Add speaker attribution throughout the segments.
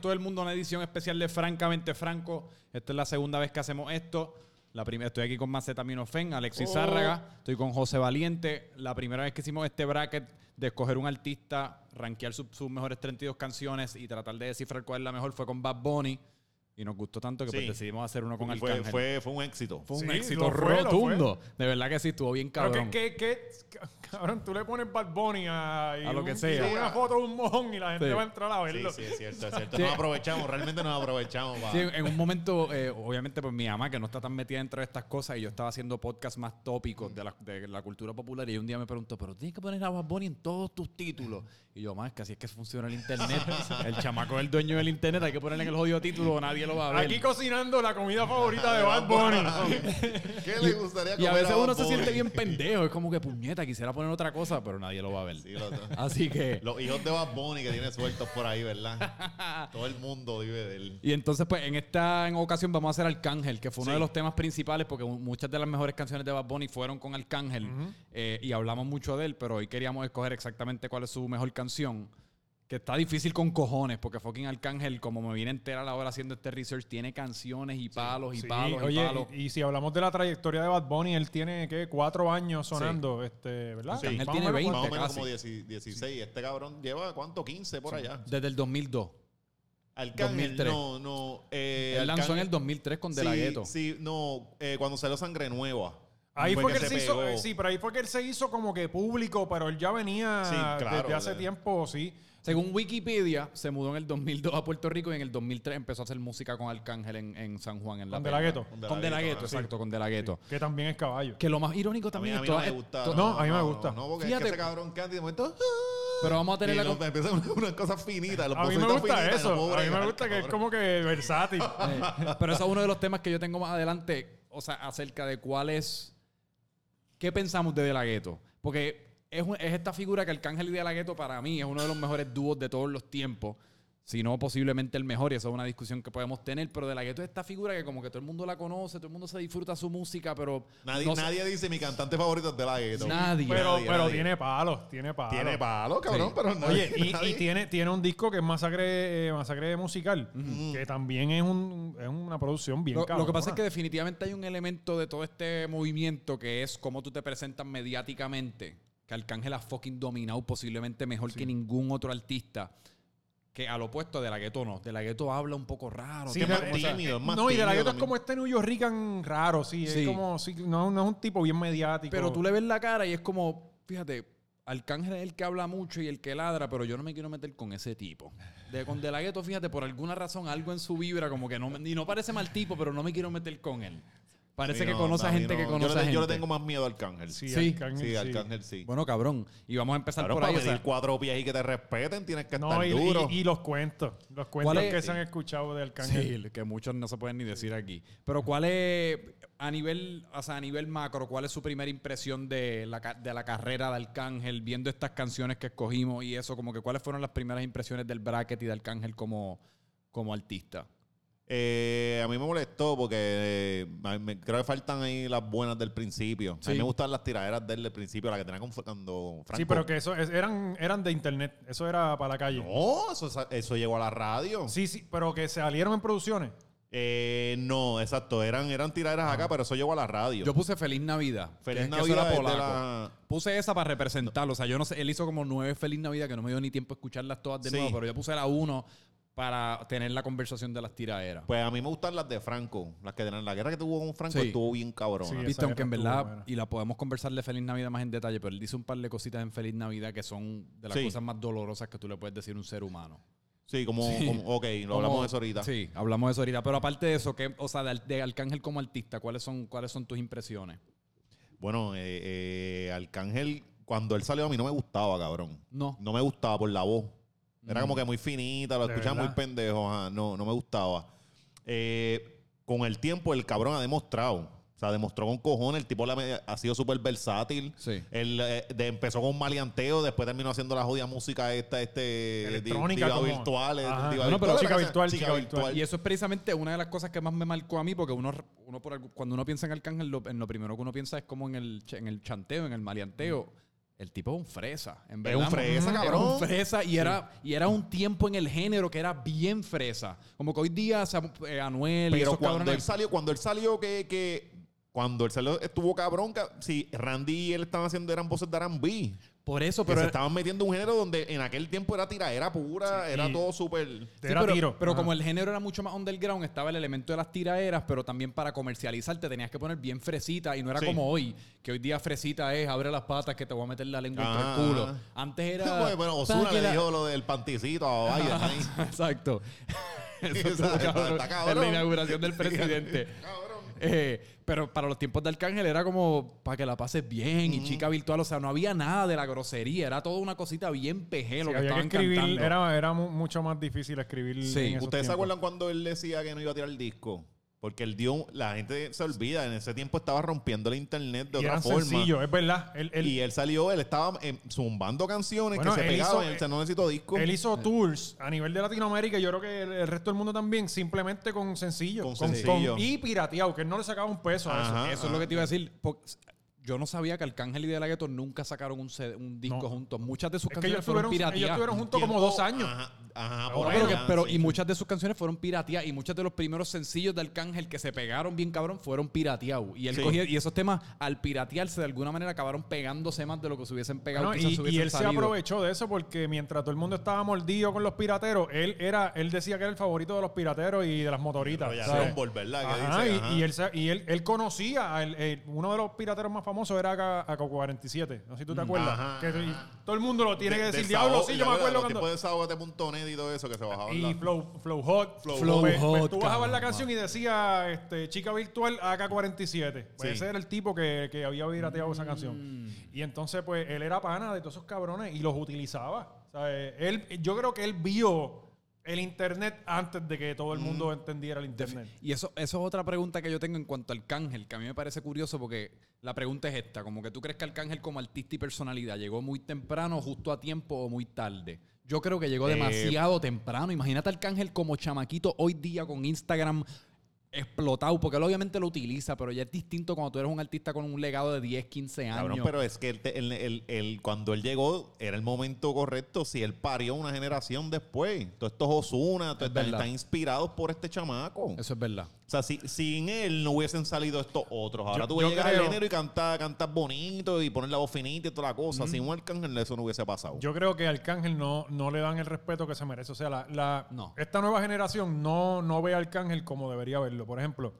Speaker 1: todo el mundo, una edición especial de Francamente Franco. Esta es la segunda vez que hacemos esto. La primera, estoy aquí con Macetaminofen, Alexis
Speaker 2: Oh.
Speaker 1: Zárraga, estoy con José Valiente. La primera vez que hicimos este bracket de escoger un artista, rankear su- sus mejores 32 canciones y tratar de descifrar cuál es la mejor fue con Bad Bunny. Y nos gustó tanto que pues,
Speaker 2: Sí.
Speaker 1: decidimos hacer uno con
Speaker 2: Y fue,
Speaker 1: Arcángel. Fue,
Speaker 2: fue, fue un éxito.
Speaker 1: un
Speaker 3: Sí,
Speaker 1: éxito
Speaker 3: lo fue, lo
Speaker 1: rotundo. De verdad que sí, estuvo bien
Speaker 3: Pero
Speaker 1: cabrón.
Speaker 3: que, que, que- cabrón, tú le pones Bad Bunny a, y
Speaker 1: A lo que
Speaker 3: un-
Speaker 1: sea.
Speaker 3: y una foto de un mojón y la gente
Speaker 1: Sí.
Speaker 3: va a entrar a
Speaker 2: Sí,
Speaker 3: verlo.
Speaker 2: sí, es cierto, es cierto.
Speaker 1: Sí.
Speaker 2: Nos aprovechamos, realmente nos aprovechamos. pa-
Speaker 1: Sí,
Speaker 4: Ah.
Speaker 1: en un momento, eh, obviamente, pues mi mamá, que no está tan metida dentro de estas cosas, y yo estaba haciendo podcasts más tópicos de la, de la cultura popular, y un día me preguntó, pero tienes que poner a Bad Bunny en todos tus títulos. Y yo, más es que así es que funciona el internet. el chamaco es el dueño del internet, hay que ponerle en el jodido título, nadie lo va a ver.
Speaker 3: Aquí cocinando la comida favorita de Bad Bunny.
Speaker 4: ¿Qué le gustaría
Speaker 1: y
Speaker 4: comer
Speaker 1: a veces
Speaker 4: Bad
Speaker 1: uno se
Speaker 4: Bunny?
Speaker 1: siente bien pendejo, es como que puñeta, quisiera poner otra cosa, pero nadie lo va a ver.
Speaker 2: Sí, lo-
Speaker 1: Así que...
Speaker 2: Los hijos de Bad Bunny que tiene sueltos por ahí, ¿verdad? Todo el mundo vive de él.
Speaker 1: Y entonces, pues, en esta en ocasión vamos a hacer Arcángel, que fue uno
Speaker 2: Sí.
Speaker 1: de los temas principales, porque mu- muchas de las mejores canciones de Bad Bunny fueron con Arcángel. eh, y hablamos mucho de él, pero hoy queríamos escoger exactamente cuál es su mejor canción. Que está difícil con cojones, porque fucking Arcángel, como me viene entera la hora haciendo este research, tiene canciones y palos y
Speaker 3: Sí,
Speaker 1: palos y
Speaker 3: oye,
Speaker 1: palos.
Speaker 3: y, y si hablamos de la trayectoria de Bad Bunny, él tiene ¿qué? cuatro años sonando, este, ¿verdad?
Speaker 2: Sí.
Speaker 1: Él
Speaker 3: Más o
Speaker 1: tiene
Speaker 3: menos
Speaker 1: 20.
Speaker 2: Más o menos
Speaker 1: casi.
Speaker 2: como 10 16. Este cabrón lleva, ¿cuánto? 15 por allá.
Speaker 1: Desde el 2002.
Speaker 2: Arcángel,
Speaker 1: 2003.
Speaker 2: no, no. Eh,
Speaker 1: Él lanzó en el
Speaker 2: Arcángel-
Speaker 1: 2003 con De La
Speaker 2: sí,
Speaker 1: Ghetto.
Speaker 2: Sí, no, eh, cuando salió Sangre Nueva.
Speaker 3: Ahí fue, que él se hizo,
Speaker 2: pegó.
Speaker 3: eh, sí, pero ahí fue que él se hizo como que público, pero él ya venía
Speaker 2: Sí, claro,
Speaker 3: desde hace
Speaker 2: ¿verdad?
Speaker 3: tiempo, sí.
Speaker 1: Según Wikipedia, se mudó en el 2002 a Puerto Rico y en el 2003 empezó a hacer música con Arcángel en, en San Juan, en La
Speaker 3: Con De La
Speaker 1: Perla.
Speaker 3: Ghetto.
Speaker 2: Con De La
Speaker 1: Con De La
Speaker 2: Ghetto,
Speaker 1: Ghetto,
Speaker 2: ajá.
Speaker 1: exacto, con De La Ghetto.
Speaker 3: Que también es caballo.
Speaker 1: Que lo más irónico
Speaker 2: A mí,
Speaker 1: también
Speaker 2: a
Speaker 1: es
Speaker 2: mí
Speaker 1: todo-
Speaker 2: no me
Speaker 1: es-
Speaker 2: gusta.
Speaker 1: to-
Speaker 3: no, a mí me gusta.
Speaker 2: No, porque
Speaker 1: Fíjate.
Speaker 2: es que ese cabrón canta y de momento.
Speaker 1: Pero vamos a tener
Speaker 2: y
Speaker 1: la
Speaker 2: lo-
Speaker 1: con-
Speaker 2: empieza una, una cosa finita. Los
Speaker 3: A mí me
Speaker 2: bocetos
Speaker 3: gusta
Speaker 2: finitas, y no
Speaker 3: eso.
Speaker 2: puedo
Speaker 3: A mí me
Speaker 2: bregar,
Speaker 3: gusta que es
Speaker 2: cabrón.
Speaker 3: como que versátil.
Speaker 1: Eh, Pero eso es uno de los temas que yo tengo más adelante, o sea, acerca de cuál es. ¿Qué pensamos de De La Ghetto? Porque es, un- es esta figura que Arcángel y De La Ghetto para mí es uno de los mejores dúos de todos los tiempos. Si no, posiblemente el mejor, y eso es una discusión que podemos tener. Pero De La Ghetto es esta figura que, como que todo el mundo la conoce, todo el mundo se disfruta su música, pero.
Speaker 2: Nadie,
Speaker 1: no se-
Speaker 2: nadie dice mi cantante favorito es de la gueto.
Speaker 1: Nadie.
Speaker 3: pero
Speaker 2: nadie,
Speaker 3: pero
Speaker 2: nadie.
Speaker 3: tiene palos, tiene palos.
Speaker 2: Tiene palo, cabrón,
Speaker 1: Sí.
Speaker 2: pero no.
Speaker 3: Oye, y, y tiene, tiene un disco que es Masacre, eh, Masacre Musical, que también es, un, es una producción bien
Speaker 1: Lo,
Speaker 3: cabrona.
Speaker 1: lo que pasa es que definitivamente hay un elemento de todo este movimiento que es cómo tú te presentas mediáticamente. Que Arcángel ha fucking dominado posiblemente mejor que ningún otro artista. Que al opuesto de la gueto no. De la gueto habla un poco raro.
Speaker 3: Sí,
Speaker 1: tiene-
Speaker 2: es más
Speaker 3: de- o sea,
Speaker 2: tímido, es más
Speaker 3: No, y de la
Speaker 2: tímido
Speaker 3: gueto es
Speaker 2: también.
Speaker 3: como este New Yorkican raro, sí.
Speaker 1: Sí.
Speaker 3: Es como, sí, no, no es un tipo bien mediático.
Speaker 1: pero tú le ves la cara y es como, fíjate, Arcángel es el que habla mucho y el que ladra, pero yo no me quiero meter con ese tipo. De, con De la gueto, fíjate, por alguna razón algo en su vibra, como que no, me- y no parece mal tipo, pero no me quiero meter con él. Parece
Speaker 2: Sí,
Speaker 1: que
Speaker 2: no,
Speaker 1: conoce a
Speaker 2: no, a mí
Speaker 1: gente que
Speaker 2: no.
Speaker 1: conoce
Speaker 2: yo
Speaker 1: a
Speaker 2: le,
Speaker 1: gente.
Speaker 2: Yo le tengo más miedo al cángel.
Speaker 3: Sí,
Speaker 1: Sí.
Speaker 3: Arcángel,
Speaker 2: sí,
Speaker 3: sí.
Speaker 2: al cángel sí.
Speaker 1: Bueno, cabrón. Y vamos a empezar
Speaker 2: Claro,
Speaker 1: por
Speaker 2: para
Speaker 1: ahí. o
Speaker 2: pedir
Speaker 1: sea,
Speaker 2: cuatro pies y que te respeten, tienes que estar
Speaker 3: No, y,
Speaker 2: duro.
Speaker 3: y- y los cuentos. Los cuentos
Speaker 1: ¿Cuál es?
Speaker 3: que se han escuchado de Arcángel.
Speaker 1: Sí, que muchos no se pueden ni decir aquí. Pero ¿cuál es, a nivel, o sea, a nivel macro, cuál es su primera impresión de la, ca- de la carrera de Arcángel, viendo estas canciones que escogimos y eso? Como que cuáles fueron las primeras impresiones del bracket y de Arcángel como, como artista.
Speaker 2: Eh, a mí me molestó porque eh, a mí me- creo que faltan ahí las buenas del principio. A
Speaker 1: Sí.
Speaker 2: mí me gustan las tiraderas del del principio, la que tenía con, cuando Franco.
Speaker 3: Sí, pero que eso es- eran, eran de internet. Eso era para la calle.
Speaker 2: No, eso, eso llegó a la radio.
Speaker 3: Sí, sí, pero que salieron en producciones.
Speaker 2: Eh, no, exacto. Eran, eran tiraderas acá, pero eso llegó a la radio.
Speaker 1: Yo puse Feliz Navidad.
Speaker 2: Feliz
Speaker 1: que- que eso era
Speaker 2: Navidad es de
Speaker 1: polaco.
Speaker 2: la-
Speaker 1: Puse esa para representarlo. O sea, yo no sé, él hizo como nueve Feliz Navidad que no me dio ni tiempo a escucharlas todas de
Speaker 2: Sí.
Speaker 1: nuevo, pero yo puse la uno para tener la conversación de las tiraderas.
Speaker 2: Pues a mí me gustan las de Franco. Las que tenían la guerra que tuvo con Franco
Speaker 1: Sí.
Speaker 2: estuvo bien cabrón.
Speaker 3: Sí,
Speaker 1: Viste,
Speaker 3: Esa
Speaker 1: aunque en
Speaker 3: guerra
Speaker 1: verdad,
Speaker 3: estuvo buena.
Speaker 1: y la podemos conversar de Feliz Navidad más en detalle, pero él dice un par de cositas en Feliz Navidad que son de las
Speaker 2: Sí.
Speaker 1: cosas más dolorosas que tú le puedes decir a un ser humano.
Speaker 2: Sí, como, como- ok, lo hablamos
Speaker 1: Como-
Speaker 2: de eso ahorita.
Speaker 1: Sí, hablamos de eso ahorita. Pero aparte de eso, que, o sea, de, Al- de Arcángel como artista, ¿cuáles son, ¿cuáles son tus impresiones?
Speaker 2: Bueno, eh, eh, Arcángel, cuando él salió a mí no me gustaba, cabrón.
Speaker 1: No.
Speaker 2: No me gustaba por la voz. Era como que muy finita, lo
Speaker 3: ¿De
Speaker 2: escuchaba muy
Speaker 3: verdad?
Speaker 2: pendejo. ajá, No, no me gustaba. Eh, con el tiempo, el cabrón ha demostrado. O sea, demostró con cojones. El tipo la me- ha sido súper versátil.
Speaker 1: Sí.
Speaker 2: Él eh, de- empezó con maleanteo, después terminó haciendo la jodida música esta, este...
Speaker 3: Electrónica,
Speaker 2: diva
Speaker 3: como-
Speaker 2: virtual. eh,
Speaker 3: Ajá.
Speaker 2: diva
Speaker 3: Bueno, pero
Speaker 2: virtual,
Speaker 3: chica
Speaker 2: la que sea-
Speaker 3: virtual, chica virtual.
Speaker 1: Y eso es precisamente una de las cosas que más me marcó a mí, porque uno, uno por, algu- cuando uno piensa en Arcángel, lo, en lo primero que uno piensa es como en el, ch- en el chanteo, en el maleanteo. El tipo es un fresa. En
Speaker 2: Mm. Es
Speaker 1: verdad,
Speaker 2: un fresa,
Speaker 1: Era
Speaker 2: cabrón.
Speaker 1: un fresa y, era, y era un tiempo en el género que era bien fresa. Como que hoy día se ha- eh, Anuel y
Speaker 2: Pero
Speaker 1: esos
Speaker 2: cuando él
Speaker 1: cabrones-
Speaker 2: salió, cuando él salió que, que cuando él salió estuvo cabrón, ca- si Randy y él estaban haciendo eran voces de R&B,
Speaker 1: Por eso,
Speaker 2: pero
Speaker 1: pero...
Speaker 2: se estaban metiendo un género donde en aquel tiempo era tiraera pura,
Speaker 3: Sí,
Speaker 2: era
Speaker 3: y-
Speaker 2: todo súper
Speaker 3: Te
Speaker 1: Sí,
Speaker 3: era
Speaker 1: pero,
Speaker 3: tiro.
Speaker 1: pero
Speaker 3: Ajá.
Speaker 1: como el género era mucho más underground, estaba el elemento de las tiraderas, pero también para comercializar te tenías que poner bien fresita y no era
Speaker 2: Sí.
Speaker 1: como hoy, que hoy día fresita es abre las patas que te voy a meter la lengua
Speaker 2: Ah.
Speaker 1: entre el culo. Antes era.
Speaker 2: Pues, bueno, Osuna
Speaker 1: Pa' que
Speaker 2: le
Speaker 1: la-
Speaker 2: dijo lo del panticito a Bayern ahí.
Speaker 1: Exacto. Eso estuvo
Speaker 2: Está- está-
Speaker 1: cabrón.
Speaker 2: está cabrón.
Speaker 1: En la inauguración del presidente. Eh, pero para los tiempos de Arcángel era como para que la pases bien y chica virtual. O sea, no había nada de la grosería. Era toda una cosita bien pejé lo
Speaker 3: Sí,
Speaker 1: que
Speaker 3: había que
Speaker 1: estaban
Speaker 3: escribir,
Speaker 1: cantando.
Speaker 3: era, era mu- mucho más difícil escribir.
Speaker 1: Sí.
Speaker 3: en
Speaker 2: ¿Ustedes
Speaker 3: esos
Speaker 2: se
Speaker 3: tiempos.
Speaker 2: acuerdan cuando él decía que no iba a tirar el disco? Porque él dio, la gente se olvida, en ese tiempo estaba rompiendo el internet de
Speaker 3: Y
Speaker 2: otra
Speaker 3: eran
Speaker 2: forma.
Speaker 3: sencillos, es verdad. Él, él-
Speaker 2: y él salió, él estaba eh, zumbando canciones
Speaker 3: Bueno,
Speaker 2: que se
Speaker 3: él
Speaker 2: pegaban,
Speaker 3: hizo-
Speaker 2: él se no necesitó disco.
Speaker 3: él hizo tours a nivel de Latinoamérica y yo creo que el, el resto del mundo también, simplemente con sencillos.
Speaker 2: Con sencillos.
Speaker 3: y pirateado, que él no le sacaba un peso a eso.
Speaker 2: Ajá.
Speaker 1: Eso es lo que te iba a decir. po- Yo no sabía que Arcángel y De La Ghetto nunca sacaron un, CD un disco
Speaker 3: No.
Speaker 1: juntos. Muchas de sus
Speaker 3: Es que ellos
Speaker 1: canciones fueron
Speaker 3: estuvieron, ellos
Speaker 1: pirateadas.
Speaker 3: estuvieron juntos
Speaker 2: Tiempo-
Speaker 3: como dos años.
Speaker 2: Ajá, ajá,
Speaker 1: No,
Speaker 2: por
Speaker 1: pero
Speaker 2: ahí,
Speaker 1: que-
Speaker 2: ajá,
Speaker 1: pero-
Speaker 2: sí.
Speaker 1: y muchas de sus canciones fueron pirateadas y muchos de los primeros sencillos de Arcángel que se pegaron bien cabrón fueron pirateados. Y él
Speaker 2: Sí.
Speaker 1: cogía- y esos temas al piratearse de alguna manera acabaron pegándose más de lo que se hubiesen pegado.
Speaker 3: Bueno,
Speaker 1: quizás
Speaker 3: y, y
Speaker 1: hubiesen
Speaker 3: él se
Speaker 1: salido.
Speaker 3: aprovechó de eso porque mientras todo el mundo estaba mordido con los pirateros, él era, él decía que era el favorito de los pirateros y de las motoritas.
Speaker 2: Pero ya
Speaker 3: ¿sabes?
Speaker 2: Rumble, ¿verdad? Que
Speaker 3: Ajá,
Speaker 2: dice,
Speaker 3: y,
Speaker 2: ajá.
Speaker 3: y él, se- y él, él conocía, al- el- uno de los pirateros más famosos era Aca- AK-47, no sé si tú te acuerdas.
Speaker 2: Mm, Ajá,
Speaker 3: que, y
Speaker 2: ajá.
Speaker 3: todo el mundo lo tiene
Speaker 2: De-
Speaker 3: que decir,
Speaker 2: de
Speaker 3: diablo,
Speaker 2: Saho-
Speaker 3: sí,
Speaker 2: ya
Speaker 3: yo me
Speaker 2: veo,
Speaker 3: acuerdo
Speaker 2: los
Speaker 3: cuando...
Speaker 2: tipos de Sábado punto net y todo eso que se bajaban.
Speaker 3: Y
Speaker 2: la-
Speaker 3: Flow, Flow Hot.
Speaker 2: Flow
Speaker 1: Hot.
Speaker 3: Pues- pues
Speaker 1: Hot,
Speaker 3: tú bajabas la
Speaker 1: cabrón,
Speaker 3: canción y decía este, chica virtual AK-47. Pues
Speaker 2: Sí. Mm.
Speaker 3: ese era el tipo que, que había virateado esa canción. Y entonces, pues, él era pana de todos esos cabrones y los utilizaba. ¿sabes? Él, yo creo que él vio el internet antes de que todo el mundo
Speaker 2: Mm.
Speaker 3: entendiera el internet.
Speaker 1: Y eso, eso es otra pregunta que yo tengo en cuanto al Cángel, que a mí me parece curioso porque la pregunta es esta, como que tú crees que Arcángel como artista y personalidad llegó muy temprano, justo a tiempo o muy tarde. Yo creo que llegó
Speaker 2: Eh,
Speaker 1: demasiado temprano. Imagínate al Cángel como chamaquito hoy día con Instagram explotado, porque él obviamente lo utiliza, pero ya es distinto cuando tú eres un artista con un legado de 10, 15 años.
Speaker 2: Cabrón, pero es que este, él te- él- él- él- cuando él llegó era el momento correcto. Si él parió una generación después, todos estos Osuna,
Speaker 1: Es verdad.
Speaker 2: están inspirados por este chamaco.
Speaker 1: Eso es verdad.
Speaker 2: O sea, si, sin él no hubiesen salido estos otros. Ahora
Speaker 3: Yo-
Speaker 2: tú vas a
Speaker 3: yo
Speaker 2: llegar al
Speaker 3: creo-
Speaker 2: género y cantar, cantar bonito y poner la voz finita y toda la cosa. Sin un arcángel eso no hubiese pasado.
Speaker 3: Yo creo que a Arcángel no, no le dan el respeto que se merece. O sea, la, la-
Speaker 1: No.
Speaker 3: esta nueva generación no, no ve a Arcángel como debería verlo. Por ejemplo,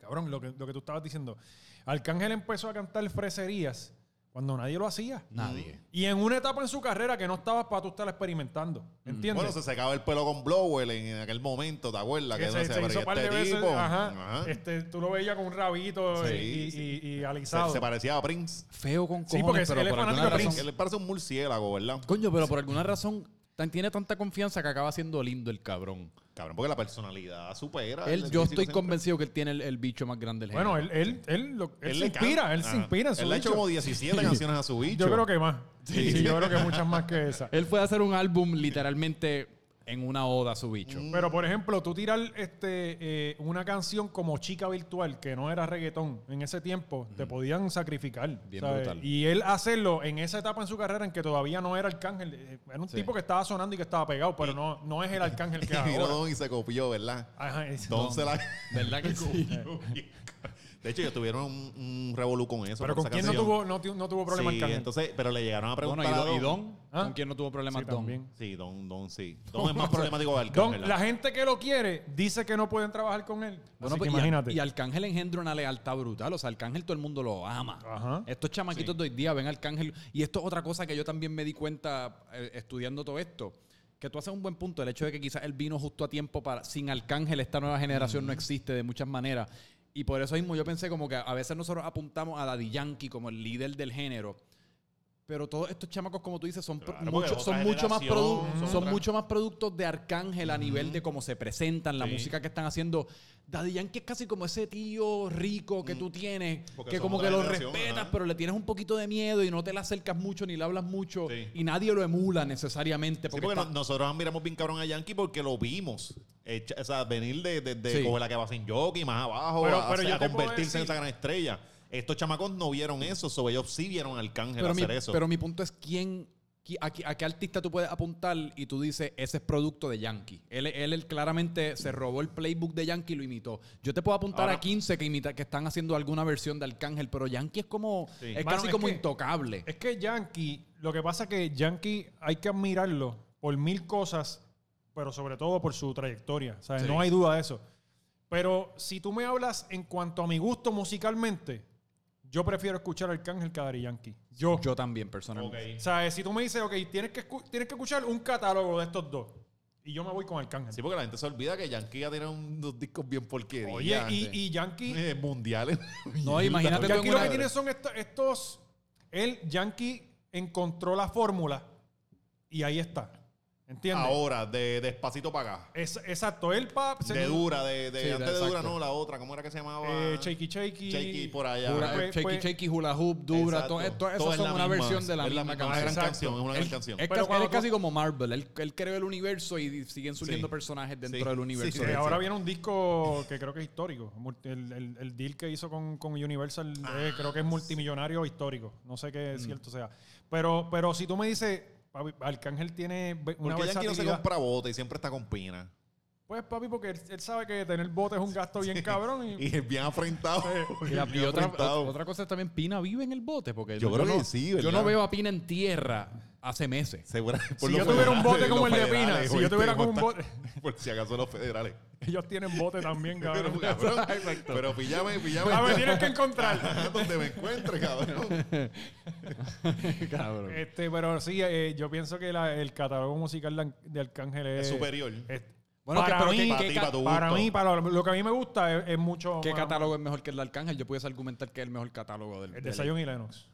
Speaker 3: cabrón, lo que, lo que tú estabas diciendo. Arcángel empezó a cantar freserías cuando nadie lo hacía.
Speaker 1: Nadie.
Speaker 3: Y en una etapa en su carrera que no estabas para tú estar experimentando. ¿Entiendes?
Speaker 2: bueno, se secaba el pelo con Blowell en, en aquel momento, ¿te acuerdas?
Speaker 3: que
Speaker 2: uno
Speaker 3: se,
Speaker 2: decía,
Speaker 3: se
Speaker 2: "Pero
Speaker 3: hizo
Speaker 2: ¿y
Speaker 3: par de
Speaker 2: este
Speaker 3: veces.
Speaker 2: tipo?".
Speaker 3: ajá.
Speaker 2: Ajá.
Speaker 3: Este, tú lo veías con un rabito
Speaker 2: Sí,
Speaker 3: y, y-
Speaker 2: sí.
Speaker 3: y- y
Speaker 2: Se,
Speaker 3: alisado.
Speaker 2: se parecía a Prince.
Speaker 1: Feo con
Speaker 3: Sí,
Speaker 1: cojones,
Speaker 3: porque
Speaker 1: pero
Speaker 3: él es
Speaker 1: por
Speaker 3: fanático
Speaker 1: alguna
Speaker 3: de
Speaker 1: razón-
Speaker 2: Que le parece un murciélago, ¿verdad?
Speaker 1: Coño, pero por alguna razón tan- tiene tanta confianza que acaba siendo lindo el cabrón.
Speaker 2: Cabrón, porque la personalidad supera.
Speaker 1: Él,
Speaker 2: el
Speaker 1: yo
Speaker 2: físico
Speaker 1: estoy
Speaker 2: siempre.
Speaker 1: convencido que él tiene el, el bicho más grande del
Speaker 3: bueno,
Speaker 1: género.
Speaker 3: él, él, él, lo- él se
Speaker 2: le
Speaker 3: inspira,
Speaker 2: canta.
Speaker 3: él se
Speaker 2: Ajá.
Speaker 3: inspira en su
Speaker 2: Él le ha hecho
Speaker 3: bicho.
Speaker 2: como 17 canciones a su bicho.
Speaker 3: Yo creo que más. Sí, yo creo que muchas más que esa.
Speaker 1: Él puede hacer un álbum literalmente en una oda a su bicho.
Speaker 3: Pero, por ejemplo, tú tirar este, eh, una canción como Chica Virtual, que no era reggaetón en ese tiempo, te podían sacrificar.
Speaker 1: Bien
Speaker 3: ¿sabes?
Speaker 1: brutal.
Speaker 3: Y él hacerlo en esa etapa en su carrera en que todavía no era Arcángel. eh, Era un tipo que estaba sonando y que estaba pegado, pero no, no es el Arcángel que
Speaker 2: Y vino
Speaker 3: ahora.
Speaker 2: Don y se copió, ¿verdad?
Speaker 3: Ajá, es-
Speaker 2: Entonces la...
Speaker 1: ¿Verdad que sí?
Speaker 2: De hecho, ellos tuvieron un, un revolú con eso.
Speaker 3: pero con
Speaker 2: esa
Speaker 3: quién no
Speaker 2: canción.
Speaker 3: tuvo, no, tu- no tuvo problema
Speaker 2: sí,
Speaker 3: Arcángel.
Speaker 2: entonces, pero le llegaron a
Speaker 1: Bueno,
Speaker 2: preguntar
Speaker 1: y,
Speaker 2: a
Speaker 1: Don,
Speaker 2: Don.
Speaker 1: y Don,
Speaker 3: ¿Ah?
Speaker 1: con quien no tuvo problemas
Speaker 3: Sí,
Speaker 1: Don.
Speaker 3: también.
Speaker 2: Sí, Don, Don sí. Don es más problemático que Arcángel.
Speaker 3: Don, la gente que lo quiere dice que no pueden trabajar con él.
Speaker 1: Bueno,
Speaker 3: Así
Speaker 1: pues,
Speaker 3: que
Speaker 1: y-
Speaker 3: imagínate.
Speaker 1: Y, Arcángel engendra una lealtad brutal. O sea, Arcángel todo el mundo lo ama.
Speaker 3: Ajá.
Speaker 2: ¿Ah?
Speaker 1: Estos chamaquitos de hoy día ven a Arcángel. Y esto es otra cosa que yo también me di cuenta eh, estudiando todo esto. Que tú haces un buen punto. El hecho de que quizás él vino justo a tiempo para. Sin Arcángel, esta nueva generación
Speaker 2: Mm.
Speaker 1: no existe de muchas maneras. Y por eso mismo yo pensé como que a veces nosotros apuntamos a Daddy Yankee como el líder del género. Pero todos estos chamacos, como tú dices, son, pro-
Speaker 2: Claro, porque
Speaker 1: mucho,
Speaker 2: otra
Speaker 1: son, mucho, más produ-
Speaker 2: generación, son
Speaker 1: son
Speaker 2: otra-
Speaker 1: mucho más productos de Arcángel a nivel de cómo se presentan, la
Speaker 2: Sí.
Speaker 1: música que están haciendo. Daddy Yankee es casi como ese tío rico que tú tienes,
Speaker 2: Mm. Porque
Speaker 1: que
Speaker 2: son
Speaker 1: como
Speaker 2: otra
Speaker 1: que lo
Speaker 2: generación,
Speaker 1: respetas,
Speaker 2: ajá.
Speaker 1: pero le tienes un poquito de miedo y no te le acercas mucho ni le hablas mucho
Speaker 2: Sí.
Speaker 1: y nadie lo emula necesariamente.
Speaker 2: Sí,
Speaker 1: Porque
Speaker 2: porque
Speaker 1: está-
Speaker 2: no- nosotros admiramos bien cabrón a Yankee porque lo vimos. Eh, cha- o sea, venir de, de, de
Speaker 1: Sí.
Speaker 2: como la que va sin jockey, más abajo,
Speaker 3: Pero-
Speaker 2: a,
Speaker 3: pero
Speaker 2: o sea,
Speaker 3: yo
Speaker 2: a
Speaker 3: te puedo
Speaker 2: convertirse en
Speaker 3: decir-
Speaker 2: esa gran estrella. Estos chamacos no vieron eso, so ellos sí vieron al cángel
Speaker 1: Pero mi,
Speaker 2: hacer eso.
Speaker 1: pero mi punto es quién. qui- A, qui- a qué artista tú puedes apuntar y tú dices, ese es producto de Yankee. Él, él, él claramente se robó el playbook de Yankee y lo imitó. Yo te puedo apuntar
Speaker 2: Ahora-
Speaker 1: a 15 que, imita, que están haciendo alguna versión de Arcángel, pero Yankee es como.
Speaker 2: Sí.
Speaker 1: Es
Speaker 3: Mano,
Speaker 1: casi
Speaker 3: es
Speaker 1: como
Speaker 3: que-
Speaker 1: intocable.
Speaker 3: Es que Yankee, lo que pasa es que Yankee hay que admirarlo por mil cosas, pero sobre todo por su trayectoria. O sea,
Speaker 1: Sí.
Speaker 3: No hay duda de eso. Pero si tú me hablas en cuanto a mi gusto musicalmente, yo prefiero escuchar al Arcángel que a Daddy Yankee. Yo.
Speaker 1: Yo también, personalmente.
Speaker 3: O sea, si tú me dices, ok, tienes que, escu- tienes que escuchar un catálogo de estos dos. Y yo me voy con Arcángel.
Speaker 2: Sí, porque la gente se olvida que Yankee ya tiene unos discos bien porquería.
Speaker 3: Oye, y,
Speaker 1: antes.
Speaker 3: y Yankee...
Speaker 2: Eh, mundiales.
Speaker 1: No, imagínate
Speaker 3: Yankee
Speaker 1: tengo
Speaker 3: lo
Speaker 1: una-
Speaker 3: que tiene son esto- estos. El Yankee encontró la fórmula y ahí está. ¿Entiendes?
Speaker 2: Ahora, de despacito para acá.
Speaker 3: Es- exacto, el pap.
Speaker 2: De dura, de, de
Speaker 1: Sí, de-
Speaker 2: antes de dura,
Speaker 1: exacto.
Speaker 2: no, la otra, ¿cómo era que se llamaba?
Speaker 3: Eh, shaky Shaky.
Speaker 2: ah, Shaky por allá.
Speaker 1: Hula-
Speaker 3: Pues-
Speaker 1: shaky,
Speaker 3: pues-
Speaker 1: shaky, hula hoop, dura,
Speaker 2: Exacto.
Speaker 1: todo, todo eso
Speaker 2: Todo es
Speaker 1: son
Speaker 2: la
Speaker 1: una
Speaker 2: misma,
Speaker 1: versión de la
Speaker 2: es
Speaker 1: misma
Speaker 2: Es una
Speaker 1: canción.
Speaker 2: gran
Speaker 3: Exacto.
Speaker 2: canción, es una gran canción.
Speaker 1: Es,
Speaker 3: Pero
Speaker 1: casi,
Speaker 3: cuando
Speaker 1: él es casi
Speaker 3: tú-
Speaker 1: como Marvel. Él, él creó el universo y, y siguen surgiendo
Speaker 2: Sí.
Speaker 1: personajes dentro
Speaker 2: Sí.
Speaker 1: del
Speaker 2: Sí,
Speaker 1: universo.
Speaker 2: sí,
Speaker 3: Eh,
Speaker 1: de-
Speaker 3: ahora viene un disco que creo que es histórico. Mul- El, el- el deal que hizo con, con Universal
Speaker 2: Ah,
Speaker 3: eh, creo que es multimillonario histórico. No sé qué
Speaker 2: Mm.
Speaker 3: cierto sea. Pero, pero si tú me dices, papi, Arcángel tiene ve- una
Speaker 2: Porque Yankee no se
Speaker 3: versatilidad.
Speaker 2: compra bote y siempre está con pina.
Speaker 3: pues papi, porque él, él sabe que tener bote es un gasto bien cabrón. y-
Speaker 2: Y es bien afrentado.
Speaker 1: Y, la- y
Speaker 2: bien
Speaker 1: otra,
Speaker 2: afrentado.
Speaker 1: otra cosa es también, Pina vive en el bote. Porque
Speaker 2: Yo creo
Speaker 1: no,
Speaker 2: que sí,
Speaker 1: Yo
Speaker 2: ¿verdad?
Speaker 1: no veo a Pina en tierra hace meses.
Speaker 2: Segura- por
Speaker 3: yo
Speaker 2: los
Speaker 3: tuviera un bote
Speaker 2: federales,
Speaker 3: como
Speaker 2: los
Speaker 3: el de Pina,
Speaker 2: federales,
Speaker 3: si yo tuviera
Speaker 2: ¿cómo
Speaker 3: como un
Speaker 2: están? Por si acaso los federales.
Speaker 3: Ellos tienen bote también, cabrón. pues,
Speaker 2: Pero, cabrón, pero píllame, píllame. Ah,
Speaker 3: Ah, me tienes que encontrar.
Speaker 2: donde me encuentre, cabrón.
Speaker 1: Cabrón.
Speaker 3: Este, pero sí, eh, yo pienso que la- el catálogo musical de An- de Arcángel es,
Speaker 2: Es superior.
Speaker 3: es-
Speaker 1: Bueno, que-
Speaker 3: para,
Speaker 1: pero
Speaker 3: mí,
Speaker 1: que-
Speaker 2: Para ti,
Speaker 1: ca-
Speaker 2: para tu
Speaker 3: para
Speaker 2: gusto.
Speaker 3: mí, para lo, lo que a mí me gusta es, es mucho.
Speaker 1: ¿Qué
Speaker 3: más-
Speaker 1: catálogo es mejor que el de Arcángel? Yo pudiese argumentar que es el mejor catálogo del.
Speaker 3: El
Speaker 1: del-
Speaker 3: de Zion y Lennox.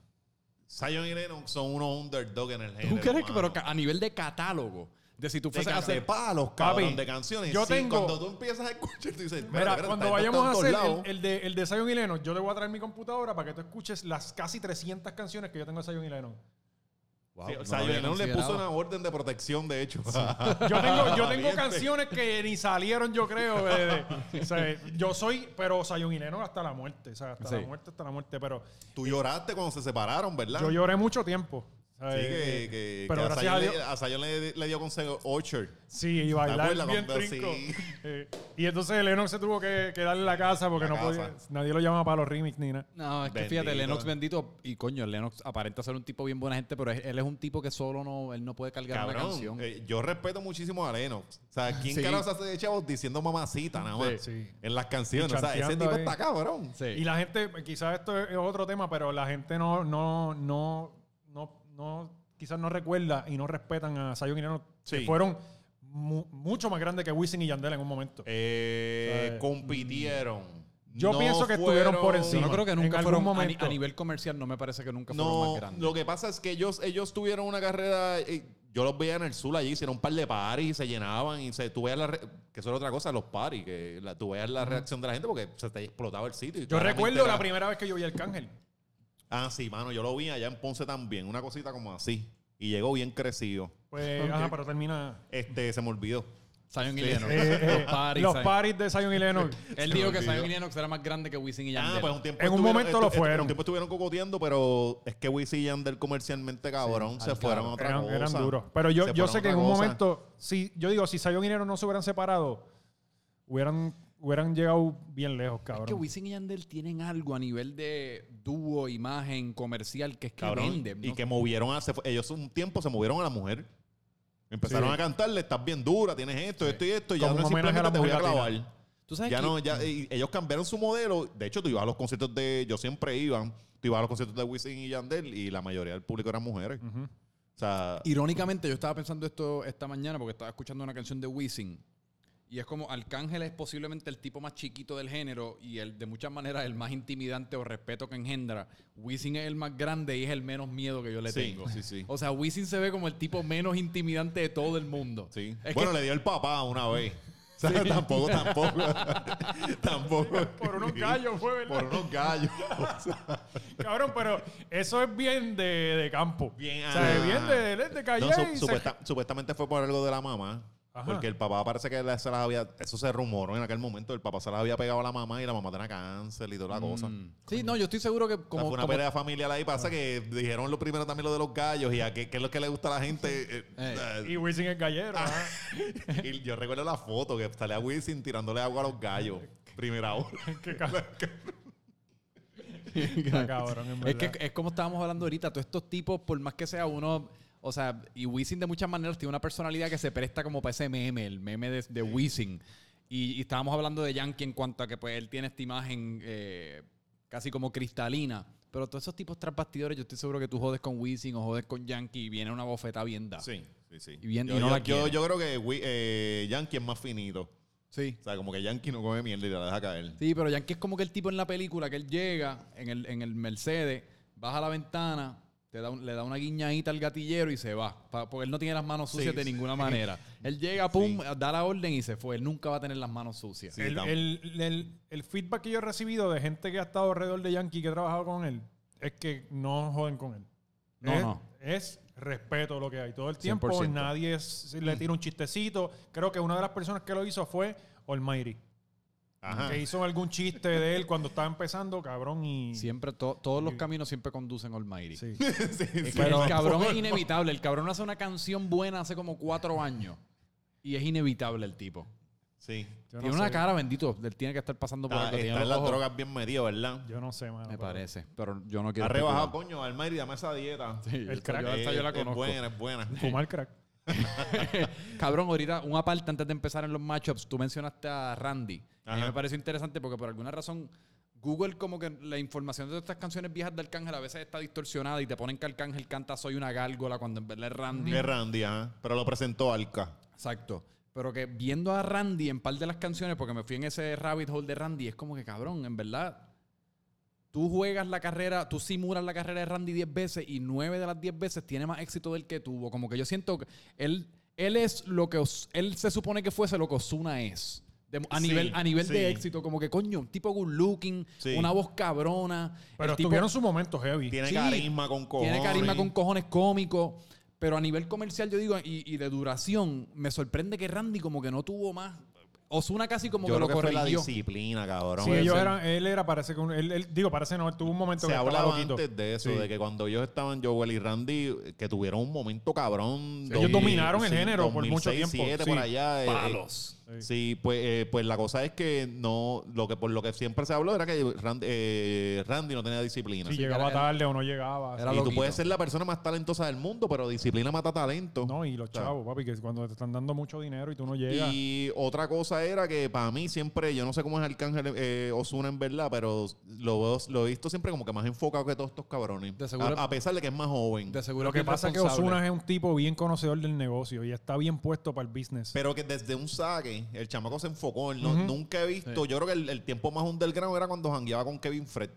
Speaker 2: Zion y Lennox son unos underdog en el género.
Speaker 1: ¿Tú crees que,
Speaker 2: mano.
Speaker 1: pero ca- a nivel de catálogo, de si tú
Speaker 2: de,
Speaker 1: fueses a
Speaker 2: ca- de
Speaker 1: hacer.
Speaker 2: palos, cabrón,
Speaker 3: Papi,
Speaker 2: de canciones.
Speaker 3: yo
Speaker 2: Sí,
Speaker 3: tengo-
Speaker 2: Cuando tú empiezas a escuchar, tú dices,
Speaker 3: Mira, cuando vayamos a hacer el,
Speaker 2: El,
Speaker 3: el de, el de Zion y Lennox, yo te voy a traer mi computadora para que tú escuches las casi 300 canciones que yo tengo de Zion y Lennox.
Speaker 1: Wow, no lo
Speaker 2: Zion
Speaker 1: había
Speaker 2: y Lennox le puso
Speaker 1: considerado.
Speaker 2: una orden de protección, de hecho.
Speaker 3: Yo tengo, yo tengo
Speaker 2: Valiente.
Speaker 3: canciones que ni salieron, yo creo. de- de- o sea, yo soy, pero Zion y Lennox hasta la muerte. o sea, hasta
Speaker 1: Sí.
Speaker 3: la muerte, hasta la muerte. Pero
Speaker 2: tú lloraste cuando se separaron, ¿verdad?
Speaker 3: yo lloré mucho tiempo.
Speaker 2: Sí,
Speaker 3: ¿sabes?
Speaker 2: que, que,
Speaker 3: pero
Speaker 2: que a,
Speaker 3: gracias
Speaker 2: Zion
Speaker 3: a Dios.
Speaker 2: le, a Zion le, le dio consejo Orchard.
Speaker 3: Sí, y bailar
Speaker 2: acuerdas
Speaker 3: bien
Speaker 2: cuando-
Speaker 3: trinco.
Speaker 2: sí.
Speaker 3: Eh, y entonces Lennox se tuvo que quedar en la casa porque
Speaker 2: La
Speaker 3: no podía,
Speaker 2: casa.
Speaker 3: nadie lo llamaba para los remix ni nada.
Speaker 1: No, es que fíjate,
Speaker 2: Bendito.
Speaker 1: Lennox bendito. Y coño, Lennox aparenta ser un tipo bien buena gente, pero es- él es un tipo que solo no, él no puede cargar una
Speaker 2: Cabrón,
Speaker 1: canción.
Speaker 2: eh, yo respeto muchísimo a Lennox. O sea, ¿quién
Speaker 1: Sí.
Speaker 2: carajo se hace de chavos diciendo mamacita nada más?
Speaker 3: Sí.
Speaker 2: En las canciones. O sea, ese
Speaker 3: chanteando
Speaker 2: tipo
Speaker 3: ahí.
Speaker 2: está cabrón.
Speaker 1: Sí.
Speaker 3: Y la gente, quizás esto es otro tema, pero la gente no, no, no, no, no quizás no recuerda y no respetan a Zion y Lennox, que
Speaker 2: Sí.
Speaker 3: fueron mu- mucho más grandes que Wisin y Yandel en un momento.
Speaker 2: Eh,
Speaker 3: O sea,
Speaker 2: compitieron.
Speaker 3: yo pienso que estuvieron por
Speaker 1: Yo
Speaker 3: encima.
Speaker 1: no creo que
Speaker 3: en
Speaker 1: nunca
Speaker 3: algún
Speaker 1: fueron a ni-
Speaker 3: momento.
Speaker 1: A, nivel comercial, no me parece que nunca fueron
Speaker 2: No,
Speaker 1: más grandes.
Speaker 2: lo que pasa es que ellos, ellos tuvieron una carrera. eh, yo los veía en el sur allí, hicieron un par de paris, se llenaban y se, tú veías la. re- que eso era otra cosa, los paris, que la, tú veías la reacción de la gente porque se te explotaba el sitio. y
Speaker 3: Yo
Speaker 2: claramente
Speaker 3: recuerdo
Speaker 2: era-
Speaker 3: la primera vez que yo vi al Cángel.
Speaker 2: Ah, sí, mano, yo lo vi allá en Ponce también, una cosita como así. Y llegó bien crecido.
Speaker 3: Pues,
Speaker 1: Ok.
Speaker 3: ajá, pero termina.
Speaker 2: Este, se me olvidó.
Speaker 1: Zion y Lennox.
Speaker 3: Eh, eh,
Speaker 1: los parties.
Speaker 3: los
Speaker 1: Zion.
Speaker 3: paris de Zion y Lennox.
Speaker 1: Él
Speaker 2: Se
Speaker 1: dijo
Speaker 2: me
Speaker 1: que
Speaker 2: olvidó.
Speaker 1: Zion y Lennox era más grande que Wisin y Yandel.
Speaker 2: Ah, pues un tiempo
Speaker 3: En un
Speaker 2: estuvieron-
Speaker 3: momento lo
Speaker 2: estu- estu-
Speaker 3: fueron.
Speaker 2: Un tiempo estuvieron cocoteando, pero es que Wisin y Yandel comercialmente, cabrón,
Speaker 1: Sí,
Speaker 2: se
Speaker 1: al
Speaker 2: fueron
Speaker 1: carajo.
Speaker 2: a otra
Speaker 3: eran,
Speaker 2: cosa.
Speaker 3: eran duros. Pues, Pero yo,
Speaker 2: Se
Speaker 3: yo
Speaker 2: fueron
Speaker 3: sé que
Speaker 2: a
Speaker 3: en
Speaker 2: otra
Speaker 3: un
Speaker 2: cosa.
Speaker 3: momento, si, yo digo, si Zion y Nero no se hubieran separado, hubieran, hubieran llegado bien lejos,
Speaker 1: Es que
Speaker 3: cabrón.
Speaker 1: Wisin y Yandel tienen algo a nivel de dúo, imagen, comercial, que es que
Speaker 2: Cabrón,
Speaker 1: venden.
Speaker 2: Y
Speaker 1: ¿no?
Speaker 2: que movieron a. se fue- ellos un tiempo se movieron a la mujer. Empezaron
Speaker 3: Sí.
Speaker 2: a cantarle, estás bien dura, tienes esto, esto y esto. Y ya
Speaker 3: Como
Speaker 2: no es
Speaker 3: un homenaje a la
Speaker 2: simplemente te voy a
Speaker 3: mujer
Speaker 2: clavar.
Speaker 3: latina.
Speaker 1: Tú sabes
Speaker 2: Ya
Speaker 1: que-
Speaker 2: no, ya, y ellos cambiaron su modelo. De hecho, tú ibas a los conciertos de. Yo siempre iba. Tú ibas a los conciertos de Wisin y Yandel y la mayoría del público eran mujeres. O sea,
Speaker 1: Irónicamente, yo estaba pensando esto esta mañana porque estaba escuchando una canción de Wisin. Y es como Arcángel es posiblemente el tipo más chiquito del género y el de muchas maneras el más intimidante o respeto que engendra. Wisin es el más grande y es el menos miedo que yo le
Speaker 2: Sí,
Speaker 1: tengo.
Speaker 2: sí, sí.
Speaker 1: O sea, Wisin se ve como el tipo menos intimidante de todo el mundo.
Speaker 2: sí.
Speaker 1: Es
Speaker 2: Bueno,
Speaker 1: que-
Speaker 2: le dio el papá una vez. O sea, tampoco, tampoco. tampoco.
Speaker 3: Por unos gallos fue, ¿verdad?
Speaker 2: Por unos gallos.
Speaker 3: Cabrón, pero eso es bien de, de campo.
Speaker 2: Bien,
Speaker 3: o sea,
Speaker 2: ah.
Speaker 3: bien de, de, de calle
Speaker 2: No, su-
Speaker 3: y se-
Speaker 2: supuesta- supuestamente fue por algo de la mamá.
Speaker 3: Ajá.
Speaker 2: Porque el papá parece que la- se las había. Eso se rumoró en aquel momento. El papá se las había pegado a la mamá y la mamá tenía cáncer y toda la cosa.
Speaker 1: Mm. Sí, no, yo estoy seguro que
Speaker 2: O sea,
Speaker 1: como,
Speaker 2: fue una
Speaker 1: como-
Speaker 2: pelea familiar ahí.
Speaker 3: Ah.
Speaker 2: Pasa que dijeron lo primero también lo de los gallos y a qué, qué es lo que le gusta a la gente. eh,
Speaker 1: Eh.
Speaker 2: eh,
Speaker 3: Y Wisin es gallero. ah. ajá.
Speaker 2: y yo recuerdo la foto que sale a Wilson tirándole agua a los gallos. Primera hora.
Speaker 3: Qué cabrón. Está cabrón, en
Speaker 1: Es
Speaker 3: verdad.
Speaker 1: que es como estábamos hablando ahorita, todos estos tipos, por más que sea uno, o sea, y Wisin de muchas maneras tiene una personalidad que se presta como para ese meme, el meme de, de Wisin. Y, y estábamos hablando de Yankee en cuanto a que pues él tiene esta imagen eh, casi como cristalina. Pero todos esos tipos tras bastidores, yo estoy seguro que tú jodes con Wisin o jodes con Yankee y viene una bofeta bien dada.
Speaker 2: Sí, sí, sí.
Speaker 1: Y bien-
Speaker 2: yo,
Speaker 1: y no
Speaker 2: yo-
Speaker 1: la
Speaker 2: yo-
Speaker 1: quiere.
Speaker 2: yo creo que Wi- eh, Yankee es más finito.
Speaker 1: Sí.
Speaker 2: O sea, como que Yankee no come mierda y la deja caer.
Speaker 1: Sí, pero Yankee es como que el tipo en la película que él llega en el, en el Mercedes, baja la ventana, te da un- le da una guiñadita al gatillero y se va. Pa- porque él no tiene las manos sucias
Speaker 2: Sí,
Speaker 1: de
Speaker 2: sí.
Speaker 1: ninguna manera. Él llega, pum,
Speaker 2: Sí.
Speaker 1: da la orden y se fue. Él nunca va a tener las manos sucias.
Speaker 2: Sí,
Speaker 3: el,
Speaker 2: tam-
Speaker 3: el- el- el feedback que yo he recibido de gente que ha estado alrededor de Yankee, que ha trabajado con él, es que no joden con él.
Speaker 1: No,
Speaker 3: es,
Speaker 1: no.
Speaker 3: es respeto lo que hay. Todo el tiempo
Speaker 1: 100%.
Speaker 3: nadie es- le tira un chistecito. Creo que una de las personas que lo hizo fue Almighty.
Speaker 2: Ajá.
Speaker 3: Que hizo algún chiste de él cuando estaba empezando, cabrón. Y,
Speaker 1: Siempre, to- todos los caminos siempre conducen a Almighty.
Speaker 3: Sí.
Speaker 2: Sí, sí.
Speaker 1: Es que el cabrón es inevitable. El cabrón hace una canción buena hace como cuatro años. Y es inevitable el tipo.
Speaker 2: Sí.
Speaker 3: Yo no
Speaker 1: tiene una
Speaker 3: sé.
Speaker 1: cara, bendito. Él tiene que estar pasando por
Speaker 2: Está,
Speaker 1: algo. Tiene
Speaker 2: Ah, está
Speaker 1: los
Speaker 2: en las
Speaker 1: ojos-
Speaker 2: drogas bien medido, ¿verdad?
Speaker 3: Yo no sé, mano.
Speaker 1: Me
Speaker 3: pero-
Speaker 1: parece. Pero yo no quiero.
Speaker 2: Ha rebajado,
Speaker 1: especular.
Speaker 2: coño, Almighty, dame esa dieta.
Speaker 1: Sí, esa
Speaker 3: crack.
Speaker 1: yo- esa este yo la
Speaker 2: Es-
Speaker 1: conozco.
Speaker 2: Es buena, es buena.
Speaker 3: Fumar crack.
Speaker 1: Cabrón, ahorita, una parte antes de empezar en los matchups, tú mencionaste a Randy. A mí
Speaker 2: Ajá.
Speaker 1: me pareció interesante porque por alguna razón Google como que la información de todas estas canciones viejas de Arcángel a veces está distorsionada y te ponen que Arcángel canta Soy una gárgola cuando en verdad es Randy.
Speaker 2: Es Randy, ajá. Pero lo presentó Alca.
Speaker 1: Exacto. Pero que viendo a Randy en par de las canciones, porque me fui en ese rabbit hole de Randy, es como que cabrón, en verdad. Tú juegas la carrera, tú simulas la carrera de Randy 10 veces y 9 de las 10 veces tiene más éxito del que tuvo. Como que yo siento que él, él es lo que Os- él se supone que fuese lo que Osuna es. De- a
Speaker 2: Sí,
Speaker 1: nivel, a nivel
Speaker 2: sí.
Speaker 1: de éxito, como que coño, un tipo good looking,
Speaker 2: Sí.
Speaker 1: una voz cabrona.
Speaker 3: Pero
Speaker 1: el tipo-
Speaker 3: tuvieron su momento heavy.
Speaker 2: Tiene
Speaker 1: Sí.
Speaker 2: carisma con cojones.
Speaker 1: tiene carisma con cojones cómico. Pero a nivel comercial, yo digo, y, y de duración, me sorprende que Randy como que no tuvo más. Osuna casi como
Speaker 2: Yo
Speaker 1: que
Speaker 2: creo
Speaker 1: lo
Speaker 2: que fue la
Speaker 1: corrigió.
Speaker 2: disciplina, cabrón.
Speaker 3: Sí,
Speaker 1: puede
Speaker 3: ellos
Speaker 1: ser.
Speaker 3: eran, él era, parece que un- él, él- digo, parece no, él tuvo un
Speaker 2: se
Speaker 3: momento que estaba
Speaker 2: hablaba
Speaker 3: loquito.
Speaker 2: antes de eso,
Speaker 3: Sí.
Speaker 2: de que cuando ellos estaban, Joel y Randy, eh, que tuvieron un momento cabrón.
Speaker 3: Sí, ellos dominaron el género por mucho tiempo,
Speaker 2: 2007
Speaker 3: sí.
Speaker 2: por allá. eh, eh,
Speaker 1: Palos.
Speaker 3: Sí.
Speaker 2: Sí, pues, eh, pues la cosa es que no, lo que por lo que siempre se habló era que Randy, eh, Randy no tenía disciplina.
Speaker 3: Si
Speaker 1: que
Speaker 3: llegaba
Speaker 1: era-
Speaker 3: tarde o no llegaba.
Speaker 1: Era
Speaker 2: y
Speaker 1: loquito.
Speaker 2: tú puedes ser la persona más talentosa del mundo, pero disciplina mata talento.
Speaker 3: No, y los
Speaker 2: O sea,
Speaker 3: chavos, papi, que cuando te están dando mucho dinero y tú no llegas.
Speaker 2: Y otra cosa era que para mí siempre, yo no sé cómo es Arcángel eh, Osuna en verdad, pero lo, veo- lo he visto siempre como que más enfocado que todos estos cabrones.
Speaker 1: De seguro-
Speaker 2: a, a pesar de que es más joven.
Speaker 1: De seguro
Speaker 3: Lo que pasa es que
Speaker 1: irresponsable.
Speaker 3: Osuna es un tipo bien conocedor del negocio y está bien puesto para el business.
Speaker 2: Pero que desde un saque, el chamaco se enfocó. él no-
Speaker 3: Ujú.
Speaker 2: Nunca he visto. Yo creo que el, el tiempo más underground era cuando jangueaba con Kevin Fred.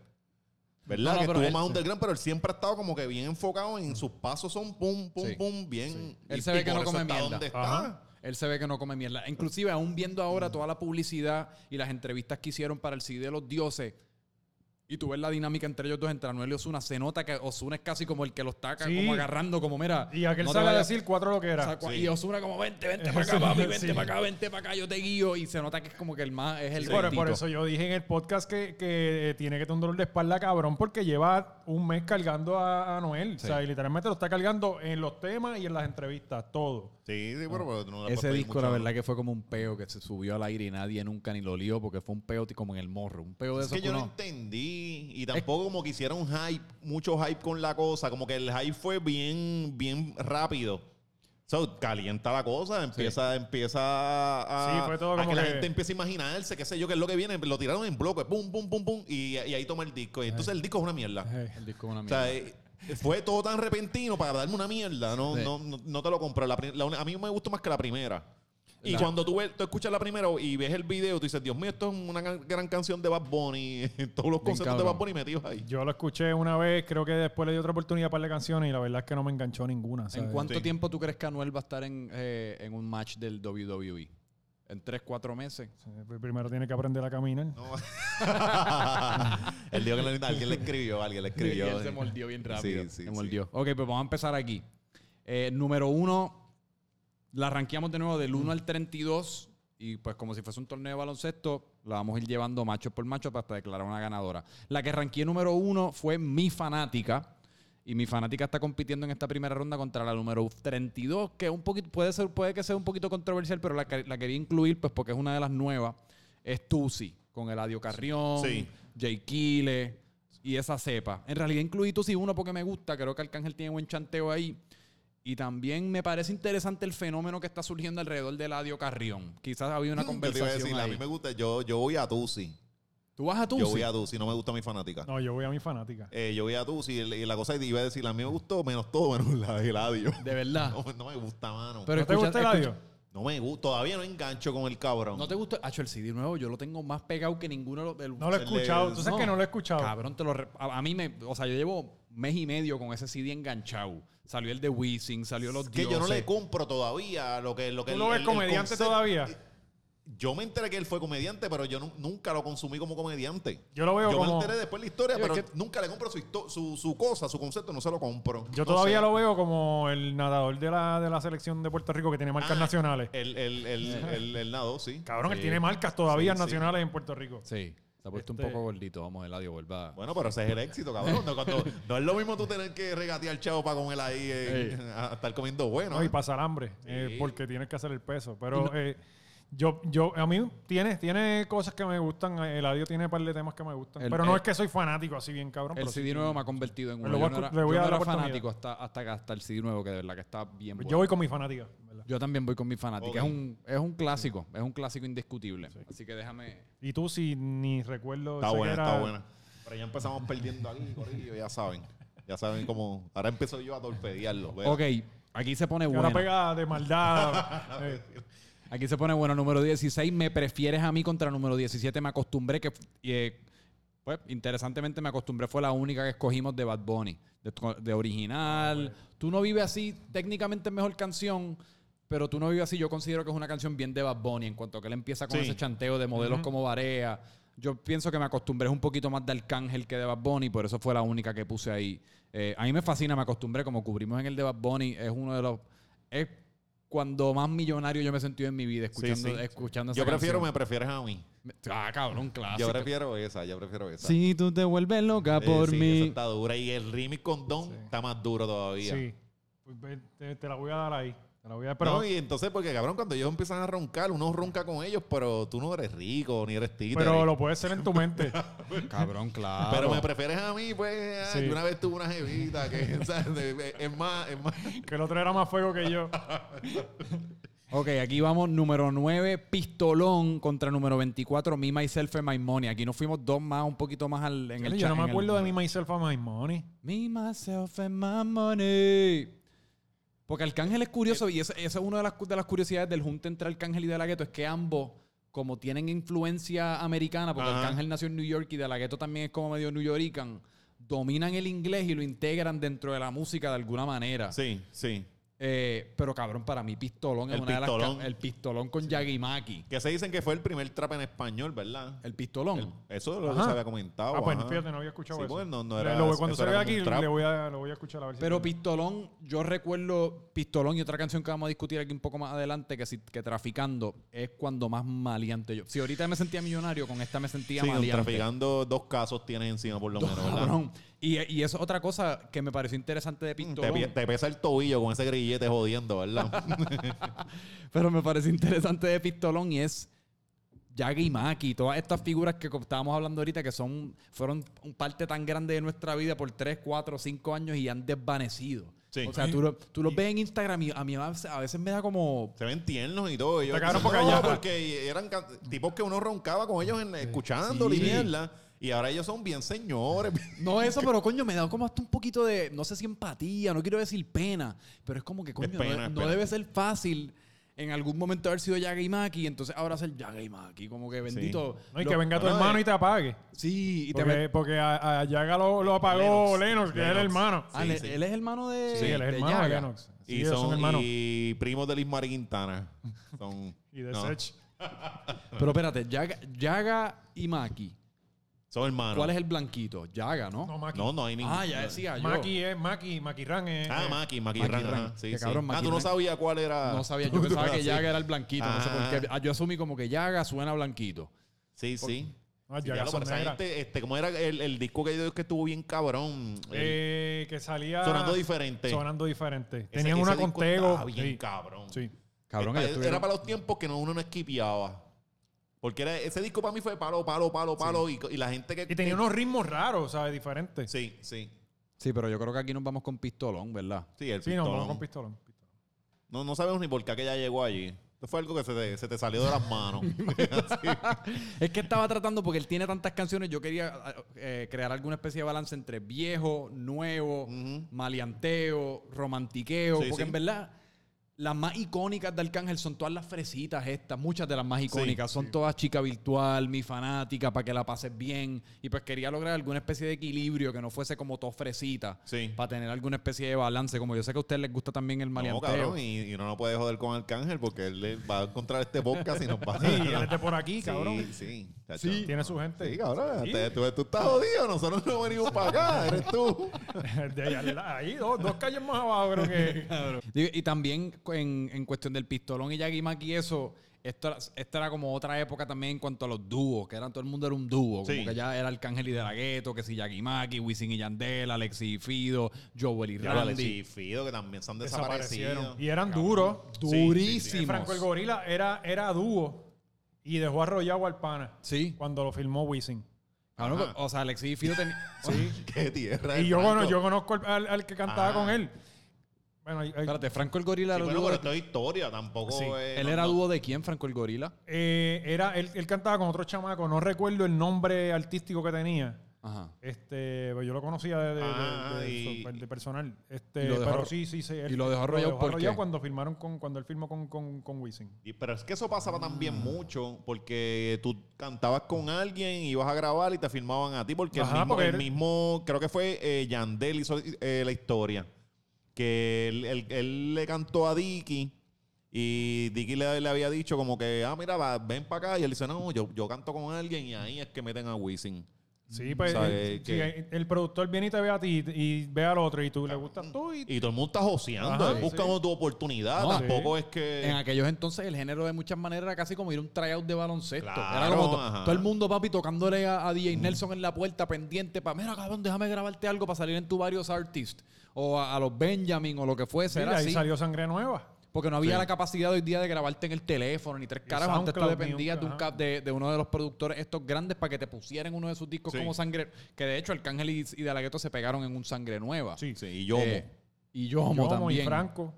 Speaker 2: ¿Verdad?
Speaker 1: No, no,
Speaker 2: que
Speaker 1: pero
Speaker 2: estuvo
Speaker 1: él-
Speaker 2: más
Speaker 1: sí.
Speaker 2: underground, pero él siempre ha estado como que bien enfocado en sus pasos son pum, pum,
Speaker 1: Sí,
Speaker 2: pum, bien.
Speaker 1: Él
Speaker 2: y-
Speaker 1: se ve
Speaker 2: y
Speaker 1: que
Speaker 2: por
Speaker 1: no
Speaker 2: eso
Speaker 1: come
Speaker 2: está
Speaker 1: mierda.
Speaker 2: donde está.
Speaker 3: Ajá.
Speaker 1: Él se ve que no come mierda. Inclusive, aún viendo ahora toda la publicidad y las entrevistas que hicieron para el CD de los dioses, y tú ves la dinámica entre ellos dos, entre Anuel y Osuna, se nota que Osuna es casi como el que los taca,
Speaker 3: Sí.
Speaker 1: como agarrando, como mira.
Speaker 3: y aquel
Speaker 1: no te
Speaker 3: sale a
Speaker 1: vayas-
Speaker 3: decir cuatro lo que
Speaker 1: O sea,
Speaker 3: era.
Speaker 1: cua-
Speaker 2: Sí.
Speaker 1: Y Osuna como, vente, vente para acá,
Speaker 3: Sí,
Speaker 1: papi, vente
Speaker 3: sí.
Speaker 1: para acá, vente para acá, yo te guío. Y se nota que es como que el más es el
Speaker 3: por, por
Speaker 1: gordito.
Speaker 3: eso yo dije en el podcast que, que eh, tiene que tener un dolor de espalda, cabrón, porque lleva un mes cargando a, a Noel. O sea, y literalmente lo está cargando en los temas y en las entrevistas, todo.
Speaker 2: Sí, sí, pero, pero tú no le puedes
Speaker 1: Ah. Ese
Speaker 2: pedir
Speaker 1: disco,
Speaker 2: mucho.
Speaker 1: la verdad, que fue como un peo que se subió al aire y nadie nunca ni lo lió porque fue un peo t- como en el morro. Un peo de
Speaker 2: Es
Speaker 1: esos
Speaker 2: que
Speaker 1: que
Speaker 2: yo no
Speaker 1: uno-
Speaker 2: entendí y tampoco como que hicieron hype, mucho hype con la cosa, como que el hype fue bien, bien rápido. So, calienta la cosa, empieza, empieza a,
Speaker 3: Sí, fue todo
Speaker 2: a
Speaker 3: como
Speaker 2: que la
Speaker 3: que-
Speaker 2: gente empieza a imaginarse, qué sé yo, qué es lo que viene, lo tiraron en bloque, pum, pum, pum, pum, y, y ahí toma el disco. Y entonces el disco es una mierda.
Speaker 3: Hey.
Speaker 1: El disco es una
Speaker 2: O
Speaker 1: mierda.
Speaker 2: sea, eh, fue todo tan repentino para darme una mierda. No,
Speaker 1: Sí.
Speaker 2: no, no, no te lo compro. La pri- la una- a mí me gustó más que la primera. Y
Speaker 1: La-
Speaker 2: cuando tú, ves- tú escuchas la primera y ves el video, tú dices, Dios mío, esto es una gran, gran canción de Bad Bunny. Todos los
Speaker 1: Bien
Speaker 2: conceptos de Bad
Speaker 1: cabrón.
Speaker 2: Bunny metidos ahí.
Speaker 3: Yo lo escuché una vez, creo que después le di otra oportunidad para la canción y la verdad es que no me enganchó ninguna. ¿sabes?
Speaker 1: ¿En cuánto
Speaker 2: Sí.
Speaker 1: tiempo tú crees que Anuel va a estar en, eh, en un match del WWE? ¿En 3, 4 meses?
Speaker 3: Eh, Primero tiene que aprender a caminar.
Speaker 2: No. el día que le- alguien le escribió, alguien le
Speaker 1: Y
Speaker 2: escribió.
Speaker 1: él se mordió bien rápido.
Speaker 2: Sí, sí,
Speaker 1: se
Speaker 2: sí.
Speaker 1: mordió. Ok, pues vamos a empezar aquí. Eh, número uno, La ranqueamos de nuevo del
Speaker 5: Mm.
Speaker 1: 1 al 32 y pues como si fuese un torneo de baloncesto, la vamos a ir llevando macho por macho hasta declarar una ganadora. La que ranqueé número 1 fue mi fanática. Y mi fanática está compitiendo en esta primera ronda contra la número 32, que es un poquito, puede, ser, puede que sea un poquito controversial, pero la, que- la quería incluir pues porque es una de las nuevas. Es Tusi, con Eladio Carrión,
Speaker 5: Sí.
Speaker 1: Jay Kile y esa cepa. En realidad incluí Tusi 1 porque me gusta, creo que Arcángel tiene buen chanteo ahí. Y también me parece interesante el fenómeno que está surgiendo alrededor de Eladio Carrión. Quizás había una
Speaker 2: Yo te iba a
Speaker 1: conversación
Speaker 2: decir, a
Speaker 1: ahí.
Speaker 2: mí me gusta, yo, yo voy a Tusi.
Speaker 1: ¿Tú vas a Tusi?
Speaker 2: Yo voy a Tusi, no me gusta mi fanática.
Speaker 3: No, yo voy a mi fanática.
Speaker 2: Eh, yo voy a Tusi y, y la cosa que iba a decir, a mí me gustó menos todo, menos la de Eladio.
Speaker 1: De verdad.
Speaker 2: No, no me gusta, mano.
Speaker 1: Pero
Speaker 3: ¿No te
Speaker 1: escucha-
Speaker 3: gusta el audio?
Speaker 2: no me gusta, todavía no engancho con el cabrón.
Speaker 1: ¿No te gustó? Hacho, el CD nuevo yo lo tengo más pegado que ninguno de los... del-
Speaker 3: No lo he
Speaker 2: Se le-
Speaker 3: escuchado. Tú sabes
Speaker 1: no.
Speaker 3: que no lo he escuchado.
Speaker 1: Cabrón, te lo... re- A, a mí me... O sea, yo llevo mes y medio con ese CD enganchado. Salió el de Wizzing, salió los
Speaker 2: que yo no le
Speaker 1: Dioses.
Speaker 2: compro todavía lo que lo que
Speaker 3: ¿Tú
Speaker 2: el-
Speaker 3: lo
Speaker 2: el-
Speaker 3: ves
Speaker 2: el
Speaker 3: comediante
Speaker 2: concepto.
Speaker 3: todavía?
Speaker 2: Yo me enteré que él fue comediante, pero yo nu- nunca lo consumí como comediante.
Speaker 3: Yo lo veo
Speaker 2: Yo
Speaker 3: como-
Speaker 2: me enteré después de la historia,
Speaker 1: Yo es
Speaker 2: pero
Speaker 1: que-
Speaker 2: nunca le compro su, histo- su, su cosa, su concepto, no se lo compro.
Speaker 3: Yo todavía lo veo como el nadador de la, de la selección de Puerto Rico que tiene marcas
Speaker 2: Ah,
Speaker 3: nacionales.
Speaker 2: El, el, el, el, el nado, sí.
Speaker 3: Cabrón, él
Speaker 2: Sí.
Speaker 3: tiene marcas todavía
Speaker 2: Sí, sí.
Speaker 3: nacionales en Puerto Rico.
Speaker 1: Sí. Se ha puesto un
Speaker 3: Este-
Speaker 1: poco gordito. Vamos, Eladio, vuelva.
Speaker 2: Bueno, pero ese es el éxito, cabrón. No, cuando- no es lo mismo tú tener que regatear chavo para con él ahí eh, a estar comiendo bueno.
Speaker 3: No, y
Speaker 2: ¿eh?
Speaker 3: pasar hambre, eh, porque tienes que hacer el peso. Pero eh, yo, yo, a mí tiene, tiene cosas que me gustan. eh, El audio tiene un par de temas que me gustan.
Speaker 1: El-
Speaker 3: pero no
Speaker 1: el-
Speaker 3: es que soy fanático así bien, cabrón.
Speaker 1: El
Speaker 3: pero sí
Speaker 1: CD nuevo me ha convertido en
Speaker 3: Pero
Speaker 1: uno. Yo
Speaker 3: lo voy a
Speaker 1: no
Speaker 3: escu-
Speaker 1: era,
Speaker 3: le voy
Speaker 1: yo
Speaker 3: a
Speaker 1: no
Speaker 3: dar
Speaker 1: era
Speaker 3: la oportunidad.
Speaker 1: fanático hasta, hasta, hasta el CD nuevo, que de verdad que está bien bueno.
Speaker 3: Yo voy con mi fanática. ¿verdad?
Speaker 1: Yo también voy con mi fanática.
Speaker 2: Ok.
Speaker 1: Es, un, es un clásico. Es un clásico indiscutible. Así que déjame...
Speaker 3: Y tú, si ni recuerdo.
Speaker 2: Está
Speaker 3: sé que
Speaker 2: buena,
Speaker 3: era-
Speaker 2: está buena. Pero ya empezamos perdiendo aquí, Corillo, ya saben. Ya saben cómo. Ahora empiezo yo a torpedearlo. vea.
Speaker 1: Ok, aquí se pone
Speaker 3: que ahora
Speaker 1: bueno.
Speaker 3: pega de maldad. Eh,
Speaker 1: Aquí se pone bueno, número 16, me prefieres a mí contra número 17, me acostumbré que, y, eh, pues, interesantemente me acostumbré, fue la única que escogimos de Bad Bunny, de, de original.
Speaker 2: Ah,
Speaker 1: Tú no vives así, técnicamente es mejor canción, pero tú no vives así, yo considero que es una canción bien de Bad Bunny, en cuanto a que él empieza con
Speaker 2: Sí.
Speaker 1: ese chanteo de modelos como Barea. Yo pienso que me acostumbré un poquito más de Arcángel que de Bad Bunny, por eso fue la única que puse ahí. Eh, a mí me fascina, me acostumbré, como cubrimos en el de Bad Bunny, es uno de los... Es cuando más millonario yo me he sentido en mi vida escuchando,
Speaker 2: Sí, sí.
Speaker 1: escuchando esa
Speaker 2: Yo prefiero,
Speaker 1: canción.
Speaker 2: me prefieres a mí.
Speaker 1: Ah, cabrón, clásico.
Speaker 2: Yo prefiero esa, yo prefiero esa.
Speaker 1: Si tú te vuelves loca
Speaker 2: Eh,
Speaker 1: por
Speaker 2: sí, esa
Speaker 1: mí.
Speaker 2: está dura. Y el remix con Don está más duro todavía.
Speaker 3: sí. Pues, ve, te, te la voy a dar ahí. Te la voy a dar. Pero,
Speaker 2: Pero, y entonces, porque cabrón, cuando ellos empiezan a roncar, uno ronca con ellos, pero tú no eres rico, ni eres títere.
Speaker 3: pero lo puedes hacer en tu mente.
Speaker 1: Cabrón, claro.
Speaker 2: Pero me prefieres a mí, pues. ay,
Speaker 3: Sí.
Speaker 2: yo una vez tuve una jevita que o sea, es es más, es más.
Speaker 3: que el otro era más fuego que yo.
Speaker 1: Ok, aquí vamos. Número 9, Pistolón contra número 24, Me, Myself and My Money. Aquí nos fuimos dos más, un poquito más al, en el
Speaker 3: yo
Speaker 1: chat.
Speaker 3: no me
Speaker 1: en el-
Speaker 3: acuerdo de mi Myself and My Money.
Speaker 1: Me, Myself and My Money. Porque Arcángel es curioso
Speaker 2: Eh,
Speaker 1: y esa, esa es una de las, cu- de las curiosidades del junte entre Arcángel y De La Ghetto, es que ambos, como tienen influencia americana, porque
Speaker 2: Ajá.
Speaker 1: Arcángel nació en New York y De La Ghetto también es como medio newyorkan, dominan el inglés y lo integran dentro de la música de alguna manera.
Speaker 2: Sí, sí.
Speaker 1: Eh, pero cabrón, para mí Pistolón es
Speaker 2: El
Speaker 1: una de las...
Speaker 2: Pistolón.
Speaker 1: ca- El Pistolón con Yagimaki.
Speaker 2: Que se dicen que fue el primer trap en español, ¿verdad?
Speaker 1: El Pistolón.
Speaker 2: Eso lo
Speaker 3: Ajá.
Speaker 2: se había comentado.
Speaker 3: Ah, pues
Speaker 2: ajá.
Speaker 3: fíjate, no había escuchado
Speaker 2: Sí,
Speaker 3: eso.
Speaker 2: pues, no- no
Speaker 3: Le-
Speaker 2: era-
Speaker 3: lo voy- cuando
Speaker 2: eso
Speaker 3: se
Speaker 2: era
Speaker 3: vea
Speaker 2: como un
Speaker 3: aquí,
Speaker 2: trap.
Speaker 3: le voy, a, lo voy a escuchar a ver si.
Speaker 1: Pero Pistolón, yo recuerdo Pistolón y otra canción que vamos a discutir aquí un poco más adelante, que, si, que Traficando es cuando más maleante yo. Si ahorita me sentía millonario, con esta me sentía
Speaker 2: Sí, con
Speaker 1: maleante.
Speaker 2: traficando dos casos tienes encima por lo menos, ¿verdad? Mm,
Speaker 1: Cabrón. Y, y eso es otra cosa que me pareció interesante de
Speaker 2: Te,
Speaker 1: Pistolón.
Speaker 2: pi- te pesa el tobillo con ese grillete jodiendo, ¿verdad?
Speaker 1: Pero me parece interesante de Pistolón y es Yagi y Maki, todas estas figuras que co- estábamos hablando ahorita que son fueron un parte tan grande de nuestra vida por 3, 4, 5 años y han desvanecido.
Speaker 2: Sí.
Speaker 1: O sea, tú, lo- tú los ves en Instagram y a mí a veces- a veces me da como...
Speaker 2: se ven tiernos y todo. Ellos
Speaker 3: Está cabrón,
Speaker 2: dicen,
Speaker 3: porque
Speaker 2: "No,
Speaker 3: allá-
Speaker 2: porque eran ca- tipos que uno roncaba con ellos en, escuchando
Speaker 1: Sí.
Speaker 2: y mierda. Y ahora ellos son bien señores.
Speaker 1: No eso, pero coño, me da como hasta un poquito de, no sé si empatía, no quiero decir pena, pero es como que coño,
Speaker 2: Es pena,
Speaker 1: no,
Speaker 2: es
Speaker 1: no
Speaker 2: pena.
Speaker 1: debe ser fácil en algún momento haber sido Yagi y Maki, entonces ahora ser Yagi y Maki, como que bendito...
Speaker 3: No, y
Speaker 1: lo-
Speaker 3: que venga tu
Speaker 2: no,
Speaker 3: hermano
Speaker 2: eh.
Speaker 3: y te apague.
Speaker 1: Sí, y te
Speaker 3: Porque,
Speaker 1: met-
Speaker 3: porque a, a Yaga lo, lo apagó Lennox,
Speaker 2: Lennox.
Speaker 3: que es el
Speaker 2: Lennox.
Speaker 3: hermano.
Speaker 1: Ah,
Speaker 2: Sí,
Speaker 1: le-
Speaker 2: sí.
Speaker 1: él es hermano de...
Speaker 3: Sí, él es
Speaker 1: de
Speaker 3: hermano de
Speaker 1: Yaga.
Speaker 3: Lennox. Sí,
Speaker 2: y
Speaker 3: ellos
Speaker 2: son,
Speaker 3: son hermanos. Y,
Speaker 2: y primos de Lismar Quintana. Son,
Speaker 3: de
Speaker 2: no.
Speaker 3: Sech.
Speaker 1: Pero espérate, Yaga, Yaga y Maki
Speaker 2: Son hermanos.
Speaker 1: ¿Cuál es el blanquito? Llaga, ¿no?
Speaker 3: No, Maki.
Speaker 2: No, no hay ningún.
Speaker 1: ah, ya decía yo.
Speaker 3: Maki es Maki, Maki Ran es.
Speaker 2: Ah,
Speaker 3: eh,
Speaker 2: Maki, Maki,
Speaker 1: Maki
Speaker 2: Ran,
Speaker 1: Ran.
Speaker 2: ajá. Sí,
Speaker 1: Que
Speaker 2: sí.
Speaker 1: cabrón,
Speaker 2: ah,
Speaker 1: Maki
Speaker 2: tú no
Speaker 1: Ran.
Speaker 2: sabías cuál era.
Speaker 1: No sabía, yo pensaba que
Speaker 2: Sí.
Speaker 1: Yaga era el blanquito, no sé por qué.
Speaker 2: Ah.
Speaker 1: Ah, yo asumí como que Yaga suena a blanquito.
Speaker 2: Sí, sí.
Speaker 3: ah,
Speaker 2: Sí,
Speaker 3: ya
Speaker 2: ya lo-
Speaker 3: son
Speaker 2: pero esa
Speaker 3: negras.
Speaker 2: gente, este, ¿cómo era el, el disco que yo digo que estuvo bien cabrón? El-
Speaker 3: Eh, que salía.
Speaker 2: sonando diferente.
Speaker 3: Sonando diferente.
Speaker 2: Ese-
Speaker 3: Tenían
Speaker 2: ese
Speaker 3: una
Speaker 2: disco
Speaker 3: con Tego.
Speaker 2: estaba bien
Speaker 3: Sí.
Speaker 2: cabrón.
Speaker 3: sí.
Speaker 1: Cabrón,
Speaker 2: Esta-
Speaker 1: ellos tuvieron-
Speaker 2: Ah, Era para los tiempos que no, uno no esquipeaba. Porque era, ese disco para mí fue palo, palo, palo, palo. Y, y la gente que.
Speaker 3: Y tenía unos ritmos raros, ¿sabes? Diferentes.
Speaker 2: Sí, sí.
Speaker 1: Sí, pero yo creo que aquí nos vamos con pistolón, ¿verdad?
Speaker 2: Sí, el
Speaker 3: Sí, no,
Speaker 2: pistolón.
Speaker 3: no, con pistolón.
Speaker 2: No, no sabemos ni por qué aquella llegó allí. Esto fue algo que se te, se te salió de las manos. Así.
Speaker 1: Es que estaba tratando, porque él tiene tantas canciones, yo quería eh, crear alguna especie de balance entre viejo, nuevo,
Speaker 2: Ujú.
Speaker 1: maleanteo, romantiqueo,
Speaker 2: Sí,
Speaker 1: porque
Speaker 2: sí.
Speaker 1: en verdad las más icónicas de Arcángel son todas las fresitas estas, muchas de las más icónicas, son todas chica virtual, mi fanática, para que la pases bien, y pues quería lograr alguna especie de equilibrio que no fuese como todo fresita,
Speaker 2: Sí.
Speaker 1: para tener alguna especie de balance, como yo sé que a ustedes les gusta también el
Speaker 2: No,
Speaker 1: maleanteo.
Speaker 2: cabrón, y, y no nos puede joder con Arcángel porque él le va a encontrar este podcast y nos va a...
Speaker 3: Sí, él es de por aquí,
Speaker 2: Sí,
Speaker 3: cabrón.
Speaker 2: Sí, chacho.
Speaker 3: Sí. Tiene su gente.
Speaker 2: Sí, cabrón.
Speaker 3: Sí.
Speaker 2: te- tú, tú estás jodido. Nosotros no venimos para acá. Eres tú.
Speaker 3: De ahí, al- ahí, dos, dos calles más abajo, creo que.
Speaker 1: Digo, Y también en, en cuestión del pistolón y Yagi Maki, eso, esto era, esta era como otra época también en cuanto a los dúos, que eran todo el mundo era un dúo, como
Speaker 2: Sí.
Speaker 1: que ya era Arcángel y De La Ghetto, que si Yagi Maki, Wisin y Yandel, Alexi y Fido, Joel y
Speaker 2: Ya lo
Speaker 1: Randy.
Speaker 2: chifido que también se han desaparecido.
Speaker 3: Desaparecieron. Y eran duros.
Speaker 1: Durísimos.
Speaker 3: Sí, Franco el Gorila era, era dúo y dejó arrollado al pana
Speaker 1: Sí.
Speaker 3: cuando lo filmó Wisin.
Speaker 1: Cabrón,
Speaker 2: Ajá.
Speaker 1: o sea, Alexi y Fido tenía.
Speaker 2: Qué tierra.
Speaker 3: Y
Speaker 2: de
Speaker 3: yo,
Speaker 2: Franco.
Speaker 3: cono- yo conozco al, al- al que cantaba
Speaker 2: Ah.
Speaker 3: con él. Bueno, ahí- ahí-
Speaker 1: Espérate, Franco el Gorila
Speaker 2: Sí,
Speaker 1: era
Speaker 2: bueno,
Speaker 1: dúo
Speaker 2: pero
Speaker 1: de-
Speaker 2: esto es historia. Tampoco
Speaker 3: Sí.
Speaker 2: es-
Speaker 1: Él
Speaker 2: no-
Speaker 1: era
Speaker 2: no-
Speaker 1: dúo de quién, Franco el Gorila.
Speaker 3: eh, era, él, él cantaba con otro chamaco, no recuerdo el nombre artístico que tenía.
Speaker 1: Ajá.
Speaker 3: Este, pero yo lo conocía de, de-
Speaker 2: Ah,
Speaker 3: de- de-
Speaker 2: y-
Speaker 3: de personal. Este,
Speaker 1: Y lo dejó
Speaker 3: pero
Speaker 1: arro-
Speaker 3: sí, sí, sí. él-
Speaker 1: y lo dejó arrollado, ¿por qué?
Speaker 3: cuando filmaron con, cuando él filmó con, con, con Wisin.
Speaker 2: Y- Pero es que eso pasaba también
Speaker 1: Ah.
Speaker 2: mucho porque tú cantabas con alguien, ibas a grabar y te filmaban a ti porque, el,
Speaker 3: Ajá,
Speaker 2: mismo,
Speaker 3: porque
Speaker 2: el
Speaker 3: eres-
Speaker 2: mismo- creo que fue eh, Yandel hizo eh, la historia, que él, él- él le cantó a Dicky y Dicky le, le había dicho como que, ah, mira, va, ven para acá y él dice, no, yo, yo canto con alguien y ahí es que meten a Wisin.
Speaker 3: Sí, pues
Speaker 2: Mm, O sea,
Speaker 3: el,
Speaker 2: que-
Speaker 3: sí, el- el productor viene y te ve a ti y ve al otro y tú le gustas tú y
Speaker 2: Y todo el mundo está joseando,
Speaker 3: Ajá,
Speaker 2: él busca
Speaker 3: sí.
Speaker 2: tu oportunidad,
Speaker 1: No,
Speaker 2: tampoco
Speaker 3: sí.
Speaker 2: es que...
Speaker 1: En aquellos entonces el género de muchas maneras era casi como ir a un tryout de baloncesto.
Speaker 2: Claro,
Speaker 1: era como to-
Speaker 2: ajá.
Speaker 1: todo el mundo, papi, tocándole a, a DJ Nelson en la puerta pendiente para, mira, cabrón, déjame grabarte algo para salir en tu varios artist. O a, a los Benjamin o lo que fuese.
Speaker 3: Mira,
Speaker 1: era
Speaker 3: ahí
Speaker 1: así.
Speaker 3: salió sangre nueva.
Speaker 1: Porque no había la capacidad hoy día de grabarte en el teléfono ni tres caras. Antes tú
Speaker 3: SoundCloud,
Speaker 1: dependías de, un
Speaker 3: ajá.
Speaker 1: cap- de, de uno de los productores estos grandes para que te pusieran uno de sus discos
Speaker 2: Sí.
Speaker 1: como Sangre. Que de hecho, Arcángel y, y De La Ghetto se pegaron en un Sangre Nueva.
Speaker 3: Sí.
Speaker 2: Sí, y yo...
Speaker 1: Eh, y Yomo,
Speaker 3: Yomo
Speaker 1: también.
Speaker 3: y Franco.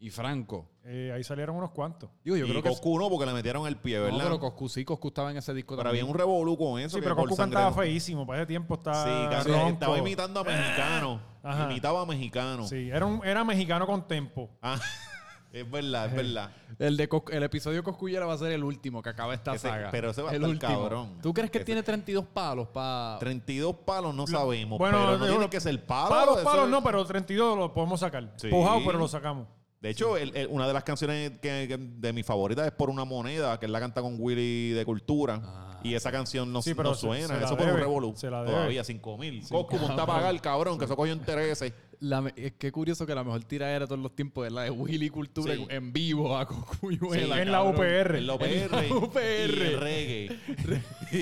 Speaker 1: Y Franco.
Speaker 3: eh, ahí salieron unos cuantos.
Speaker 1: Digo, yo
Speaker 2: y
Speaker 1: creo que.
Speaker 2: Coscu no, porque le metieron el pie, ¿verdad?
Speaker 1: No, pero Coscu sí, Coscu estaba en ese disco
Speaker 2: Pero
Speaker 1: también.
Speaker 2: había un revolú con eso.
Speaker 3: Sí,
Speaker 2: que
Speaker 3: pero
Speaker 2: por
Speaker 3: Coscu
Speaker 2: sangre
Speaker 3: cantaba
Speaker 2: no-
Speaker 3: feísimo. Para ese tiempo estaba
Speaker 2: Sí, casi
Speaker 3: ronco.
Speaker 2: estaba imitando a mexicano.
Speaker 3: Ajá.
Speaker 2: Imitaba a mexicano.
Speaker 3: Sí, era, un, era mexicano con tempo.
Speaker 2: Ah, es verdad, es verdad.
Speaker 1: El, de Cos- el episodio Coscullera va a ser el último que acaba esta
Speaker 2: Ese-
Speaker 1: saga.
Speaker 2: pero ese va a
Speaker 1: el
Speaker 2: estar cabrón.
Speaker 1: ¿Tú crees que
Speaker 2: Ese-
Speaker 1: tiene 32 palos para...?
Speaker 2: 32 palos no sabemos,
Speaker 3: bueno,
Speaker 2: pero Ah, no
Speaker 3: digo,
Speaker 2: tiene que ser palo.
Speaker 3: Palos,
Speaker 2: eso
Speaker 3: palos
Speaker 2: es-
Speaker 3: no, pero 32 lo podemos sacar.
Speaker 2: Sí.
Speaker 3: Pujao, pero lo sacamos.
Speaker 2: De hecho, el- el- una de las canciones que, que- de mis favoritas es Por una moneda, que él la canta con Willy de Cultura. Y esa canción no,
Speaker 3: Sí, pero
Speaker 2: no
Speaker 3: se-
Speaker 2: suena.
Speaker 3: se la
Speaker 2: eso fue un
Speaker 3: debe,
Speaker 2: revolú.
Speaker 3: se la debe.
Speaker 2: Todavía 5 mil. Coscu monta a pagar, cabrón, que eso cogió en 13.
Speaker 1: La me- es que curioso que la mejor tira era todos los tiempos de la de Willy Cultura
Speaker 2: Sí.
Speaker 1: en vivo a Coscuyuela.
Speaker 2: Sí,
Speaker 3: en la
Speaker 1: cabrón.
Speaker 3: UPR.
Speaker 2: El OPR.
Speaker 1: El OPR.
Speaker 2: Y el reggae.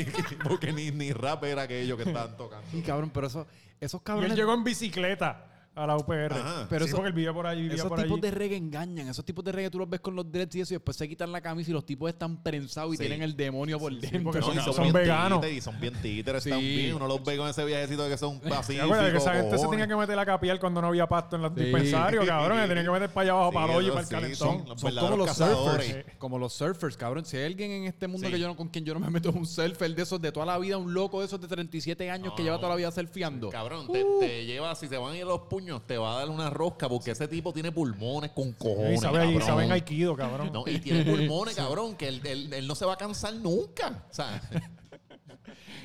Speaker 2: Porque ni, ni rap era aquello que estaban tocando.
Speaker 1: Y cabrón, pero eso, esos
Speaker 3: Y él
Speaker 1: cabrones...
Speaker 3: llegó en bicicleta a la UPR.
Speaker 2: Ajá.
Speaker 1: Ah, Pero
Speaker 3: Pero
Speaker 1: eso-
Speaker 3: porque él vivía por allí, vivía
Speaker 1: Esos
Speaker 3: por allí.
Speaker 1: tipos de reggae engañan. Esos tipos de reggae tú los ves con los dreads y eso y después se quitan la camisa y los tipos están prensados y
Speaker 2: Sí.
Speaker 1: tienen el demonio por dentro.
Speaker 3: porque
Speaker 2: No, y
Speaker 3: son-
Speaker 1: cabrón.
Speaker 3: son
Speaker 2: bien
Speaker 3: veganos.
Speaker 2: títeres, Y son bien títeres
Speaker 1: Sí.
Speaker 2: también. Uno los ve con ese viajecito que son
Speaker 3: ¿Te
Speaker 2: pacíficos.
Speaker 3: acuerdas que esa gente se
Speaker 2: cojones.
Speaker 3: tenía que meter la capial cuando no había pasto en los
Speaker 1: Sí.
Speaker 3: dispensarios, cabrón? Se tenía que meter para allá abajo,
Speaker 2: Sí,
Speaker 3: para el hoyo y
Speaker 2: eso
Speaker 3: para el
Speaker 2: sí,
Speaker 3: calentón.
Speaker 2: son los
Speaker 1: Son como
Speaker 2: verdaderos
Speaker 1: los
Speaker 2: cazadores.
Speaker 1: surfers. Eh, Como los surfers, cabrón. Si hay alguien en este mundo
Speaker 2: Sí.
Speaker 1: que yo no, con quien yo no me meto es un surfer de esos de toda la vida, un loco de esos de 37 años que lleva toda la vida surfeando.
Speaker 2: Cabrón, te,
Speaker 3: Uh.
Speaker 2: te lleva, si se van a ir los puños, te va a dar una rosca porque ese tipo tiene pulmones con cojones.
Speaker 3: Y saben, y
Speaker 2: cabrón.
Speaker 3: saben Aikido, cabrón.
Speaker 2: No, y tiene pulmones, cabrón, que él, él- él no se va a cansar nunca. O sea,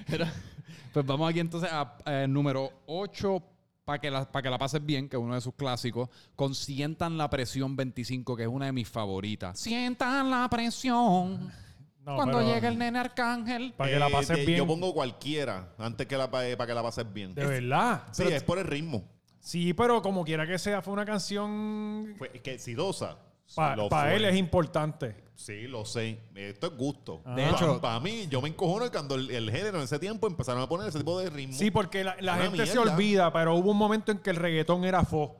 Speaker 1: Era- pues vamos aquí entonces a eh, número 8 para que, la- pa' que la pases bien, que es uno de sus clásicos, con Sientan la presión 25, que es una de mis favoritas. Sientan la presión.
Speaker 3: No,
Speaker 1: Cuando
Speaker 3: pero-
Speaker 1: llegue el nene arcángel.
Speaker 3: Para que la
Speaker 2: Eh,
Speaker 3: pases
Speaker 2: de-
Speaker 3: bien.
Speaker 2: Yo pongo cualquiera antes que la pa- eh, para que la pases bien.
Speaker 3: De verdad.
Speaker 2: Sí, es por el ritmo.
Speaker 3: Sí, pero como quiera que sea, fue una canción.
Speaker 2: Fue- es que Sidosa.
Speaker 3: Para
Speaker 2: lo fue.
Speaker 3: él es importante.
Speaker 2: Sí, lo sé. Esto es gusto.
Speaker 3: Ah.
Speaker 1: De hecho-
Speaker 2: para mí, yo me encojono cuando el, el género en ese tiempo empezaron a poner ese tipo de ritmo.
Speaker 3: Sí, pues, porque la, la
Speaker 2: Una
Speaker 3: gente se
Speaker 2: mierda.
Speaker 3: olvida, pero hubo un momento en que el reggaetón era fo.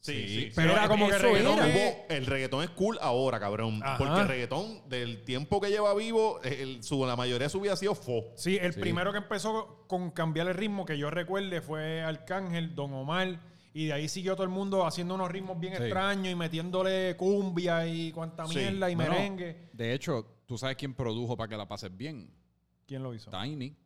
Speaker 2: sí, sí.
Speaker 3: Pero era como que
Speaker 1: eso
Speaker 3: reggaetón.
Speaker 1: era.
Speaker 2: Hubo- el reggaetón es cool ahora, cabrón.
Speaker 3: Ajá.
Speaker 2: Porque el reggaetón, del tiempo que lleva vivo, el- su- la mayoría de su vida ha sido fo.
Speaker 3: Sí, el primero que empezó con cambiar el ritmo que yo recuerde fue Arcángel, Don Omar. Y de ahí siguió todo el mundo haciendo unos ritmos bien
Speaker 1: Sí.
Speaker 3: extraños y metiéndole cumbia y cuanta
Speaker 2: Sí.
Speaker 3: mierda y
Speaker 1: Bueno,
Speaker 3: merengue.
Speaker 1: de hecho, tú sabes quién produjo para que la pases bien.
Speaker 3: ¿Quién lo hizo?
Speaker 1: Tiny.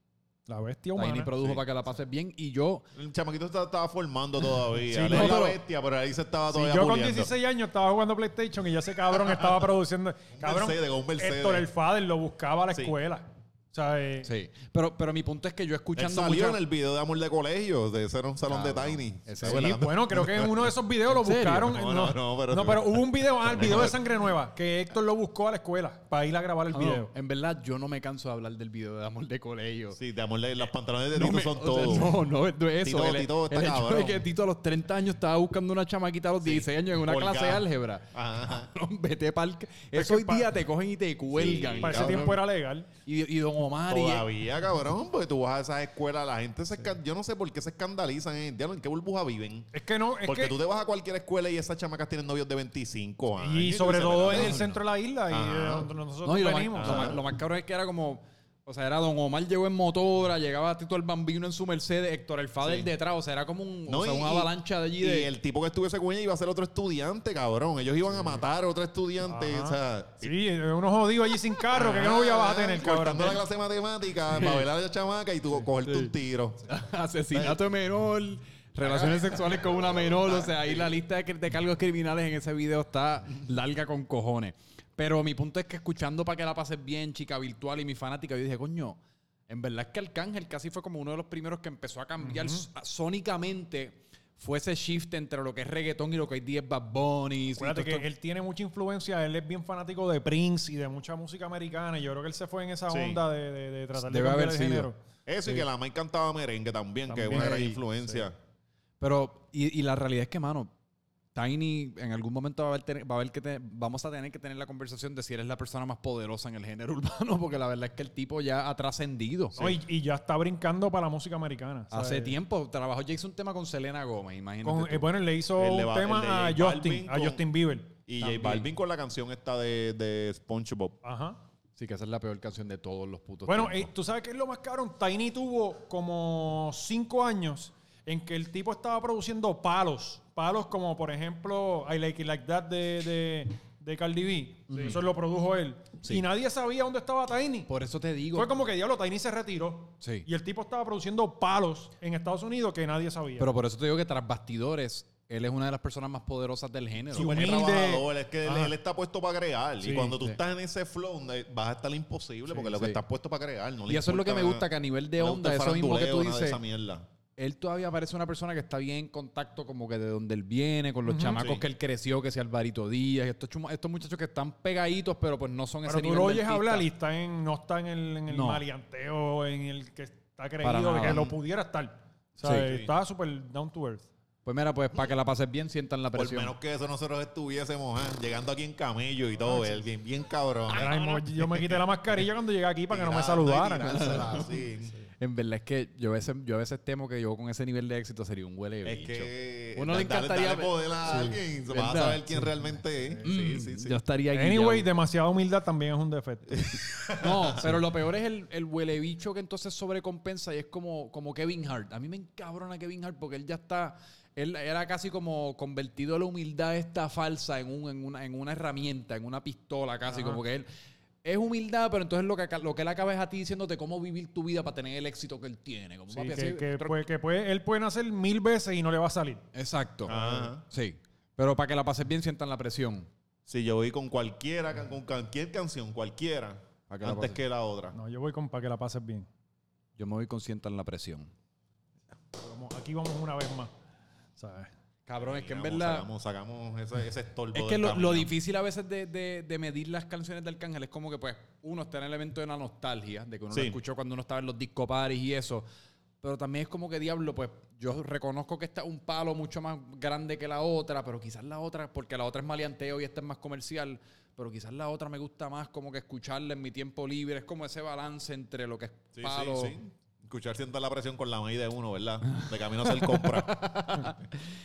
Speaker 3: La bestia
Speaker 1: Tiny
Speaker 3: humana.
Speaker 1: produjo
Speaker 2: Sí.
Speaker 1: para que la pases bien y yo
Speaker 2: El chamaquito está- estaba formando todavía.
Speaker 3: Sí,
Speaker 2: Él
Speaker 3: no,
Speaker 2: es la
Speaker 3: pero-
Speaker 2: bestia, pero ahí se estaba
Speaker 3: Sí,
Speaker 2: todavía
Speaker 3: yo con
Speaker 2: puliendo.
Speaker 3: 16 años estaba jugando PlayStation y ya ese cabrón estaba produciendo. Cabrón,
Speaker 2: Mercedes, un Mercedes.
Speaker 3: Héctor el Fader lo buscaba a la
Speaker 2: Sí.
Speaker 3: escuela. O sea, eh,
Speaker 1: Sí, pero, pero mi punto es que yo
Speaker 2: Él
Speaker 1: escuchando
Speaker 2: salió
Speaker 1: mucho...
Speaker 2: en el video de Amor de Colegio, de ser un salón
Speaker 1: Cabrón,
Speaker 2: de Tiny.
Speaker 1: ese
Speaker 2: ¿Se
Speaker 1: sí,
Speaker 2: acuerdan?
Speaker 3: Bueno, creo que en uno de esos videos lo
Speaker 1: ¿En serio?
Speaker 3: buscaron. No,
Speaker 2: No,
Speaker 3: no,
Speaker 2: no, no, pero-
Speaker 3: hubo un video, ah, el video de Sangre Nueva, que Héctor lo buscó a la escuela para ir a grabar el
Speaker 1: Ah, No,
Speaker 3: video.
Speaker 1: en verdad, yo no me canso de hablar del video de Amor de Colegio.
Speaker 2: Sí, de Amor de los pantalones de
Speaker 1: No,
Speaker 2: Tito
Speaker 1: me-
Speaker 2: son
Speaker 1: o sea,
Speaker 2: todos.
Speaker 1: no, no, no es eso.
Speaker 2: Tito-
Speaker 1: el,
Speaker 2: Tito está
Speaker 1: el hecho de
Speaker 2: cabrón.
Speaker 1: que Tito a los 30 años estaba buscando una chamaquita a los 16 años en una
Speaker 2: colgada.
Speaker 1: clase de álgebra.
Speaker 2: Ajá, ajá.
Speaker 1: Cabrón, Vete pa'l... ca- Eso hoy
Speaker 3: pa-
Speaker 1: día te cogen y te cuelgan.
Speaker 3: para ese
Speaker 1: cabrón.
Speaker 3: tiempo era legal.
Speaker 1: Y, y Don Omar y-
Speaker 2: Todavía, cabrón, porque tú vas a esas escuelas, la gente se esca- Yo no sé por qué se escandalizan, eh. Diablo, ¿en qué burbuja viven?
Speaker 3: Es que no, es
Speaker 2: Porque
Speaker 3: que-
Speaker 2: tú te vas a cualquier escuela y esas chamacas tienen novios de 25 años.
Speaker 3: y
Speaker 2: tú
Speaker 3: sobre
Speaker 2: dices,
Speaker 3: todo en
Speaker 2: "Pero,
Speaker 3: el centro de la isla y
Speaker 2: Ajá.
Speaker 3: eh, donde nosotros
Speaker 1: No, y lo, más,
Speaker 3: venimos.
Speaker 1: lo
Speaker 3: o sea,
Speaker 1: más- lo más cabrón es que era como. O sea, era Don Omar llegó en motora, llegaba Tito el Bambino en su Mercedes, Héctor el Fader detrás. O sea, era como un, o
Speaker 2: No,
Speaker 1: sea,
Speaker 2: y-
Speaker 1: una
Speaker 2: y-
Speaker 1: avalancha de allí.
Speaker 2: Y
Speaker 1: de,
Speaker 2: el tipo que estuviese con ella iba a ser otro estudiante, cabrón. Ellos iban a matar a otro estudiante.
Speaker 3: Ajá.
Speaker 2: O sea,
Speaker 3: Sí, eh, unos jodidos allí sin carro, que no voy a tener, cabrón.
Speaker 2: Cortando la clase de matemática para velar a la chamaca y tú cogerte un tiro.
Speaker 1: asesinato de menor, relaciones sexuales con una menor. O sea, ahí la lista de, de cargos criminales en ese video está larga con cojones. Pero mi punto es que escuchando para que la pases bien, chica virtual y mi fanática, yo dije, coño, en verdad es que Arcángel casi fue como uno de los primeros que empezó a cambiar s- sónicamente. Fue ese shift entre lo que es reggaetón y lo que hoy día es Bad Bunny. y
Speaker 3: Acuérdate
Speaker 1: todo
Speaker 3: que
Speaker 1: esto.
Speaker 3: él tiene mucha influencia, él es bien fanático de Prince y de mucha música americana. Y yo creo que él se fue en esa
Speaker 2: Sí.
Speaker 3: onda de, de- de tratar de
Speaker 1: Debe
Speaker 3: cambiar
Speaker 1: haber
Speaker 3: el
Speaker 1: sido.
Speaker 3: género.
Speaker 2: Eso y que la Mike cantaba merengue también, que es una
Speaker 1: También.
Speaker 2: gran
Speaker 1: Sí,
Speaker 2: influencia.
Speaker 1: Pero, y, y la realidad es que, mano, Tiny en algún momento va a haber, tener- va a haber que te- vamos a tener que tener la conversación de si eres la persona más poderosa en el género urbano, porque la verdad es que el tipo ya ha trascendido.
Speaker 3: No, y, y ya está brincando para la música americana.
Speaker 1: Hace
Speaker 3: ¿sabes?
Speaker 1: tiempo trabajó, ya hizo un tema con Selena Gómez, imagínate.
Speaker 3: Con-
Speaker 1: tú.
Speaker 3: eh, bueno, él le hizo
Speaker 2: El de
Speaker 3: un
Speaker 2: Ba-
Speaker 3: tema
Speaker 2: el de J
Speaker 3: a Justin,
Speaker 2: Balvin
Speaker 3: a
Speaker 2: con-
Speaker 3: Justin Bieber.
Speaker 2: Y
Speaker 1: También.
Speaker 2: J Balvin con la canción esta de, de SpongeBob.
Speaker 3: Ajá.
Speaker 1: sí, que esa es la peor canción de todos los putos.
Speaker 3: Bueno, eh,
Speaker 1: tiempos.
Speaker 3: tú sabes qué es lo más caro. Tiny tuvo como cinco años en que el tipo estaba produciendo palos. Palos como, por ejemplo, I Like It Like That de, de, de Cardi B. Eso lo produjo él.
Speaker 1: Sí.
Speaker 3: Y nadie sabía dónde estaba Tiny.
Speaker 1: por eso te digo.
Speaker 3: eh, Fue como que Diablo Tiny se retiró.
Speaker 1: Sí.
Speaker 3: Y el tipo estaba produciendo palos en Estados Unidos que nadie sabía.
Speaker 1: Pero por eso te digo que tras bastidores, él es una de las personas más poderosas del género.
Speaker 3: Sí,
Speaker 2: Él es
Speaker 3: humilde.
Speaker 2: trabajador, es que él,
Speaker 3: Ajá.
Speaker 2: él está puesto para crear.
Speaker 1: Ah. Sí,
Speaker 2: y cuando tú
Speaker 1: sí.
Speaker 2: estás en ese flow, eh, vas a estar imposible, porque lo
Speaker 1: sí.
Speaker 2: que estás puesto para crear. No le
Speaker 1: y eso es lo que me
Speaker 2: importa-
Speaker 1: gusta, que a nivel de
Speaker 2: no le
Speaker 1: onda,
Speaker 2: gusta el
Speaker 1: eso mismo que tú
Speaker 2: faranduleo, nada de
Speaker 1: dices,
Speaker 2: esa mierda.
Speaker 1: él todavía parece una persona que está bien en contacto como que de donde él viene, con los chamacos
Speaker 2: Sí.
Speaker 1: que él creció, que sea Alvarito Díaz, estos, chuma- estos muchachos que están pegaditos, pero pues no son
Speaker 3: Pero
Speaker 1: ese
Speaker 3: tú
Speaker 1: nivel
Speaker 3: lo
Speaker 1: de
Speaker 3: oyes
Speaker 1: artista.
Speaker 3: hablar y está en, no está en el, en el
Speaker 1: No.
Speaker 3: maleanteo, en el que está
Speaker 1: Para
Speaker 3: creído de que
Speaker 1: nada.
Speaker 3: lo pudiera estar. O sea,
Speaker 1: Sí.
Speaker 3: Está súper down to earth.
Speaker 1: Pues mira, pues para que la pases bien, sientan la
Speaker 2: Por
Speaker 1: presión.
Speaker 2: menos que eso nosotros estuviésemos ah, llegando aquí en camello y
Speaker 1: Ah,
Speaker 2: todo, él bien, bien cabrón.
Speaker 3: Ahora mismo yo me quité la mascarilla cuando llegué aquí para que no me
Speaker 2: Tirando y
Speaker 3: saludaran.
Speaker 2: tirársela así.
Speaker 1: En verdad es que yo a veces, yo a veces temo que yo con ese nivel de éxito sería un huele de
Speaker 2: Es
Speaker 1: bicho.
Speaker 2: que
Speaker 1: Uno le
Speaker 2: dale-
Speaker 1: encantaría
Speaker 2: dale
Speaker 1: ver-
Speaker 2: poder a alguien, vas a
Speaker 1: ¿Verdad? Mm,
Speaker 2: saber quién realmente es. Sí, sí, sí.
Speaker 1: Yo estaría aquí.
Speaker 3: Anyway, demasiada humildad también es un defecto.
Speaker 1: No, pero lo peor es el, el huele bicho que entonces sobrecompensa y es como, como Kevin Hart. A mí me encabrona Kevin Hart porque él ya está. Él era casi como convertido la humildad esta falsa en, un, en, una, en una herramienta, en una pistola casi. Como que él. Es humildad, pero entonces lo que, aca- lo que él acaba es a ti diciéndote cómo vivir tu vida para tener el éxito que él tiene. Como,
Speaker 3: Sí,
Speaker 1: papi, así-
Speaker 3: que, que pues puede- que puede- él puede nacer mil veces y no le va a salir.
Speaker 1: Exacto.
Speaker 3: Ah.
Speaker 2: Ajá.
Speaker 1: Sí. Pero para que la pases bien, sientan la presión.
Speaker 2: Sí, yo voy con cualquiera, can- con cualquier canción, cualquiera,
Speaker 1: ¿A qué la
Speaker 2: antes
Speaker 1: pasas?
Speaker 2: que la otra.
Speaker 3: No, yo voy con para que la pases bien.
Speaker 1: Yo me voy con sientan la presión.
Speaker 3: Vamos- aquí vamos una vez más. ¿sabes?
Speaker 1: Cabrón, es que en
Speaker 2: Digamos,
Speaker 1: verdad.
Speaker 2: Sacamos, sacamos ese, ese estorbo.
Speaker 1: Es que
Speaker 2: del
Speaker 1: lo,
Speaker 2: camino.
Speaker 1: lo difícil a veces de, de- de medir las canciones de Arcángel es como que, pues, uno está en el elemento de la nostalgia, de que uno lo
Speaker 2: Sí.
Speaker 1: escuchó cuando uno estaba en los disco paris y eso. Pero también es como que, diablo, pues, yo reconozco que esta es un palo mucho más grande que la otra, pero quizás la otra, porque la otra es maleanteo y esta es más comercial, pero quizás la otra me gusta más como que escucharla en mi tiempo libre. Es como ese balance entre lo que es
Speaker 2: Sí,
Speaker 1: palo.
Speaker 2: sí, sí. Escuchar sienta la presión con la medida de uno, ¿verdad? De camino a hacer compra.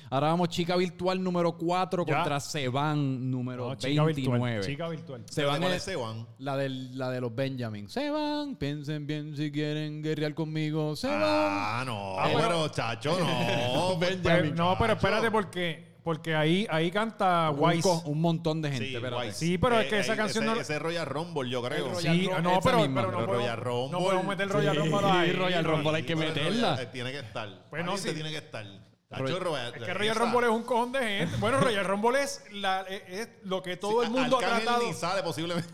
Speaker 1: Ahora vamos, chica virtual número 4
Speaker 3: Ya.
Speaker 1: contra Seban número
Speaker 3: No,
Speaker 1: 29.
Speaker 3: virtual. Chica virtual.
Speaker 1: Seban
Speaker 2: ¿Cuál
Speaker 1: es-
Speaker 2: es ese, Juan?
Speaker 1: La, del, la de los Benjamins. Se van, piensen bien si quieren guerrear conmigo. Se van.
Speaker 2: Ah, no,
Speaker 3: Ah, bueno.
Speaker 2: pero chacho, no. Pues,
Speaker 3: Pero-
Speaker 1: Benjamin.
Speaker 3: Pues, no, pero espérate porque, porque ahí, ahí canta
Speaker 1: Un
Speaker 3: Wise.
Speaker 1: co- Un, montón de gente.
Speaker 2: Sí,
Speaker 1: espérate.
Speaker 2: guay.
Speaker 3: Sí, pero es que esa
Speaker 2: ey,
Speaker 3: canción
Speaker 2: ese,
Speaker 3: no-
Speaker 2: Ese Royal Rumble, yo creo.
Speaker 1: Royal
Speaker 3: Sí,
Speaker 1: Rumble,
Speaker 3: no,
Speaker 1: esa
Speaker 3: pero,
Speaker 1: misma.
Speaker 3: pero no,
Speaker 2: Pero Royal
Speaker 3: podemos, no
Speaker 2: Rumble.
Speaker 3: podemos meter
Speaker 1: Sí,
Speaker 3: Royal Rumble ahí.
Speaker 1: Royal Rumble hay que
Speaker 2: Sí, pero
Speaker 1: meterla.
Speaker 2: Royal- eh, tiene que estar.
Speaker 3: Pues no,
Speaker 2: Valiente
Speaker 3: sí.
Speaker 2: tiene que estar.
Speaker 1: Roy-
Speaker 2: Chacho, Royal,
Speaker 3: Es que Royal Rumble es un cojón de gente. Bueno, Royal Rumble es, la, es, es lo que todo el mundo ha tratado.
Speaker 2: ni sale posiblemente.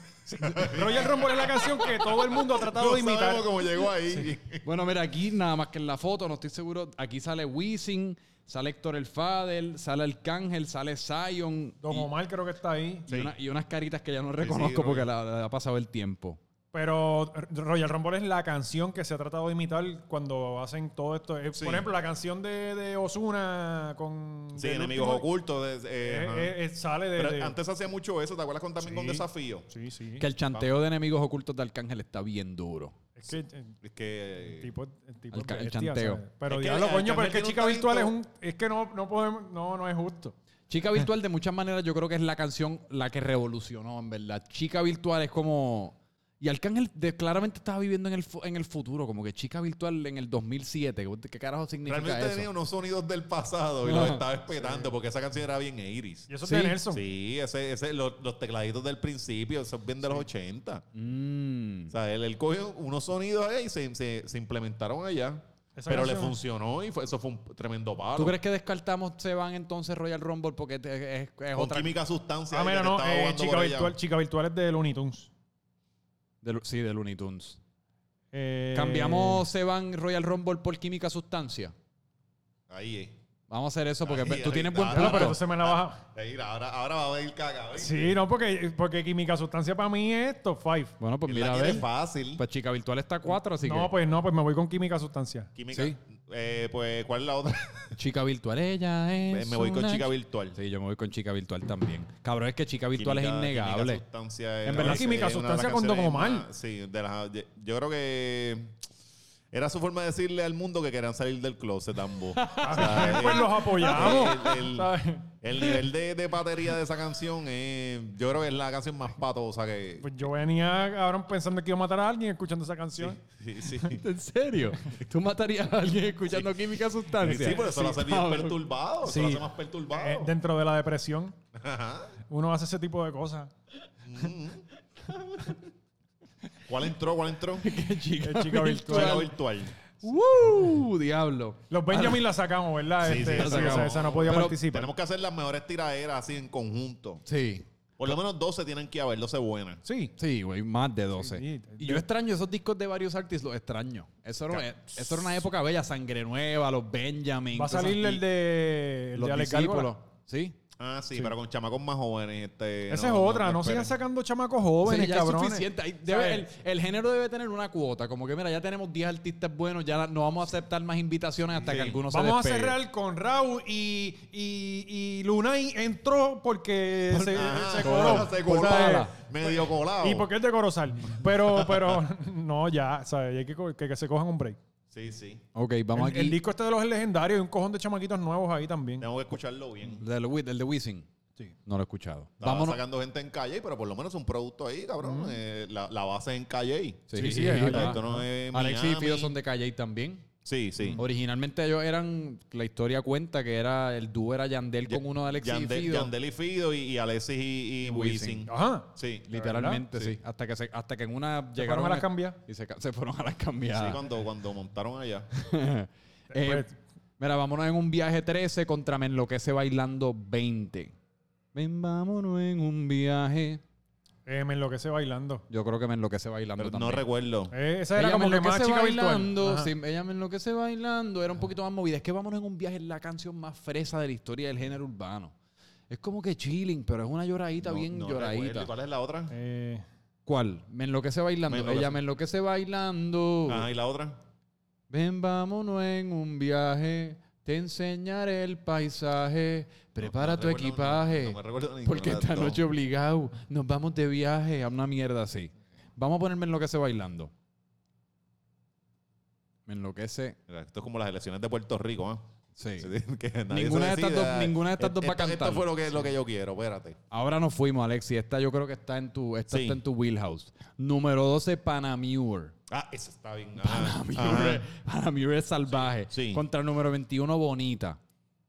Speaker 3: Royal Rumble es la canción que todo el mundo ha tratado
Speaker 2: No
Speaker 3: de imitar.
Speaker 2: sabemos cómo llegó ahí.
Speaker 1: Bueno, mira, aquí nada más que en la foto, no estoy seguro. Aquí sale Wisin, sale Héctor el Fadel, sale Arcángel, sale Zion.
Speaker 3: Don
Speaker 1: y,
Speaker 3: Omar creo que está ahí.
Speaker 1: y una- y unas caritas que ya no reconozco
Speaker 2: sí,
Speaker 1: porque la, la- ha pasado el tiempo.
Speaker 3: Pero Royal Rumble es la canción que se ha tratado de imitar cuando hacen todo esto. Eh,
Speaker 2: Sí.
Speaker 3: Por ejemplo, la canción de, de Ozuna con...
Speaker 2: Sí,
Speaker 3: del
Speaker 2: enemigos
Speaker 3: último-
Speaker 2: ocultos. de- eh,
Speaker 3: eh,
Speaker 2: ajá.
Speaker 3: eh, eh, sale de... de-
Speaker 2: Pero antes hacía mucho eso, ¿te acuerdas con, también con
Speaker 3: Sí.
Speaker 2: Desafío?
Speaker 3: Sí, sí.
Speaker 1: Que el chanteo de enemigos ocultos de Arcángel está bien duro.
Speaker 3: Es que eh,
Speaker 2: Es que...
Speaker 3: el tipo, el tipo
Speaker 1: El ca- el
Speaker 3: bestia,
Speaker 1: chanteo.
Speaker 3: ¿sabes? Pero
Speaker 2: Es que
Speaker 3: diablo,
Speaker 2: el
Speaker 3: coño, pero es
Speaker 2: Arcángel
Speaker 3: que
Speaker 2: tiene un
Speaker 3: Chica Virtual es un...
Speaker 2: talento.
Speaker 3: Es que no, no podemos... No, no es justo.
Speaker 1: Chica Virtual, de muchas maneras, yo creo que es la canción la que revolucionó, en verdad. Chica Virtual es como. Y Arcángel de- claramente estaba viviendo en el, fu- en el futuro, como que Chica Virtual en el 2007. ¿Qué carajo significa
Speaker 2: Realmente
Speaker 1: eso?
Speaker 2: tenía unos sonidos del pasado y los estaba esperando porque esa canción era bien 80s.
Speaker 3: Y eso
Speaker 1: Sí.
Speaker 3: es de Nelson.
Speaker 2: Sí, ese, ese, los, los tecladitos del principio, esos bien de los 80.
Speaker 1: Mm.
Speaker 2: O sea, él, él cogió unos sonidos ahí y se, se- se implementaron allá.
Speaker 3: Esa
Speaker 2: Pero le
Speaker 3: canción-
Speaker 2: funcionó y fue- eso fue un tremendo palo.
Speaker 1: ¿Tú crees que descartamos se van entonces Royal Rumble porque te- es, es
Speaker 2: Con
Speaker 1: otra.
Speaker 2: química sustancia.
Speaker 3: Ah,
Speaker 2: ahí que
Speaker 3: mira,
Speaker 2: te
Speaker 3: no.
Speaker 2: estaba
Speaker 3: eh,
Speaker 2: jugando
Speaker 3: chica,
Speaker 2: por allá.
Speaker 3: virtual, chica Virtual es de Looney Tunes.
Speaker 1: de Lu- sí, de Looney Tunes.
Speaker 3: Eh,
Speaker 1: Cambiamos se van Royal Rumble por química sustancia.
Speaker 2: Ahí, eh.
Speaker 1: Vamos a hacer eso porque
Speaker 2: Ahí,
Speaker 1: tú
Speaker 2: ahí
Speaker 1: tienes
Speaker 2: está.
Speaker 1: buen
Speaker 2: Ah,
Speaker 3: Diablo,
Speaker 1: punto.
Speaker 3: pero entonces me la baja...
Speaker 2: Ahí, ahora, ahora va a haber cagado.
Speaker 3: Sí, no, porque, porque química sustancia para mí es top 5.
Speaker 1: Bueno, pues mira,
Speaker 2: Mira,
Speaker 1: a
Speaker 2: la quiere
Speaker 1: ver.
Speaker 2: fácil.
Speaker 1: Pues Chica Virtual está 4, así
Speaker 3: No,
Speaker 1: que.
Speaker 3: pues no, pues me voy con química sustancia.
Speaker 2: química.
Speaker 1: Sí.
Speaker 2: Eh, pues, ¿cuál es la otra?
Speaker 1: Chica Virtual, ella es.
Speaker 2: Eh, Me voy con
Speaker 1: una
Speaker 2: chica virtual.
Speaker 1: Sí, yo me voy con chica virtual también. Cabrón, es que chica virtual
Speaker 2: Química-
Speaker 1: es innegable.
Speaker 2: Química sustancia
Speaker 1: En verdad,
Speaker 3: química sustancia con Don
Speaker 2: como
Speaker 3: Omar.
Speaker 2: Sí, de las- de- yo creo que era su forma de decirle al mundo que querían salir del closet ambos. O sea, eh,
Speaker 3: pues los apoyamos.
Speaker 2: el- el-
Speaker 3: ¿sabes?
Speaker 2: El nivel de, de batería de esa canción es, yo creo que es la canción más patosa que...
Speaker 3: Pues yo venía, cabrón, pensando que iba a matar a alguien escuchando esa canción.
Speaker 2: Sí, sí.
Speaker 1: ¿En serio? ¿Tú matarías a alguien escuchando química
Speaker 2: Sí,
Speaker 1: sustancia?
Speaker 2: sí, por eso lo hace bien
Speaker 1: cabrón.
Speaker 2: perturbado. Eso
Speaker 1: Sí.
Speaker 2: lo hace más
Speaker 3: Eh,
Speaker 2: perturbado.
Speaker 3: dentro de la depresión,
Speaker 2: Ajá.
Speaker 3: uno hace ese tipo de cosas.
Speaker 2: ¿Cuál entró? ¿Cuál entró?
Speaker 1: Qué chica,
Speaker 3: Qué chica virtual.
Speaker 2: Chica virtual.
Speaker 1: ¡Woo! Diablo.
Speaker 3: Los Benjamin la sacamos, ¿verdad?
Speaker 2: Sí, sí,
Speaker 3: Este,
Speaker 2: la
Speaker 3: o sea,
Speaker 1: sacamos.
Speaker 3: esa no podía
Speaker 1: Pero
Speaker 3: participar.
Speaker 2: Tenemos que hacer las mejores tiraderas así en conjunto.
Speaker 1: Sí.
Speaker 2: Por lo menos 12 tienen que haber, 12 buenas.
Speaker 3: Sí.
Speaker 1: Sí, güey, más de 12.
Speaker 3: Sí,
Speaker 1: y yo extraño esos discos de varios artistas, los extraño. Eso era, eso era una época bella, Sangre Nueva, los Benjamin.
Speaker 3: Va a
Speaker 1: todas
Speaker 3: salir
Speaker 1: esas-
Speaker 3: el de, el
Speaker 1: los
Speaker 3: de Alex
Speaker 1: discípulos.
Speaker 3: Gárgola.
Speaker 1: Sí.
Speaker 2: Ah, sí, pero con chamacos más jóvenes. Este,
Speaker 3: Esa es otra, no, sigan
Speaker 2: esperen.
Speaker 3: sacando chamacos jóvenes,
Speaker 1: Sí, ya
Speaker 3: cabrones.
Speaker 1: es suficiente. Ahí debe-
Speaker 3: ¿Sabes?
Speaker 1: el, el género debe tener una cuota. Como que, mira, ya tenemos 10 artistas buenos, ya no vamos a aceptar más invitaciones hasta que
Speaker 2: Sí.
Speaker 1: algunos se
Speaker 3: Vamos a
Speaker 1: despegue.
Speaker 3: cerrar con Raúl y, y, y Lunay entró porque se,
Speaker 2: Ajá,
Speaker 3: se
Speaker 2: coló,
Speaker 3: coló.
Speaker 2: Ah, se coló,
Speaker 3: ¿sabes?
Speaker 2: medio colado.
Speaker 3: Y porque es de Corozal. Pero, pero no, ya, ¿sabes? Hay que, co- que, que se cojan un break.
Speaker 2: Sí, sí.
Speaker 1: Ok, vamos
Speaker 3: el,
Speaker 1: aquí.
Speaker 3: el disco este de los legendarios y un cojón de chamaquitos nuevos ahí también.
Speaker 2: Tengo que escucharlo bien.
Speaker 1: Del, Wi- del de Wisin.
Speaker 3: Sí.
Speaker 1: No lo he escuchado.
Speaker 2: Estaba
Speaker 1: Vámonos.
Speaker 2: sacando gente en calle, pero por lo menos un producto ahí, cabrón. Eh, la, la base es en calle.
Speaker 1: Sí,
Speaker 3: Sí, sí,
Speaker 1: es
Speaker 3: ahí
Speaker 1: verdad.
Speaker 2: Esto no es
Speaker 1: Alexis y
Speaker 2: Miami.
Speaker 1: Fido son de Calle también.
Speaker 2: Sí, sí.
Speaker 1: Originalmente ellos eran, la historia cuenta que era el dúo era Yandel con uno de Alexis
Speaker 2: Yandel,
Speaker 1: y Fido.
Speaker 2: Yandel y Fido y, y Alexis y, y Wisin.
Speaker 3: Ajá.
Speaker 2: Sí.
Speaker 1: Literalmente,
Speaker 2: ¿Verdad?
Speaker 1: sí. Hasta que se- hasta que en una
Speaker 3: Se
Speaker 1: llegaron
Speaker 3: fueron a las cambias.
Speaker 1: y se, ca- se fueron a las
Speaker 2: Sí,
Speaker 1: cambiadas.
Speaker 2: cuando, cuando montaron allá.
Speaker 1: Eh,
Speaker 3: Pues-
Speaker 1: mira, vámonos en un viaje 13 contra Me enloquece bailando 20. Ven, vámonos en un viaje
Speaker 3: Eh, me enloquece bailando.
Speaker 1: Yo creo que me enloquece bailando
Speaker 2: Pero no
Speaker 1: también.
Speaker 2: recuerdo.
Speaker 3: Eh, esa era
Speaker 1: Ella me
Speaker 3: como que más
Speaker 1: enloquece
Speaker 3: chica
Speaker 1: bailando.
Speaker 3: virtual. Ajá.
Speaker 1: sí, ella me enloquece bailando. Era un poquito más movida. Es que vámonos en un viaje. Es la canción más fresa de la historia del género urbano. Es como que chilling, pero es una lloradita
Speaker 2: No-
Speaker 1: bien
Speaker 2: no recuerdo.
Speaker 1: lloradita.
Speaker 2: ¿Y ¿Cuál es la otra?
Speaker 3: Eh,
Speaker 1: ¿Cuál? Me enloquece bailando.
Speaker 2: Me enloquece. Ah,
Speaker 1: Ella me enloquece bailando.
Speaker 2: Ajá, ¿y la otra?
Speaker 1: Ven, vámonos en un viaje. Te enseñaré el paisaje. Prepara
Speaker 2: No, no
Speaker 1: tu
Speaker 2: recuerdo-
Speaker 1: equipaje.
Speaker 2: No, no me recuerdo ninguna
Speaker 1: porque
Speaker 2: de las
Speaker 1: esta
Speaker 2: dos.
Speaker 1: noche obligado. Nos vamos de viaje a una mierda así. Vamos a ponerme enloquece bailando. Me enloquece.
Speaker 2: Mira, Esto es como las elecciones de Puerto Rico, ¿ah?
Speaker 1: Sí.
Speaker 2: Que nadie
Speaker 1: Ninguna
Speaker 2: se
Speaker 1: de estas
Speaker 2: decida.
Speaker 1: dos- ninguna de estas dos va a
Speaker 2: Esto-
Speaker 1: cantar.
Speaker 2: Esto fue lo que, lo que yo quiero, espérate.
Speaker 1: Ahora nos fuimos, Alexi. Esta yo creo que está en tu, esta
Speaker 2: Sí.
Speaker 1: está en tu wheelhouse. Número 12, Panamure.
Speaker 2: Ah, eso está bien. ah,
Speaker 1: Panamure,
Speaker 2: ajá.
Speaker 1: Panamure es salvaje.
Speaker 2: Sí, sí.
Speaker 1: Contra el número 21, Bonita.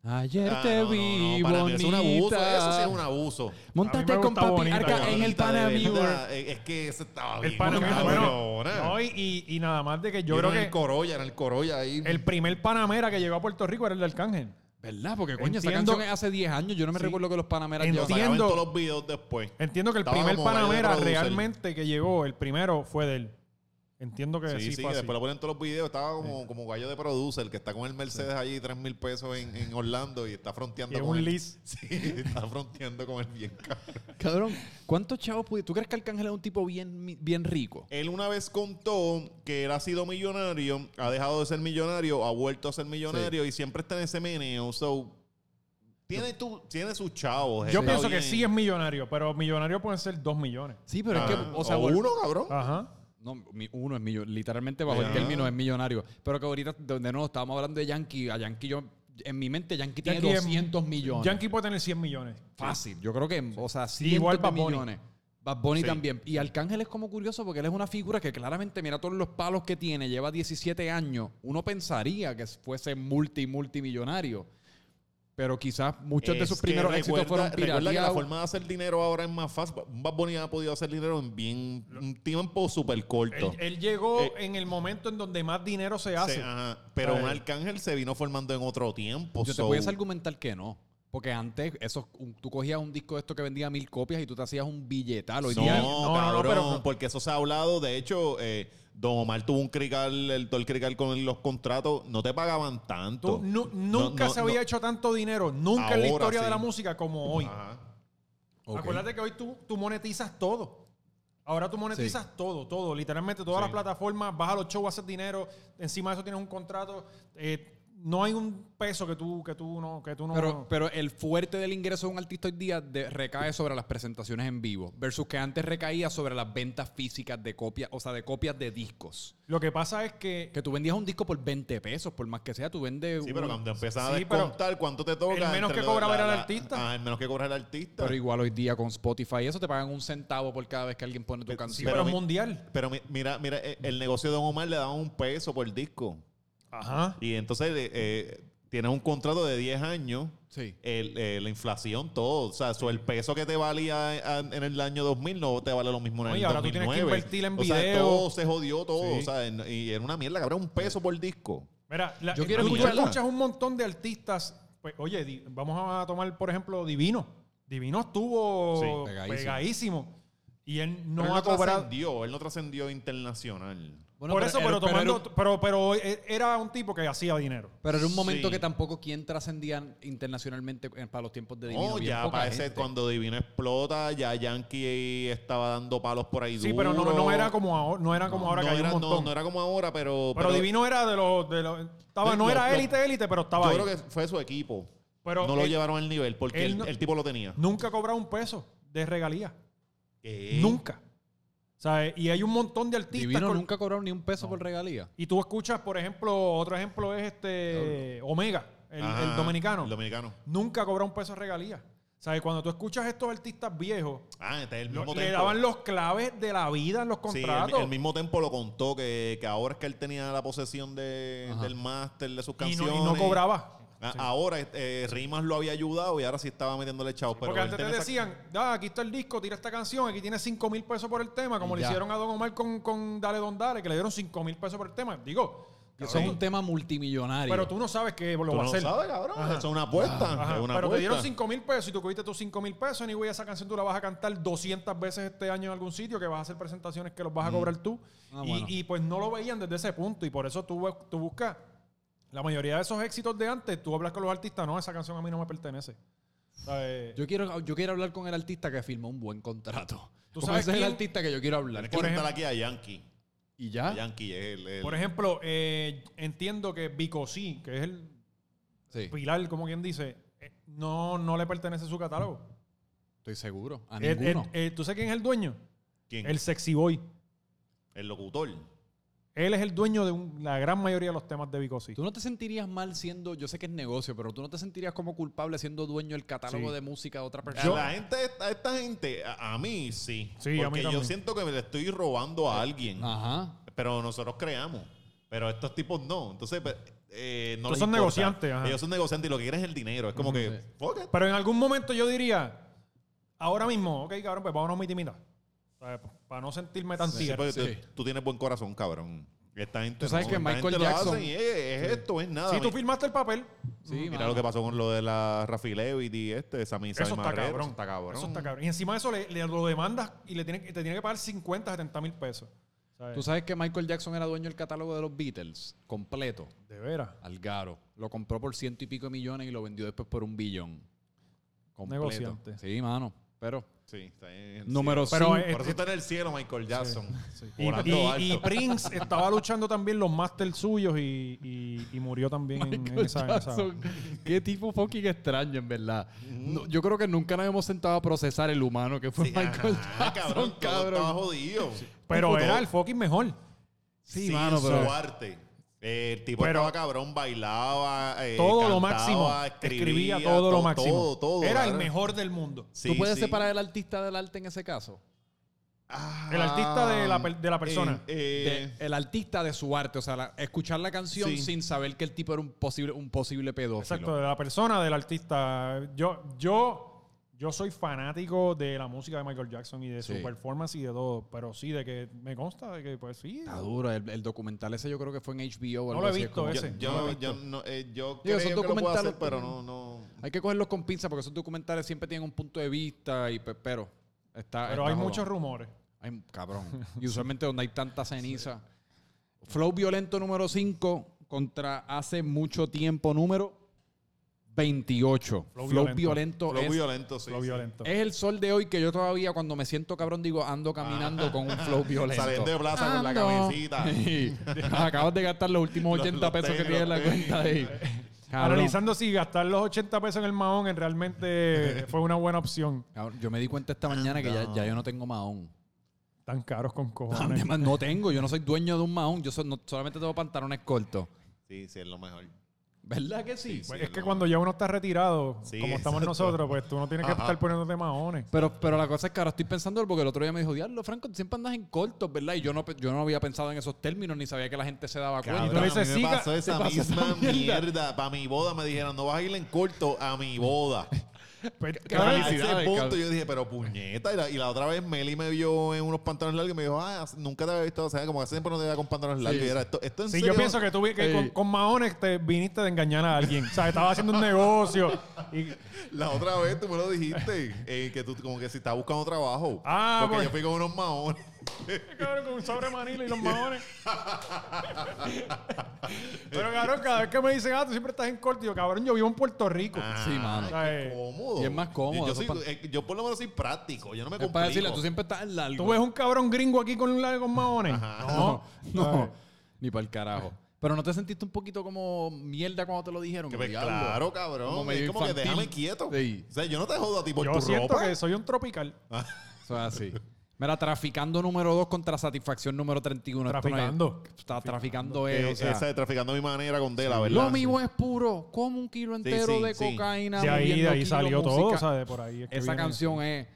Speaker 1: Ayer
Speaker 2: Ah,
Speaker 1: te
Speaker 2: no, no,
Speaker 1: vi,
Speaker 2: no, para mí
Speaker 1: Bonita.
Speaker 2: es un abuso. Eso sí es un abuso.
Speaker 1: Montate
Speaker 3: A mí me
Speaker 1: con
Speaker 3: gusta
Speaker 1: Papi
Speaker 3: Bonita,
Speaker 1: Arca en el
Speaker 2: Bonita, de
Speaker 1: Panamure.
Speaker 2: verdad, eh, Es es que eso estaba bien.
Speaker 3: el Panamera. Bueno,
Speaker 2: cabrona.
Speaker 3: no, y, y- y nada más de que yo
Speaker 2: Yo
Speaker 3: creo
Speaker 2: en
Speaker 3: que
Speaker 2: el Corolla, en el Corolla ahí.
Speaker 3: el primer Panamera que llegó a Puerto Rico era el de Arcángel.
Speaker 1: ¿Verdad? Porque, coño, esa
Speaker 3: Entiendo-
Speaker 1: canción es hace 10 años. Yo no me
Speaker 3: Sí.
Speaker 1: recuerdo que los Panameras
Speaker 3: Entiendo-
Speaker 2: Lo
Speaker 1: llevaban-
Speaker 2: sacaban
Speaker 3: entiendo-
Speaker 2: todos los videos después.
Speaker 3: Entiendo que el
Speaker 2: Estaba
Speaker 3: primer
Speaker 2: como mayor
Speaker 3: Panamera
Speaker 2: producer.
Speaker 3: realmente que llegó, el primero fue de él. Entiendo que
Speaker 2: Sí,
Speaker 3: sí,
Speaker 2: sí,
Speaker 3: fue
Speaker 2: que
Speaker 3: así.
Speaker 2: después lo ponen en todos los videos. Estaba como, como gallo de producer que está con el Mercedes allí, 3 mil pesos en, en Orlando y está fronteando
Speaker 3: Que es
Speaker 2: con
Speaker 3: un
Speaker 2: el-
Speaker 3: lease.
Speaker 2: Sí, está fronteando con el bien cabrón.
Speaker 1: Cabrón, ¿cuántos chavos pudi- ¿Tú crees que Arcángel es un tipo bien, mi- bien rico?
Speaker 2: Él una vez contó que él ha sido millonario, ha dejado de ser millonario, ha vuelto a ser millonario y siempre está en ese meneo. So, tiene, tu, tiene sus chavos.
Speaker 3: Yo
Speaker 2: está
Speaker 3: pienso que
Speaker 2: bien.
Speaker 3: sí es millonario, pero millonario pueden ser dos millones.
Speaker 1: Sí, pero es que,
Speaker 2: Ah,
Speaker 1: o sea, vol-
Speaker 2: uno, cabrón.
Speaker 3: Ajá.
Speaker 1: No, mi- uno es millonario. Literalmente bajo el
Speaker 2: Ajá.
Speaker 1: término es millonario. Pero que ahorita, de de nuevo, estábamos hablando de Yankee. A Yankee yo... En mi mente, Yankee,
Speaker 3: Yankee
Speaker 1: tiene
Speaker 3: es-
Speaker 1: 200 millones.
Speaker 3: Yankee puede tener 100 millones.
Speaker 1: Fácil. Yo creo que, o sea,
Speaker 3: Y
Speaker 1: cientos
Speaker 3: igual
Speaker 1: de
Speaker 3: Bad Bunny.
Speaker 1: millones. Bad Bunny
Speaker 2: Sí.
Speaker 1: también. Y Arcángel es como curioso porque él es una figura que claramente, mira todos los palos que tiene, lleva 17 años. Uno pensaría que fuese multi, multimillonario. Pero quizás muchos de
Speaker 2: Es
Speaker 1: sus
Speaker 2: que
Speaker 1: primeros éxitos
Speaker 2: recuerda-
Speaker 1: fueron
Speaker 2: Recuerda que la
Speaker 1: pirateados.
Speaker 2: forma de hacer dinero ahora es más fácil. Bad Bunny ha podido hacer dinero en bien un tiempo súper corto.
Speaker 3: Él, él llegó
Speaker 2: Eh,
Speaker 3: en el momento en donde más dinero se
Speaker 2: Sí,
Speaker 3: hace.
Speaker 2: ajá. Pero
Speaker 3: Ay.
Speaker 2: un arcángel se vino formando en otro tiempo.
Speaker 1: Yo te
Speaker 2: so-
Speaker 1: puedes argumentar que no. Porque antes esos, un- tú cogías un disco de esto que vendía mil copias y tú te hacías un billetal. Hoy
Speaker 2: No,
Speaker 1: día
Speaker 3: no, no,
Speaker 2: cabrón,
Speaker 3: pero-
Speaker 2: porque eso se ha hablado. De hecho, eh, Don Omar tuvo un crical, el, todo el crical con los contratos. No te pagaban tanto.
Speaker 3: Tú nu- nunca
Speaker 2: No, no,
Speaker 3: se había
Speaker 2: no.
Speaker 3: hecho tanto dinero, nunca en
Speaker 2: Ahora
Speaker 3: la historia
Speaker 2: sí.
Speaker 3: de la música como hoy.
Speaker 2: Ajá.
Speaker 1: Ok.
Speaker 3: Acuérdate que hoy tú, tú monetizas todo. Ahora tú monetizas todo, todo. Literalmente todas las plataformas, vas a los shows, haces dinero. Encima de eso tienes un contrato. Eh, no hay un peso que tú, que tú no... Que tú no
Speaker 1: Pero, pero el fuerte del ingreso de un artista hoy día de- recae sobre las presentaciones en vivo, versus que antes recaía sobre las ventas físicas de copias, o sea, de copias de discos.
Speaker 3: Lo que pasa es que...
Speaker 1: Que tú vendías un disco por 20 pesos, por más que sea, tú vendes.
Speaker 2: Sí, pero
Speaker 1: un-
Speaker 2: cuando empezaba a
Speaker 3: Sí, pero
Speaker 2: descontar cuánto te toca.
Speaker 3: el menos
Speaker 2: entre
Speaker 3: que
Speaker 2: lo-
Speaker 3: cobraba
Speaker 2: la-
Speaker 3: era el
Speaker 2: la-
Speaker 3: artista.
Speaker 2: Ah, el menos que cobra el artista.
Speaker 1: pero igual hoy día con Spotify, eso te pagan un centavo por cada vez que alguien pone tu
Speaker 2: Pero-
Speaker 1: canción.
Speaker 3: sí, pero,
Speaker 2: pero
Speaker 3: es
Speaker 2: mi-
Speaker 3: mundial.
Speaker 2: Pero mi- mira, mira, eh, el negocio de Don Omar le daban un peso por disco.
Speaker 3: Ajá.
Speaker 2: Y entonces eh, eh, tienes un contrato de 10 años,
Speaker 1: Sí.
Speaker 2: el- eh, la inflación, todo. O sea, so, el peso que te valía eh, an- en el año 2000 no te vale lo mismo en el
Speaker 3: Oye, ahora tú tienes
Speaker 2: 2009.
Speaker 3: que invertir en
Speaker 2: O sea,
Speaker 3: video.
Speaker 2: todo se jodió, todo.
Speaker 3: Sí.
Speaker 2: O sea, en- y era una mierda, cabrón, un peso por disco.
Speaker 3: Mira, la-
Speaker 1: Yo quiero
Speaker 3: tú
Speaker 1: escucharla.
Speaker 3: escuchas un montón de artistas. Pues, oye, di- vamos a tomar, por ejemplo, Divino. Divino estuvo
Speaker 1: Sí,
Speaker 3: pegadísimo.
Speaker 1: pegadísimo.
Speaker 3: Y él
Speaker 2: Pero
Speaker 3: no
Speaker 2: él
Speaker 3: ha
Speaker 2: no
Speaker 3: cobrado.
Speaker 2: trascendió, él no trascendió internacional.
Speaker 1: Bueno,
Speaker 3: por
Speaker 1: pero
Speaker 3: eso,
Speaker 1: era-
Speaker 3: pero,
Speaker 1: pero era
Speaker 3: tomando.
Speaker 1: un-
Speaker 3: Pero, pero eh, era un tipo que hacía dinero.
Speaker 1: Pero era un momento
Speaker 2: Sí.
Speaker 1: que tampoco quien trascendían internacionalmente eh, para los tiempos de Divino.
Speaker 3: Oh,
Speaker 2: No,
Speaker 1: bien
Speaker 2: ya
Speaker 1: poca
Speaker 2: parece
Speaker 1: gente.
Speaker 2: cuando Divino explota, ya Yankee estaba dando palos por ahí
Speaker 3: Sí, pero no, no
Speaker 2: duro.
Speaker 3: era como ahora, no era como ahora
Speaker 2: No
Speaker 3: que hay
Speaker 2: era,
Speaker 3: un
Speaker 2: no-
Speaker 3: montón.
Speaker 2: no era como ahora, pero...
Speaker 3: pero, Divino era de los. De los- estaba, no
Speaker 2: Lo-
Speaker 3: era
Speaker 2: lo-
Speaker 3: élite, élite, pero estaba
Speaker 2: Yo
Speaker 3: ahí.
Speaker 2: creo que fue su equipo.
Speaker 3: Pero
Speaker 2: no lo
Speaker 3: él-
Speaker 2: llevaron al nivel porque
Speaker 3: él
Speaker 2: el,
Speaker 3: no-
Speaker 2: el tipo lo tenía.
Speaker 3: Nunca ha cobrado un peso de regalía.
Speaker 2: ¿Qué?
Speaker 3: Nunca. ¿Sabes? Y hay un montón de artistas.
Speaker 1: Divino
Speaker 3: con-
Speaker 1: nunca cobraron ni un peso por regalía.
Speaker 3: Y tú escuchas, por ejemplo, otro ejemplo es este Omega, el,
Speaker 2: Ajá,
Speaker 3: el dominicano.
Speaker 2: El dominicano.
Speaker 3: Nunca cobró un peso de regalía. ¿Sabes? Cuando tú escuchas a estos artistas viejos,
Speaker 2: Ah, este es el
Speaker 3: lo-
Speaker 2: mismo
Speaker 3: le
Speaker 2: tempo.
Speaker 3: daban los claves de la vida en los
Speaker 2: Sí, el-
Speaker 3: contratos.
Speaker 2: el, mismo tempo lo contó que, que ahora es que él tenía la posesión de-
Speaker 1: Ajá.
Speaker 2: del máster de sus
Speaker 3: y,
Speaker 2: canciones.
Speaker 3: no, y no cobraba.
Speaker 2: A- Ahora eh, Rimas lo había ayudado y ahora sí estaba metiéndole chavos. pero
Speaker 3: Porque
Speaker 2: él
Speaker 3: antes te
Speaker 2: tenía esa-
Speaker 3: decían, "Ah, aquí está el disco, tira esta canción, aquí tienes 5 mil pesos por el tema, como le
Speaker 1: Ya.
Speaker 3: hicieron a Don Omar con, con Dale Don Dale, que le dieron 5 mil pesos por el tema. Digo,
Speaker 1: Y eso es un tema multimillonario.
Speaker 3: Pero tú no sabes que lo
Speaker 2: Tú
Speaker 3: va a
Speaker 2: no
Speaker 3: hacer.
Speaker 2: sabes, cabrón.
Speaker 3: Ajá.
Speaker 2: Eso es una apuesta.
Speaker 3: Ajá,
Speaker 2: Es una
Speaker 3: pero
Speaker 2: apuesta.
Speaker 3: te dieron 5 mil pesos y tú cogiste tus 5 mil pesos. Y güey, esa canción tú la vas a cantar 200 veces este año en algún sitio, que vas a hacer presentaciones que los
Speaker 2: Mm.
Speaker 3: vas a cobrar tú.
Speaker 1: Ah,
Speaker 3: y,
Speaker 1: bueno.
Speaker 3: y, pues no lo veían desde ese punto. Y por eso tú, bu- tú buscas la mayoría de esos éxitos de antes. Tú hablas con los artistas, no, esa canción a mí no me pertenece. ¿Sabes?
Speaker 1: Yo quiero, yo quiero hablar con el artista que firmó un buen contrato.
Speaker 3: ¿Tú
Speaker 1: Porque
Speaker 3: sabes
Speaker 1: ese es el
Speaker 3: quién?
Speaker 1: artista que yo quiero hablar.
Speaker 2: Tienes que
Speaker 3: Por
Speaker 2: preguntar
Speaker 3: ejemplo- ¿Ah?
Speaker 2: aquí a Yankee.
Speaker 1: Y ya.
Speaker 2: Yankee es el. el-
Speaker 3: por ejemplo, eh, entiendo que Bicosí, que es el
Speaker 1: Sí,
Speaker 3: pilar, como quien dice, eh, no, no le pertenece su catálogo.
Speaker 1: estoy seguro. A
Speaker 3: Eh,
Speaker 1: ninguno.
Speaker 3: eh, eh, ¿Tú sabes quién es el dueño?
Speaker 2: ¿quién?
Speaker 3: El sexy boy.
Speaker 2: El locutor.
Speaker 3: Él es el dueño de un- la gran mayoría de los temas de Bicosí.
Speaker 1: ¿Tú no te sentirías mal siendo, yo sé que es negocio, pero tú no te sentirías como culpable siendo dueño del catálogo
Speaker 3: Sí.
Speaker 1: de música de otra
Speaker 2: A
Speaker 1: persona?
Speaker 2: la gente, a esta gente, a, a mí sí.
Speaker 3: Sí, a mí
Speaker 2: porque yo
Speaker 3: también.
Speaker 2: siento que me le estoy robando a alguien.
Speaker 1: Ajá.
Speaker 2: Pero nosotros creamos. Pero estos tipos no. Entonces, pues, eh, no
Speaker 3: Estos
Speaker 2: les
Speaker 3: son
Speaker 2: importa.
Speaker 3: negociantes, ajá.
Speaker 2: Ellos son negociantes y lo que quieren es el dinero. Es como
Speaker 1: Ujú,
Speaker 2: que.
Speaker 1: sí.
Speaker 2: fuck it.
Speaker 3: Pero en algún momento yo diría, ahora mismo, ok, cabrón, pues vámonos mitad y mitad. Pues, Para no sentirme tan
Speaker 2: Sí, pues,
Speaker 3: tigre.
Speaker 2: porque
Speaker 3: Sí,
Speaker 1: Sí.
Speaker 2: Tú, tú tienes buen corazón, cabrón. Esta gente
Speaker 1: Tú sabes
Speaker 2: no,
Speaker 1: que
Speaker 2: esta
Speaker 1: Michael
Speaker 2: gente lo
Speaker 1: Jackson-
Speaker 2: hacen y, eh, es esto, es nada.
Speaker 3: tú firmaste el papel,
Speaker 1: Sí,
Speaker 2: Mira
Speaker 1: mano.
Speaker 2: lo que pasó con lo de la Rafi Levitt y este, Sammy
Speaker 3: eso
Speaker 2: Sammy
Speaker 3: está
Speaker 2: Marrero.
Speaker 3: cabrón.
Speaker 2: Eso está cabrón.
Speaker 3: Eso está cabrón. Y encima de eso le, le lo demandas y le tiene, que- te tiene que pagar 50, 70 mil pesos. ¿Sabes?
Speaker 1: Tú sabes que Michael Jackson era dueño del catálogo de los Beatles, completo,
Speaker 3: De veras.
Speaker 1: Algaro. Lo compró por ciento y pico de millones y lo vendió después por un billón. Completo.
Speaker 3: Negociante.
Speaker 1: Sí, mano. Pero,
Speaker 2: Sí, está en el
Speaker 1: número
Speaker 3: Pero,
Speaker 1: cinco.
Speaker 3: eh,
Speaker 2: Por eso está en el cielo Michael Jackson.
Speaker 3: Y,
Speaker 2: Volando
Speaker 3: y-
Speaker 2: alto.
Speaker 3: y Prince estaba luchando también los masters suyos y, y- y murió también en- Mm, en,
Speaker 1: Michael
Speaker 3: esa, en esa-
Speaker 1: Jackson. Qué tipo fucking extraño, en verdad. No, yo creo que nunca nos hemos sentado a procesar el humano que fue
Speaker 2: Sí,
Speaker 1: Michael
Speaker 2: ajá,
Speaker 1: Jackson,
Speaker 2: cabrón,
Speaker 1: cabrón.
Speaker 2: todo estaba jodido.
Speaker 3: Pero
Speaker 2: Todo. Eh,
Speaker 3: era el fucking mejor.
Speaker 1: Sí,
Speaker 2: Sin
Speaker 1: mano,
Speaker 2: su
Speaker 1: pero-
Speaker 2: arte. El tipo
Speaker 3: Pero-
Speaker 2: estaba cabrón, bailaba, eh,
Speaker 3: todo
Speaker 2: cantaba,
Speaker 3: lo máximo.
Speaker 2: escribía,
Speaker 3: Escribía, todo lo
Speaker 2: to-
Speaker 3: máximo.
Speaker 2: Todo, todo,
Speaker 3: era el
Speaker 2: cabrón.
Speaker 3: mejor del mundo.
Speaker 2: Sí,
Speaker 1: ¿Tú puedes
Speaker 2: sí.
Speaker 1: separar el artista del arte en ese caso?
Speaker 2: Ah,
Speaker 3: El artista de la per- de la persona.
Speaker 2: eh, eh,
Speaker 1: De- el artista de su arte, o sea, la- escuchar la canción
Speaker 2: Sí.
Speaker 1: sin saber que el tipo era un posible, un posible pedófilo.
Speaker 3: Exacto, de la persona, del artista. Yo, yo, yo soy fanático de la música de Michael Jackson y de
Speaker 1: Sí.
Speaker 3: su performance y de todo. Pero sí, de que me consta de que, pues sí.
Speaker 1: Está duro. El, el documental ese yo creo que fue en HBO. o
Speaker 3: No
Speaker 1: algo
Speaker 3: lo he
Speaker 1: así, es
Speaker 3: visto eh.
Speaker 1: como-
Speaker 3: ese.
Speaker 2: yo, yo, yo no, eh, yo
Speaker 1: Digo,
Speaker 2: creo
Speaker 1: son
Speaker 2: que lo puedo
Speaker 1: documentales,
Speaker 2: hacer, pero no, no.
Speaker 1: Hay que cogerlos con pinzas porque esos documentales siempre tienen un punto de vista y pe- pero está está
Speaker 3: pero hay
Speaker 1: jodón.
Speaker 3: muchos rumores.
Speaker 1: Ay, cabrón. Y usualmente donde hay tanta ceniza. Flow violento número 5 contra hace mucho tiempo número 28. Flow,
Speaker 3: Flow
Speaker 1: violento,
Speaker 2: Lo
Speaker 1: es,
Speaker 2: violento, sí.
Speaker 3: lo
Speaker 2: sí.
Speaker 3: violento.
Speaker 1: es el sol de hoy que yo todavía cuando me siento cabrón digo ando caminando con un flow violento.
Speaker 2: Salen Ah. de plaza con la
Speaker 1: Ando.
Speaker 2: camisita.
Speaker 1: Sí. Acabas de gastar los últimos
Speaker 2: Los-
Speaker 1: 80
Speaker 2: los
Speaker 1: pesos que
Speaker 2: tenis,
Speaker 1: tienes en
Speaker 2: los
Speaker 1: la
Speaker 2: tenis.
Speaker 1: cuenta ahí. Cabrón.
Speaker 3: Analizando si gastar los 80 pesos en el Mahón en realmente fue una buena opción.
Speaker 1: Cabrón, yo me di cuenta esta mañana que ya, ya yo no tengo mahón.
Speaker 3: Tan caros con cojones.
Speaker 1: Además, no tengo. Yo no soy dueño de un mahón. Yo so- no- solamente tengo pantalones cortos.
Speaker 2: Sí, sí, es lo mejor.
Speaker 1: ¿Verdad que sí?
Speaker 3: Pues es que cuando ya uno está retirado,
Speaker 2: Sí,
Speaker 3: como estamos
Speaker 2: exacto.
Speaker 3: nosotros, pues tú no tienes que
Speaker 2: Ajá.
Speaker 3: estar poniéndote maones.
Speaker 1: Pero, pero la cosa es que ahora estoy pensando porque el otro día me dijo, diablo, Franco, tú siempre andas en cortos, ¿verdad? Y yo no, pe- yo no había pensado en esos términos ni sabía que la gente se daba
Speaker 2: Cabrón,
Speaker 1: cuenta.
Speaker 3: le dices,
Speaker 2: a mí me
Speaker 3: "Siga",
Speaker 2: pasó
Speaker 3: te
Speaker 2: esa
Speaker 1: pasa
Speaker 2: misma
Speaker 1: esa mierda.
Speaker 2: mierda. Para mi boda me dijeron, no vas a ir en corto a mi boda.
Speaker 3: Pues,
Speaker 1: cabrón,
Speaker 2: a ese
Speaker 1: Felicidades,
Speaker 2: punto
Speaker 1: cabrón.
Speaker 2: yo dije, pero puñeta. Y la, y la otra vez Meli me vio en unos pantalones largos y me dijo, ah, nunca te había visto. O sea, como que siempre no te veía con pantalones largos.
Speaker 1: Sí.
Speaker 2: Y era esto, esto en
Speaker 3: Sí,
Speaker 2: serio.
Speaker 3: yo pienso que tú vi- que
Speaker 1: Sí.
Speaker 3: con, con Mahones te viniste de engañar a alguien. O sea, estaba haciendo un negocio. y-
Speaker 2: La otra vez tú me lo dijiste. eh, que tú como que si estás buscando trabajo.
Speaker 3: Ah,
Speaker 2: porque
Speaker 3: pues.
Speaker 2: yo fui con unos maones.
Speaker 3: cabrón, con un sobre manila y los Mahones. Pero cabrón, cada vez que me dicen, ah, tú siempre estás en corto, yo, cabrón, yo vivo en Puerto Rico.
Speaker 2: Ah,
Speaker 1: Sí, mano.
Speaker 2: Ay,
Speaker 3: Ay.
Speaker 2: qué cómodo.
Speaker 1: Ah. Y es más cómodo,
Speaker 2: Yo,
Speaker 1: eso
Speaker 2: soy-
Speaker 1: pa-
Speaker 2: eh, yo por lo menos soy práctico. Yo no me
Speaker 1: Es
Speaker 2: complico.
Speaker 1: para decirle, tú siempre estás en largo.
Speaker 3: ¿Tú ves un cabrón gringo aquí con, la- con Mahones?
Speaker 1: No, no.
Speaker 3: Ay.
Speaker 1: Ni para el carajo. Pero ¿no te sentiste un poquito como mierda cuando te lo dijeron?
Speaker 2: Que
Speaker 1: Como,
Speaker 2: pues,
Speaker 1: "Diablo".
Speaker 2: claro, cabrón.
Speaker 1: Como
Speaker 2: Como
Speaker 1: medio
Speaker 2: es como que
Speaker 1: infantil.
Speaker 2: déjame quieto.
Speaker 1: Sí.
Speaker 2: O sea, yo no te jodo a ti por
Speaker 3: Yo
Speaker 2: tu
Speaker 3: siento
Speaker 2: ropa.
Speaker 3: que soy un tropical.
Speaker 1: Eso es así. Mira, traficando número 2 contra satisfacción número 31. Esto no es-
Speaker 3: Traficando.
Speaker 1: está traficando,
Speaker 2: Eh,
Speaker 1: es, o sea,
Speaker 2: esa de traficando mi manera con Dela, ¿verdad?
Speaker 1: Lo mismo es puro. Como un kilo entero
Speaker 2: sí,
Speaker 1: de
Speaker 2: sí.
Speaker 1: cocaína.
Speaker 3: De ahí, de
Speaker 1: moviendo
Speaker 3: ahí
Speaker 1: kilo
Speaker 3: salió todo,
Speaker 1: música.
Speaker 3: o sea, de por ahí. es que
Speaker 1: Esa
Speaker 3: viene.
Speaker 1: canción es.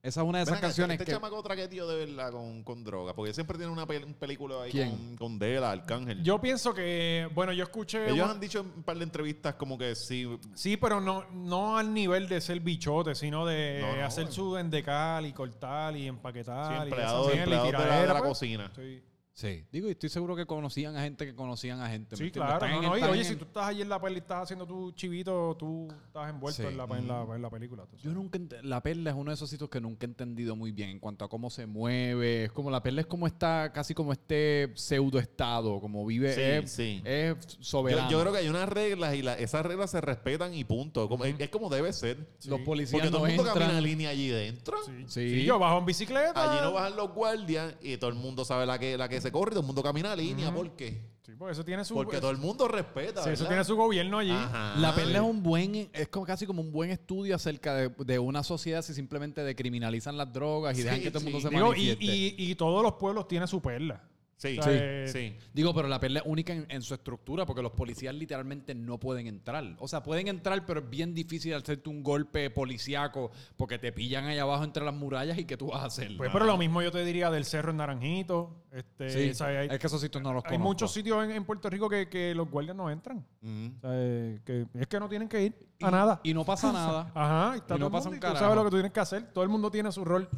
Speaker 1: Esa es una de
Speaker 2: Ven
Speaker 1: esas
Speaker 2: acá,
Speaker 1: canciones
Speaker 2: este
Speaker 1: que.
Speaker 2: chamaco traquetío de verdad con, con droga, porque siempre tiene una pel- un película ahí
Speaker 1: ¿Quién?
Speaker 2: con, con Dela, Arcángel.
Speaker 3: Yo pienso que, bueno, yo escuché.
Speaker 2: Ellos
Speaker 3: una-
Speaker 2: han dicho en un par de entrevistas como que sí,
Speaker 3: Sí, pero no, no al nivel de ser bichote, sino de
Speaker 2: No, no,
Speaker 3: hacer
Speaker 2: bueno.
Speaker 3: su endecal y cortar y empaquetar.
Speaker 2: sí
Speaker 3: y
Speaker 2: empleados
Speaker 3: esa mierda y
Speaker 2: empleados de la, de
Speaker 3: tiradera,
Speaker 2: la
Speaker 3: pues.
Speaker 2: cocina.
Speaker 3: Sí.
Speaker 1: Sí. Digo, y estoy seguro que conocían a gente que conocían a gente. ¿me
Speaker 3: Sí,
Speaker 1: entiendes?
Speaker 3: claro.
Speaker 1: Están en-
Speaker 3: no, no, y
Speaker 1: están
Speaker 3: oye,
Speaker 1: en-
Speaker 3: si tú estás ahí en la peli, estás haciendo tu chivito, tú estás envuelto
Speaker 1: Sí.
Speaker 3: en, la, en, la, en la película. tú sabes.
Speaker 1: Yo nunca ent- la perla es uno de esos sitios que nunca he entendido muy bien en cuanto a cómo se mueve. Es como la perla es como está, casi como este pseudo estado, como vive,
Speaker 2: Sí,
Speaker 1: es,
Speaker 2: sí.
Speaker 1: es soberano.
Speaker 2: Yo, yo creo que hay unas reglas y la- esas reglas se respetan y punto. Como- es, es como debe ser.
Speaker 1: Los
Speaker 3: Sí.
Speaker 1: policías
Speaker 2: Porque todo
Speaker 1: no
Speaker 2: el mundo camina
Speaker 1: entran.
Speaker 2: línea allí dentro.
Speaker 3: Sí.
Speaker 1: Sí.
Speaker 3: Sí, yo bajo en bicicleta.
Speaker 2: Allí no bajan los guardias y todo el mundo sabe la que, la que se corre y todo el mundo camina línea. ¿Por qué?
Speaker 3: Sí, porque eso tiene su.
Speaker 2: Porque todo el mundo respeta.
Speaker 3: sí, eso
Speaker 2: ¿verdad?
Speaker 3: tiene su gobierno allí.
Speaker 2: Ajá.
Speaker 1: La perla es un buen, es como casi como un buen estudio acerca de, de una sociedad si simplemente decriminalizan las drogas y
Speaker 2: Sí,
Speaker 1: dejan que todo el mundo
Speaker 2: sí.
Speaker 1: se
Speaker 3: Digo, y,
Speaker 1: manifieste.
Speaker 3: y, y todos los pueblos tienen su perla.
Speaker 2: Sí,
Speaker 3: O
Speaker 2: sí,
Speaker 3: sea, eh,
Speaker 2: sí.
Speaker 1: Digo, pero la perla es única en, en su estructura porque los policías literalmente no pueden entrar. O sea, pueden entrar, pero es bien difícil hacerte un golpe policiaco porque te pillan ahí abajo entre las murallas y ¿qué tú vas a hacer? Ah,
Speaker 3: Pues, pero lo mismo yo te diría del cerro en Naranjito. Este,
Speaker 1: Sí,
Speaker 3: o sea, hay,
Speaker 1: es que esos sitios no los
Speaker 3: hay
Speaker 1: conozco.
Speaker 3: muchos sitios en, en Puerto Rico que, que los guardias no entran.
Speaker 2: Mm.
Speaker 3: O sea, eh, que es que no tienen que ir a
Speaker 1: Y-
Speaker 3: nada. Ah.
Speaker 1: Y no pasa nada.
Speaker 3: Ajá, y está
Speaker 1: y no
Speaker 3: todo el
Speaker 1: pasa
Speaker 3: mundo
Speaker 1: un
Speaker 3: y tú sabes
Speaker 1: carajo.
Speaker 3: lo que tú tienes que hacer. Todo el mundo tiene su rol.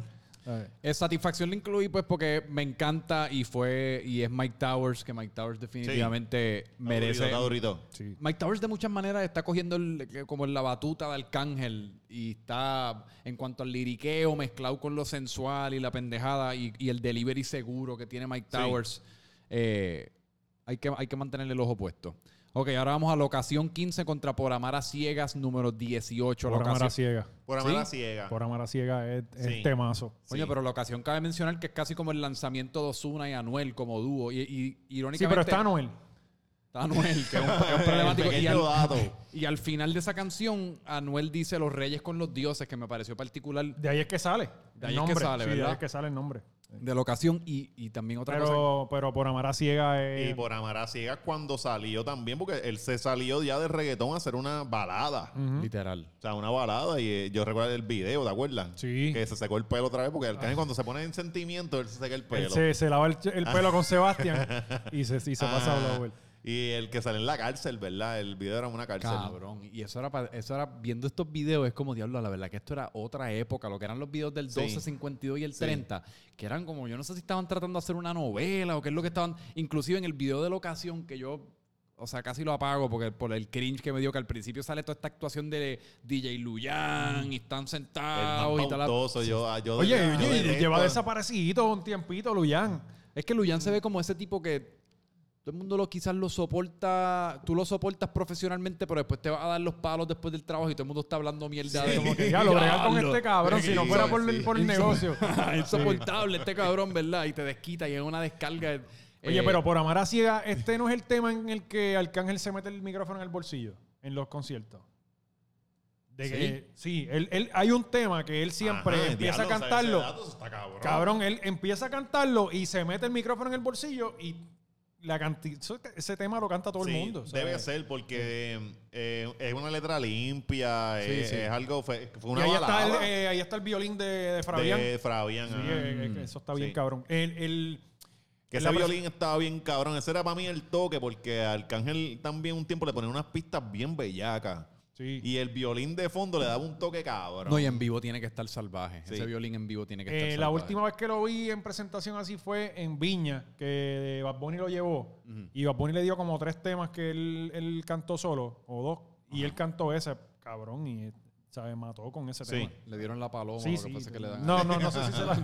Speaker 1: Eh, satisfacción la incluí pues porque me encanta y fue y es Mike Towers que Mike Towers definitivamente merece
Speaker 2: Está durito, está durito.
Speaker 3: Sí.
Speaker 1: Mike Towers de muchas maneras está cogiendo el- como la batuta de Arcángel y está en cuanto al liriqueo mezclado con lo sensual y la pendejada y, y el delivery seguro que tiene Mike
Speaker 2: Sí.
Speaker 1: Towers. Eh, hay, que, hay que mantenerle el ojo puesto. Ok, ahora vamos a locación 15 contra Por Amar a Ciegas, número 18.
Speaker 3: Por amar a
Speaker 1: locación.
Speaker 3: ciega.
Speaker 2: Por
Speaker 1: Sí.
Speaker 2: amar a
Speaker 1: Ah.
Speaker 2: ciega.
Speaker 3: Por amar a ciega es, es
Speaker 2: Sí.
Speaker 3: temazo.
Speaker 1: Coño,
Speaker 2: Sí.
Speaker 1: pero locación cabe mencionar que es casi como el lanzamiento de Ozuna y Anuel como dúo. Y, y- irónicamente.
Speaker 3: Sí, pero está Noel.
Speaker 1: está Anuel, que es un, es un
Speaker 2: El
Speaker 1: problemático. Y
Speaker 2: pequeño
Speaker 1: al-
Speaker 2: dato.
Speaker 1: Y al final de esa canción, Anuel dice Los Reyes con los Dioses, que me pareció particular
Speaker 3: De ahí es que sale.
Speaker 1: De
Speaker 3: el
Speaker 1: ahí es que
Speaker 3: nombre.
Speaker 1: sale,
Speaker 3: Sí, De ahí
Speaker 1: ¿verdad?
Speaker 3: es que sale el nombre.
Speaker 1: de la ocasión. Y, y también otra cosa.
Speaker 3: Pero, pero por amar a ciega es.
Speaker 2: Y por amar a ciegas cuando salió también, porque él se salió ya del reggaetón a hacer una balada.
Speaker 3: Ujú.
Speaker 1: Literal.
Speaker 2: O sea, una balada. Y eh, yo recuerdo el video, ¿te acuerdas?
Speaker 3: Sí. Ah.
Speaker 2: Que se secó el pelo otra vez, porque Arcángel cuando se pone en sentimiento, él se seca el
Speaker 3: Él
Speaker 2: pelo.
Speaker 3: se, se lava el, el
Speaker 1: Ah.
Speaker 3: pelo con Sebastián y se, y se pasa
Speaker 2: Ah,
Speaker 3: a blower.
Speaker 2: Y el que sale en la cárcel, ¿verdad? El video era una cárcel.
Speaker 1: Cabrón. Y eso era, pa- eso era viendo estos videos, es como diablo, la verdad que esto era otra época, lo que eran los videos del
Speaker 2: Sí.
Speaker 1: 12, 52 y el
Speaker 2: Sí.
Speaker 1: 30, que eran como, yo no sé si estaban tratando de hacer una novela o qué es lo que estaban, inclusive en el video de la ocasión que yo, o sea, casi lo apago porque por el cringe que me dio que al principio sale toda esta actuación de DJ Luyan y están
Speaker 2: El
Speaker 1: sentados
Speaker 2: más
Speaker 1: y tal. la-
Speaker 2: pautoso, yo, ah, yo
Speaker 3: Ah, Oye,
Speaker 2: yo
Speaker 3: oye,
Speaker 2: detesto-
Speaker 3: lleva desaparecido un tiempito, Luyan.
Speaker 1: Es que Luyan se ve como ese tipo que todo el mundo lo quizás lo soporta, tú lo soportas profesionalmente, pero después te vas a dar los palos después del trabajo y todo el mundo está hablando mierda de como que
Speaker 3: Ya lo bregar con
Speaker 1: "Diablo,
Speaker 3: este cabrón, si no
Speaker 2: Sí,
Speaker 3: fuera
Speaker 2: sí,
Speaker 3: por, el-
Speaker 2: sí.
Speaker 3: por el
Speaker 1: Insol-
Speaker 3: negocio.
Speaker 1: "Ah, insoportable este cabrón, ¿verdad? Y te desquita y es una descarga. eh,
Speaker 3: Oye, pero por amar a ciega, este no es el tema en el que Arcángel se mete el micrófono en el bolsillo, en los conciertos. De que, sí, él, él- hay un tema que él siempre
Speaker 2: Ajá,
Speaker 3: empieza a
Speaker 2: diablo, o sea,
Speaker 3: cantarlo.
Speaker 2: ese dato está cabrón.
Speaker 3: Cabrón, él empieza a cantarlo y se mete el micrófono en el bolsillo y la canti- eso- ese tema lo canta todo
Speaker 2: Sí,
Speaker 3: el mundo. eh. ¿sabes?
Speaker 2: Debe ser porque eh, es una letra limpia, es,
Speaker 1: sí.
Speaker 2: es algo. fe- fue
Speaker 3: Y
Speaker 2: una
Speaker 3: ahí está, el,
Speaker 2: balada
Speaker 3: eh, ahí está el violín de, de Fabián.
Speaker 2: de Fabián.
Speaker 3: Sí,
Speaker 2: ajá.
Speaker 3: eh, eh, que eso está bien,
Speaker 2: Sí.
Speaker 3: cabrón. El, el-
Speaker 2: que
Speaker 3: en
Speaker 2: ese
Speaker 3: la pres-
Speaker 2: violín estaba bien cabrón. Ese era para mí el toque, porque a Arcángel también un tiempo le ponía unas pistas bien bellacas.
Speaker 3: Sí.
Speaker 2: Y el violín de fondo le daba un toque cabrón.
Speaker 1: No, y en vivo tiene que estar salvaje.
Speaker 2: Sí.
Speaker 1: Ese violín en vivo tiene que
Speaker 3: Eh,
Speaker 1: estar
Speaker 3: la
Speaker 1: salvaje.
Speaker 3: última vez que lo vi en presentación así fue en Viña, que Bad Bunny lo llevó. Y Bad Bunny le dio como tres temas que él, él cantó solo, o dos. Y él cantó ese, cabrón, y eh, ¿sabes? mató con ese
Speaker 2: Sí.
Speaker 3: tema.
Speaker 1: Le dieron la paloma
Speaker 3: Sí,
Speaker 1: lo que
Speaker 3: sí.
Speaker 1: pasa es que le dan
Speaker 3: no, no, no sé si se la...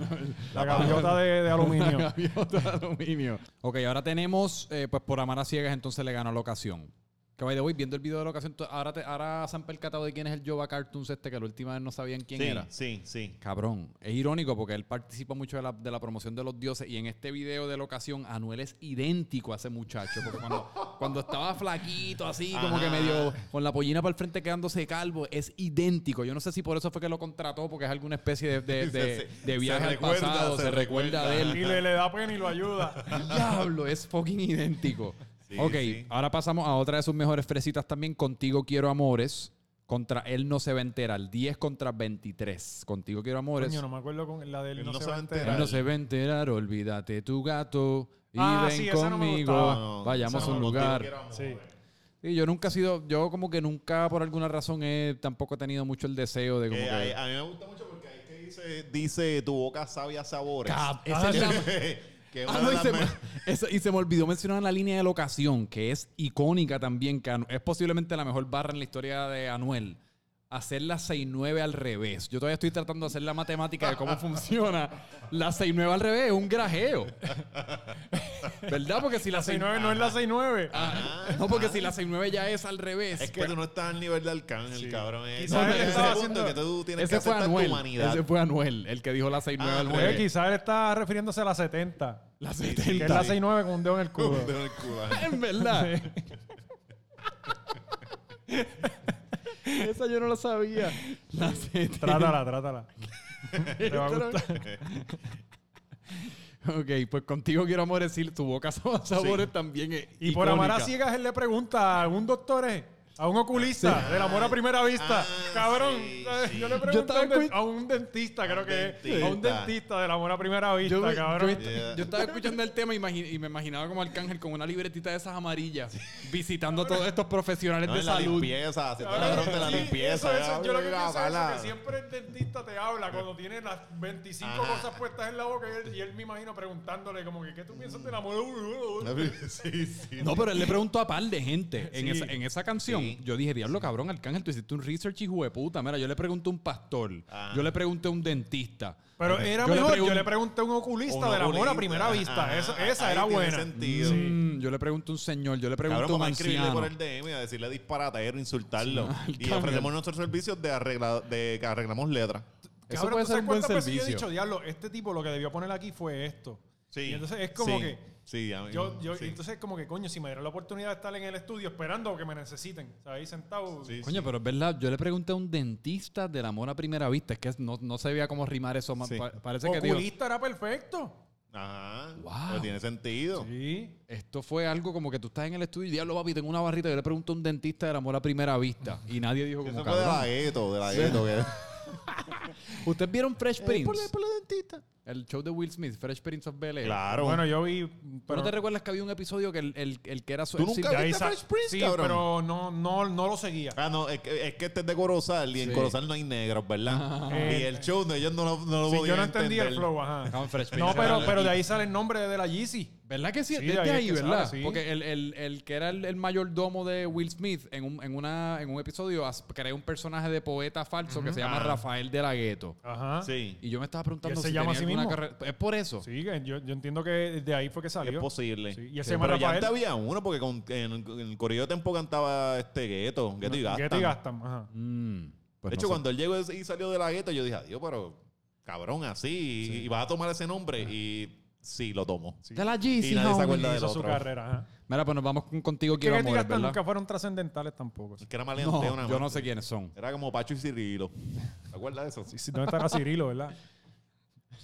Speaker 3: la gaviota de, de aluminio.
Speaker 1: Gaviota de aluminio. Ok, ahora tenemos, eh, pues por amar a ciegas, entonces le ganó la ocasión. Que by the way, viendo el video de la ocasión, tú- ahora, te- ahora se han percatado de quién es el Jova Cartoons este, que la última vez no sabían quién
Speaker 2: sí,
Speaker 1: era.
Speaker 2: sí, sí.
Speaker 1: Cabrón, es irónico porque él participa mucho de la, de la promoción de los dioses y en este video de la ocasión Anuel es idéntico a ese muchacho. Porque cuando, cuando estaba flaquito, así como que
Speaker 2: Ajá.
Speaker 1: medio con la pollina para el frente quedándose calvo, es idéntico. Yo no sé si por eso fue que lo contrató, porque es alguna especie de, de- de-
Speaker 2: Se-
Speaker 1: de
Speaker 2: se
Speaker 1: viaje al
Speaker 2: recuerda,
Speaker 1: pasado, se,
Speaker 2: se
Speaker 1: recuerda,
Speaker 2: recuerda.
Speaker 1: de él.
Speaker 3: Y le, le da pena y lo ayuda.
Speaker 1: Diablo, es fucking idéntico.
Speaker 2: Sí,
Speaker 1: ok,
Speaker 2: sí.
Speaker 1: ahora pasamos a otra de sus mejores fresitas también. Contigo quiero amores. Contra él no se va a enterar. 10 contra 23. Contigo quiero amores.
Speaker 3: Coño, no me acuerdo con la del
Speaker 2: Él
Speaker 3: no, se, va a
Speaker 2: enterar.
Speaker 1: Él no se va a enterar, olvídate tu gato y
Speaker 3: Ah,
Speaker 1: ven
Speaker 3: sí, esa no me
Speaker 1: conmigo,
Speaker 3: gustaba.
Speaker 2: No, no,
Speaker 1: Ah, vayamos
Speaker 2: esa
Speaker 1: a
Speaker 2: no,
Speaker 1: un
Speaker 2: contigo
Speaker 1: lugar.
Speaker 2: quiero amor. Eh,
Speaker 3: Sí.
Speaker 1: Y yo nunca he sido, yo como que nunca por alguna razón he, tampoco he tenido mucho el deseo de como
Speaker 2: Eh,
Speaker 1: que...
Speaker 2: a, a mí me gusta mucho porque ahí que dice, dice tu boca sabia sabores.
Speaker 1: Cab-
Speaker 3: Ah,
Speaker 1: esa es la-
Speaker 2: que que es
Speaker 1: Ah,
Speaker 2: una
Speaker 1: no,
Speaker 2: de
Speaker 1: y,
Speaker 2: las
Speaker 1: se me,
Speaker 2: me-
Speaker 1: eso- y se me olvidó mencionar la línea de locación, que es icónica también, que anu- es posiblemente la mejor barra en la historia de Anuel. Hacer la 6-9 al revés. Yo todavía estoy tratando de hacer la matemática de cómo funciona. La 6-9 al revés es un grajeo. ¿Verdad? Porque si la
Speaker 3: 69
Speaker 1: 6-9
Speaker 3: no es la 69.
Speaker 1: Ah, No, porque si la 6-9 ya es al revés.
Speaker 2: Es que
Speaker 1: pues,
Speaker 2: tú no estás al nivel de Arcángel,
Speaker 3: Sí.
Speaker 2: cabrón. Es-
Speaker 3: Quizás
Speaker 2: no,
Speaker 1: él
Speaker 2: ese
Speaker 1: estaba
Speaker 2: punto
Speaker 3: haciendo-
Speaker 2: que tú tienes
Speaker 1: ese
Speaker 2: que
Speaker 1: fue
Speaker 2: aceptar tu
Speaker 1: Anuel.
Speaker 2: humanidad.
Speaker 1: Ese fue Anuel, el que dijo la 6-9
Speaker 2: Ah,
Speaker 1: al
Speaker 2: al
Speaker 3: Oye,
Speaker 1: revés.
Speaker 2: revés.
Speaker 3: Pues quizás él está refiriéndose a la 70.
Speaker 1: La
Speaker 3: Que es la
Speaker 1: 70.
Speaker 3: 69 con un dedo en el culo.
Speaker 2: Con- del culo.
Speaker 1: En verdad. Esa yo no la sabía. La 70.
Speaker 3: Trátala, trátala. Te va a gustar.
Speaker 1: Ok, pues contigo quiero amor decir, tu boca sabe a sabores también es
Speaker 3: Y por amar a
Speaker 1: icónica.
Speaker 3: ciegas, él le pregunta a un doctor, eh, a un oculista, del amor a primera vista.
Speaker 2: Ah,
Speaker 3: Cabrón,
Speaker 2: sí,
Speaker 3: ¿sabes?
Speaker 2: sí.
Speaker 3: yo le
Speaker 2: Yo
Speaker 3: pregunto a un
Speaker 1: estaba
Speaker 3: den- a un dentista, creo que es. A un
Speaker 2: dentista.
Speaker 3: dentista del amor a primera vista,
Speaker 1: Yo,
Speaker 3: cabrón.
Speaker 1: yo- yo estaba escuchando el tema imagi- y me imaginaba como Arcángel con una libretita de esas amarillas visitando a todos estos profesionales
Speaker 2: No,
Speaker 1: de
Speaker 2: en la
Speaker 1: salud.
Speaker 2: limpieza, se está
Speaker 3: Cabrón,
Speaker 2: cabrón de la
Speaker 3: sí,
Speaker 2: limpieza.
Speaker 3: eso, eso,
Speaker 2: ya.
Speaker 3: yo lo que
Speaker 2: Venga,
Speaker 3: pienso es eso,
Speaker 2: ojalá.
Speaker 3: que siempre el dentista te habla cuando tiene las 25
Speaker 2: Ajá.
Speaker 3: cosas puestas en la boca y él, y él me imagino preguntándole como que, ¿qué tú piensas del amor?
Speaker 2: Mm. Sí, sí.
Speaker 1: No, pero él le preguntó a par de gente en,
Speaker 3: Sí.
Speaker 1: esa, en esa canción.
Speaker 2: Sí.
Speaker 1: Yo dije, diablo, cabrón, Arcángel, tú hiciste un research, hijo de puta. Mira, yo le pregunté a un pastor,
Speaker 2: Ah.
Speaker 1: yo le pregunté a un dentista.
Speaker 3: Pero era
Speaker 1: Yo le
Speaker 3: mejor, yo
Speaker 1: pregun-
Speaker 3: le pregunté a un
Speaker 2: Un
Speaker 3: oculista del amor a
Speaker 2: oculista,
Speaker 3: primera vista.
Speaker 2: ajá,
Speaker 3: esa esa
Speaker 2: ahí
Speaker 3: era
Speaker 2: tiene
Speaker 3: buena.
Speaker 2: sentido.
Speaker 1: Mm, yo le pregunto a un señor, yo le pregunto
Speaker 2: Cabrón,
Speaker 1: a un
Speaker 2: vamos a escribirle
Speaker 1: anciano.
Speaker 2: por el DM, a decirle disparatero, insultarlo.
Speaker 1: Sí,
Speaker 2: y
Speaker 1: al
Speaker 2: ofrecemos
Speaker 1: cambio.
Speaker 2: nuestros servicios de, arregla, de que arreglamos letras.
Speaker 1: Eso
Speaker 3: Cabrón,
Speaker 1: puede
Speaker 3: ¿tú
Speaker 1: ser
Speaker 3: sabes
Speaker 1: un buen
Speaker 3: cuántas veces yo he
Speaker 1: servicio.
Speaker 3: dicho, diablo, este tipo lo que debió poner aquí fue esto.
Speaker 2: Sí.
Speaker 3: Y entonces es como
Speaker 2: Sí,
Speaker 3: que.
Speaker 2: Sí, a mí-
Speaker 3: Yo, yo,
Speaker 2: sí.
Speaker 3: y Entonces es como que, coño, si me dieron la oportunidad de estar en el estudio esperando que me necesiten. O sea, ahí sentado.
Speaker 2: Sí,
Speaker 1: Coño, pero es verdad, yo le pregunté a un dentista del amor a primera vista, es que no, no se veía cómo rimar eso. más.
Speaker 2: Sí.
Speaker 1: Pa- parece que digo,
Speaker 3: Oculista era perfecto.
Speaker 2: Ajá.
Speaker 1: Wow.
Speaker 2: Pero tiene sentido.
Speaker 3: Sí.
Speaker 1: esto fue algo como que tú estás en el estudio y diablo, papi, tengo una barrita, yo le pregunto a un dentista del amor a primera vista. Y nadie dijo como
Speaker 2: Eso fue de
Speaker 1: cabrón.
Speaker 2: la gueto, de la gueto. que-
Speaker 1: ¿Ustedes vieron Fresh Prince?
Speaker 2: Por la dentista.
Speaker 1: El show de Will Smith, Fresh Prince of Bel Air.
Speaker 2: Claro.
Speaker 3: Bueno, yo vi.
Speaker 1: ¿Pero
Speaker 3: Pero,
Speaker 1: no te recuerdas que había un episodio que el, el- el que era su
Speaker 2: ¿Tú nunca
Speaker 1: sí,
Speaker 3: ahí
Speaker 2: viste
Speaker 3: sa-
Speaker 2: Fresh Prince,
Speaker 3: sí,
Speaker 2: cabrón?
Speaker 3: pero no, no, no lo seguía.
Speaker 2: Ah, no, es que, es que este es de Corozal y en
Speaker 1: Sí.
Speaker 2: Corozal no hay negros, ¿verdad?
Speaker 3: Eh,
Speaker 2: y el show de ellos no lo, no lo
Speaker 3: Sí,
Speaker 2: podían
Speaker 3: yo no entendía el
Speaker 2: entender.
Speaker 3: flow, ajá.
Speaker 1: Cabrón, Fresh
Speaker 3: No,
Speaker 1: Prince
Speaker 3: pero,
Speaker 1: era-
Speaker 3: pero de ahí sale el nombre de la Yeezy.
Speaker 1: ¿Verdad que sí?
Speaker 3: Sí,
Speaker 1: Desde
Speaker 3: ahí es
Speaker 1: ahí,
Speaker 3: que sale,
Speaker 1: ¿verdad?
Speaker 3: sí.
Speaker 1: Porque el, el- el que era el, el mayordomo de Will Smith en un, en una, en un episodio as- creó un personaje de poeta falso que se llama
Speaker 2: Ah.
Speaker 1: Rafael de la Gueto.
Speaker 3: Ajá.
Speaker 2: Sí.
Speaker 1: Y yo me estaba
Speaker 3: ¿Y
Speaker 1: preguntando
Speaker 3: él se
Speaker 1: si tenía
Speaker 3: llama a sí
Speaker 1: alguna
Speaker 3: mismo?
Speaker 1: carrera. Es por eso.
Speaker 3: Sí, que yo, yo entiendo que de ahí fue que
Speaker 2: Es
Speaker 3: salió.
Speaker 2: posible.
Speaker 3: Sí, y
Speaker 2: Sí,
Speaker 3: ese llama
Speaker 2: pero ya
Speaker 3: Rafael.
Speaker 2: antes había uno, porque con- en, en el corrido de tiempo cantaba este gueto, gueto y gasta.
Speaker 3: Getty Gastam, ajá.
Speaker 1: Mm, pues
Speaker 2: de
Speaker 1: no sé.
Speaker 2: hecho, cuando él llegó y salió de la gueta, yo dije, adiós, pero cabrón, así. Y, y vas a tomar ese nombre. Y sí, lo tomo.
Speaker 1: De la
Speaker 2: Y
Speaker 1: Yeezy,
Speaker 2: nadie se
Speaker 1: homie.
Speaker 2: acuerda del
Speaker 3: hizo su
Speaker 2: otro.
Speaker 3: carrera. Ajá.
Speaker 1: Mira, pues nos vamos con- contigo,
Speaker 3: Que
Speaker 1: quiero
Speaker 3: Getty
Speaker 1: amor,
Speaker 3: Gaston
Speaker 1: ¿verdad?
Speaker 3: nunca fueron trascendentales tampoco.
Speaker 2: Es que era maleanteo nada
Speaker 1: No,
Speaker 3: pues.
Speaker 2: más.
Speaker 1: yo no sé quiénes son.
Speaker 2: Era como Pacho y Cirilo. ¿Te acuerdas de eso?
Speaker 3: Sí, sí, ¿Dónde estará Cirilo, verdad?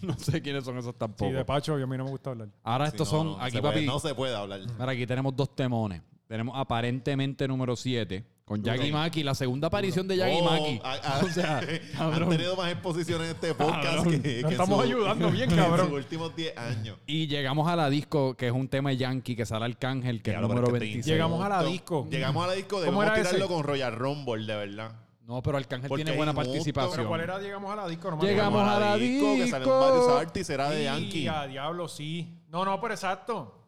Speaker 1: No sé quiénes son esos
Speaker 3: Sí,
Speaker 1: tampoco.
Speaker 3: de Pacho, yo a mí no me gusta hablar.
Speaker 1: Ahora
Speaker 2: Sí,
Speaker 1: estos
Speaker 2: no,
Speaker 1: son,
Speaker 2: no, no
Speaker 1: aquí
Speaker 2: se puede-
Speaker 1: papi,
Speaker 2: no se puede hablar.
Speaker 1: Mira, aquí tenemos dos temones. Tenemos aparentemente número 7 con Yagi Maki, la segunda aparición de Yagi
Speaker 2: Oh,
Speaker 1: Maki.
Speaker 2: a- a-
Speaker 1: o sea,
Speaker 2: han
Speaker 1: cabrón.
Speaker 2: tenido más exposiciones en este podcast que, que en
Speaker 3: Nos estamos
Speaker 2: su-
Speaker 3: ayudando bien,
Speaker 2: que en
Speaker 3: cabrón.
Speaker 2: sus últimos 10 años.
Speaker 1: Y llegamos a la disco, que es un tema de Yankee, que sale Arcángel, que es el
Speaker 2: Diablo, pero
Speaker 1: número
Speaker 2: es que te
Speaker 1: 26.
Speaker 3: Llegamos a la
Speaker 2: Entonces,
Speaker 3: disco.
Speaker 2: Llegamos a la disco,
Speaker 3: ¿Cómo
Speaker 2: debemos
Speaker 3: era
Speaker 2: tirarlo
Speaker 3: ese?
Speaker 2: con Royal Rumble, de verdad.
Speaker 1: No, pero Arcángel
Speaker 2: Porque
Speaker 1: tiene buena
Speaker 2: es injusto.
Speaker 1: participación.
Speaker 3: Pero ¿cuál era? Llegamos a la disco. No me
Speaker 1: Llegamos
Speaker 2: Llegamos
Speaker 1: a la
Speaker 2: que salen
Speaker 1: disco.
Speaker 2: varios artistas, era
Speaker 3: acuerdo.
Speaker 2: de
Speaker 3: Y
Speaker 2: Yankee.
Speaker 3: a diablo, sí. No, no, pero exacto.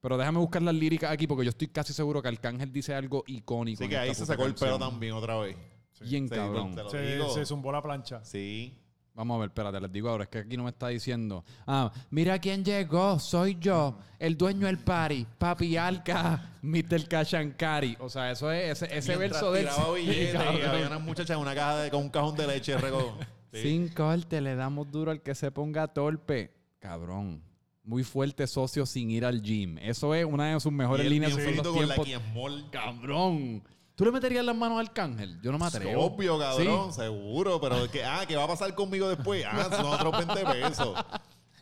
Speaker 1: Pero déjame buscar las líricas aquí, porque yo estoy casi seguro que Arcángel dice algo icónico.
Speaker 2: Así
Speaker 1: en
Speaker 2: que ahí
Speaker 1: esta puta
Speaker 2: se sacó el pelo
Speaker 1: canción.
Speaker 2: también otra vez.
Speaker 1: Bien
Speaker 2: Sí, pues,
Speaker 1: cabrón.
Speaker 2: te lo
Speaker 3: Se,
Speaker 2: digo.
Speaker 3: se zumbó la plancha.
Speaker 2: Sí.
Speaker 1: Vamos a ver, espérate, les digo ahora, es que aquí no me está diciendo. Ah, mira quién llegó, soy yo, el dueño del party, papi Alca, Mr. Kashankari. O sea, eso es, ese, ese
Speaker 2: Mientras
Speaker 1: verso de
Speaker 2: tiraba billetes, y había
Speaker 1: él.
Speaker 2: unas muchachas en una caja de, con un cajón de leche regó. Sí.
Speaker 1: Sin corte, le damos duro al que se ponga torpe. Cabrón. Muy fuerte socio sin ir al gym. Eso es una de sus
Speaker 2: Y
Speaker 1: mejores
Speaker 2: él
Speaker 1: líneas.
Speaker 2: bien
Speaker 1: Son
Speaker 2: frito
Speaker 1: los
Speaker 2: con la
Speaker 1: tiempos.
Speaker 2: Kiemol.
Speaker 1: Cabrón. ¿Tú le meterías las manos al cángel? Yo no me atrevo.
Speaker 2: Obvio,
Speaker 1: Sí.
Speaker 2: cabrón, seguro. Pero que, ah, ¿qué va a pasar conmigo después? Ah, son otros 20 pesos.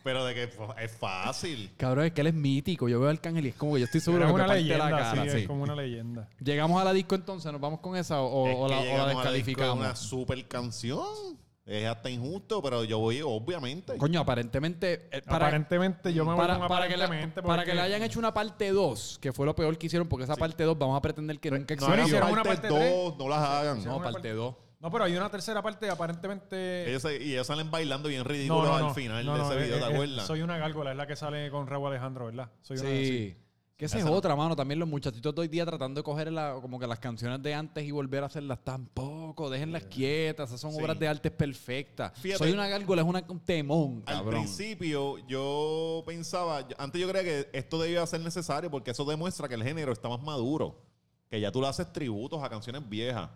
Speaker 2: Pero de que pues, es fácil.
Speaker 1: Cabrón, es que él es mítico. Yo veo al cángel y es como que yo estoy seguro
Speaker 3: Era
Speaker 1: que me
Speaker 3: una
Speaker 1: parte
Speaker 3: leyenda,
Speaker 1: la cara.
Speaker 3: sí,
Speaker 1: sí.
Speaker 3: Es como una leyenda.
Speaker 1: Llegamos a la disco entonces, nos vamos con esa o, o-
Speaker 2: Es
Speaker 1: o
Speaker 2: que
Speaker 1: la, o la
Speaker 2: llegamos a la disco de
Speaker 1: descalificamos.
Speaker 2: una super canción. Es hasta injusto, pero yo voy, obviamente.
Speaker 1: Coño, aparentemente, eh, para,
Speaker 3: aparentemente, yo me voy
Speaker 1: para,
Speaker 3: con
Speaker 1: para que la-
Speaker 3: aparentemente.
Speaker 1: para que
Speaker 3: porque-
Speaker 1: le hayan hecho una parte 2, que fue lo peor que hicieron, porque esa parte 2 vamos a pretender que nunca
Speaker 2: no hagan
Speaker 1: existió.
Speaker 3: hicieron una
Speaker 2: parte
Speaker 3: parte tres.
Speaker 2: 2, no las hagan.
Speaker 1: No,
Speaker 3: una
Speaker 1: parte 2.
Speaker 3: No, pero hay una tercera parte aparentemente...
Speaker 2: Ellos se- y ellos salen bailando bien ridículo al final
Speaker 3: no,
Speaker 2: de
Speaker 3: no,
Speaker 2: ese
Speaker 3: eh,
Speaker 2: video, ¿te
Speaker 3: eh,
Speaker 2: acuerdas?
Speaker 3: Soy una gárgola, es la que sale con Raúl Alejandro, ¿verdad? Soy una
Speaker 1: Sí. Que esa es otra, mano. También los muchachitos de hoy día tratando de coger la- como que las canciones de antes y volver a hacerlas tampoco. Déjenlas quietas. Esas son
Speaker 2: Sí.
Speaker 1: obras de arte perfectas.
Speaker 2: Fíjate.
Speaker 1: Soy una gárgola, es una- un temón,
Speaker 2: Al
Speaker 1: cabrón.
Speaker 2: principio yo pensaba, yo- antes yo creía que esto debía ser necesario porque eso demuestra que el género está más maduro, que ya tú le haces tributos a canciones viejas,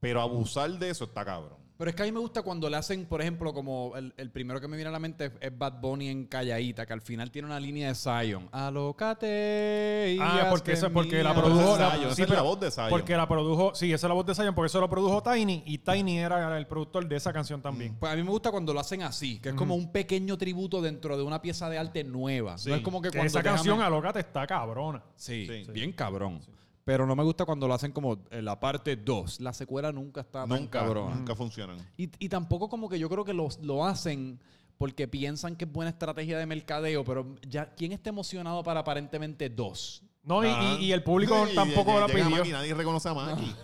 Speaker 2: pero abusar de eso está cabrón.
Speaker 1: Pero es que a mí me gusta cuando le hacen, por ejemplo, como el, el primero que me viene a la mente es, es Bad Bunny en Calladita, que al final tiene una línea de Zion. Alócate. y
Speaker 3: Ah, porque
Speaker 1: hazte
Speaker 3: esa- porque la
Speaker 1: mía.
Speaker 2: Pero ese
Speaker 3: produjo-
Speaker 2: es
Speaker 3: la-
Speaker 2: Zion,
Speaker 3: sí,
Speaker 2: esa es
Speaker 3: pero-
Speaker 2: la voz de Zion.
Speaker 3: Porque la produjo, sí, esa es la voz de Zion, porque eso la produjo Tiny y Tiny era el productor de esa canción
Speaker 2: Mm,
Speaker 3: también.
Speaker 1: Pues a mí me gusta cuando lo hacen así, que es como un pequeño tributo dentro de una pieza de arte nueva.
Speaker 2: Sí.
Speaker 1: No es como que
Speaker 3: Que
Speaker 1: cuando
Speaker 3: esa
Speaker 1: déjame-
Speaker 3: canción a loca te está cabrona.
Speaker 1: Sí,
Speaker 2: Sí.
Speaker 1: bien cabrón. Pero no me gusta cuando lo hacen como en la parte 2. La secuela nunca está tan
Speaker 2: nunca,
Speaker 1: cabrona.
Speaker 2: nunca funcionan.
Speaker 1: Y, y tampoco como que yo creo que los, lo hacen porque piensan que es buena estrategia de mercadeo, pero ya, ¿quién está emocionado para aparentemente dos?
Speaker 3: No, y-
Speaker 2: Ah.
Speaker 3: y, y el público
Speaker 2: Sí,
Speaker 3: tampoco
Speaker 2: llega
Speaker 3: la
Speaker 2: Maki,
Speaker 3: pidió. Ah, este
Speaker 2: nadie reconoce a Maki.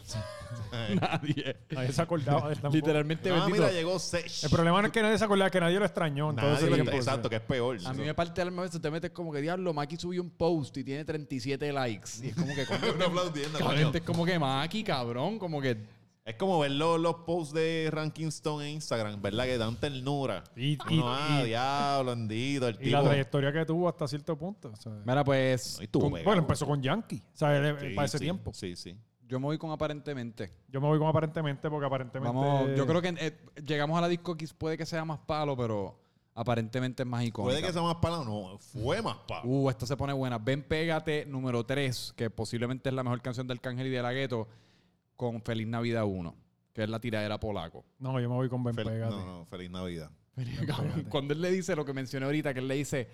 Speaker 1: Nadie.
Speaker 3: Nadie se acordaba de él tampoco.
Speaker 1: Literalmente
Speaker 2: ah,
Speaker 1: bendito.
Speaker 2: mira, llegó Sech.
Speaker 3: El problema no es que nadie se acordaba, que nadie lo extrañó. pues, en todo ese
Speaker 2: Nadie,
Speaker 3: tiempo.
Speaker 2: exacto, que es peor.
Speaker 1: A mí me parte el alma a veces te metes como que diablo, Maki subió un post y tiene 37 likes. Y es como que coño,
Speaker 2: Uno aplaudiendo,
Speaker 1: la
Speaker 2: coño.
Speaker 1: gente es como que Maki, cabrón, como que
Speaker 2: Es como ver los, los posts de Ranking Stone en Instagram, ¿verdad? Que dan ternura.
Speaker 3: Y- y-
Speaker 2: Uno, ah,
Speaker 3: y-
Speaker 2: diablo, andito, el
Speaker 3: Y la
Speaker 2: tipo.
Speaker 3: trayectoria que tuvo hasta cierto punto. o sea,
Speaker 1: mira, pues
Speaker 2: Y tú,
Speaker 3: con-
Speaker 2: mega,
Speaker 3: bueno, empezó con Yankee, o sea, él-
Speaker 2: Sí,
Speaker 3: Pues, para ese
Speaker 2: sí,
Speaker 3: tiempo.
Speaker 2: Sí, sí.
Speaker 1: yo me voy con aparentemente.
Speaker 3: Yo me voy con aparentemente porque aparentemente...
Speaker 1: Vamos, yo creo que eh, llegamos a la disco que puede que sea más palo, pero aparentemente es más icónica.
Speaker 2: Puede que sea más pala o no. Fue más pala.
Speaker 1: Uh, esta se pone buena. Ven, pégate, número 3, que posiblemente es la mejor canción del Cángel y de la Gueto, con Feliz Navidad 1, que es la tiradera polaco.
Speaker 3: No, yo me voy con Ben
Speaker 2: Fel-
Speaker 3: Pegate.
Speaker 2: no, no, feliz Navidad.
Speaker 1: Cabrón, Cuando él le dice lo que mencioné ahorita, que él le dice,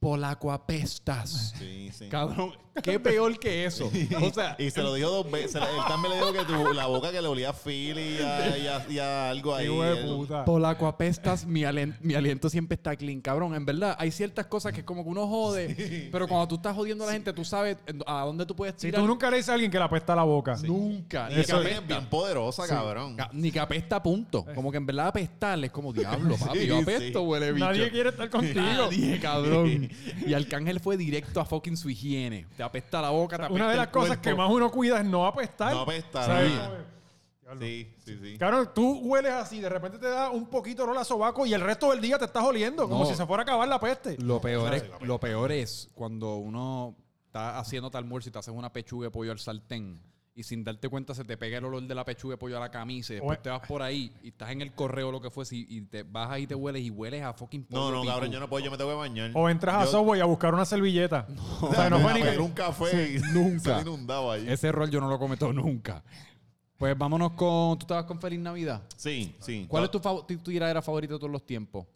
Speaker 1: polaco apestas.
Speaker 2: Sí, sí.
Speaker 1: Cabrón, qué peor que eso. O sea,
Speaker 2: Y se lo dijo dos veces. Él también le dijo que tu- la boca que le olía a Philly y a, y a- y a algo ahí.
Speaker 3: Hijo de
Speaker 2: Él-
Speaker 3: puta.
Speaker 1: Polaco apestas, mi, alen- mi aliento siempre está clean, cabrón. En verdad, hay ciertas cosas que como que uno jode, pero cuando tú estás jodiendo a la gente, tú sabes en- a dónde tú puedes
Speaker 3: Si
Speaker 1: tirar.
Speaker 3: tú nunca le dices a alguien que le apesta la boca.
Speaker 1: Nunca. Ni
Speaker 2: Y
Speaker 1: que
Speaker 2: esa
Speaker 1: apesta.
Speaker 2: es bien poderosa, cabrón.
Speaker 1: Ca- Ni que apesta a punto.
Speaker 3: Eh.
Speaker 1: Como que en verdad apestar es como diablo, papi. yo
Speaker 2: Sí,
Speaker 1: apesto,
Speaker 2: sí.
Speaker 1: huele bicho.
Speaker 3: Nadie quiere estar contigo.
Speaker 1: Nadie, cabrón. Y Arcángel fue directo a fucking su higiene. Te apesta la boca, te apesta
Speaker 3: Una de
Speaker 1: el
Speaker 3: las cosas
Speaker 1: cuerpo.
Speaker 3: que más uno cuida es no apestar.
Speaker 2: No apestar,
Speaker 3: ¿Sabes?
Speaker 2: sí.
Speaker 3: Como- Diablo.
Speaker 2: Sí, sí, sí.
Speaker 3: Claro, tú hueles así, de repente te da un poquito olor a sobaco y el resto del día te estás oliendo, como
Speaker 1: No.
Speaker 3: si se fuera a acabar la peste.
Speaker 1: Lo peor, es, lo peor es cuando uno está haciendo tal almuerzo y te haces una pechuga de pollo al sartén y sin darte cuenta se te pega el olor de la pechuga de pollo a la camisa y después
Speaker 3: Oye.
Speaker 1: te vas por ahí y estás en el correo o lo que fuese y- y te bajas y te hueles y hueles a fucking pollo
Speaker 2: No, no,
Speaker 1: picú.
Speaker 2: cabrón, yo no puedo, yo me tengo que bañar.
Speaker 3: O entras a
Speaker 2: Yo-
Speaker 3: Subway a buscar una servilleta. O sea, no
Speaker 2: Me
Speaker 3: fue ni
Speaker 2: pegué
Speaker 3: que-
Speaker 2: un café y nunca. Se inundado ahí.
Speaker 1: Ese error yo no lo cometo nunca. Pues vámonos con... ¿Tú estabas con Feliz Navidad?
Speaker 2: Sí, sí.
Speaker 1: ¿Cuál es tu, fav- tu, tu tiradera favorita de todos los tiempos?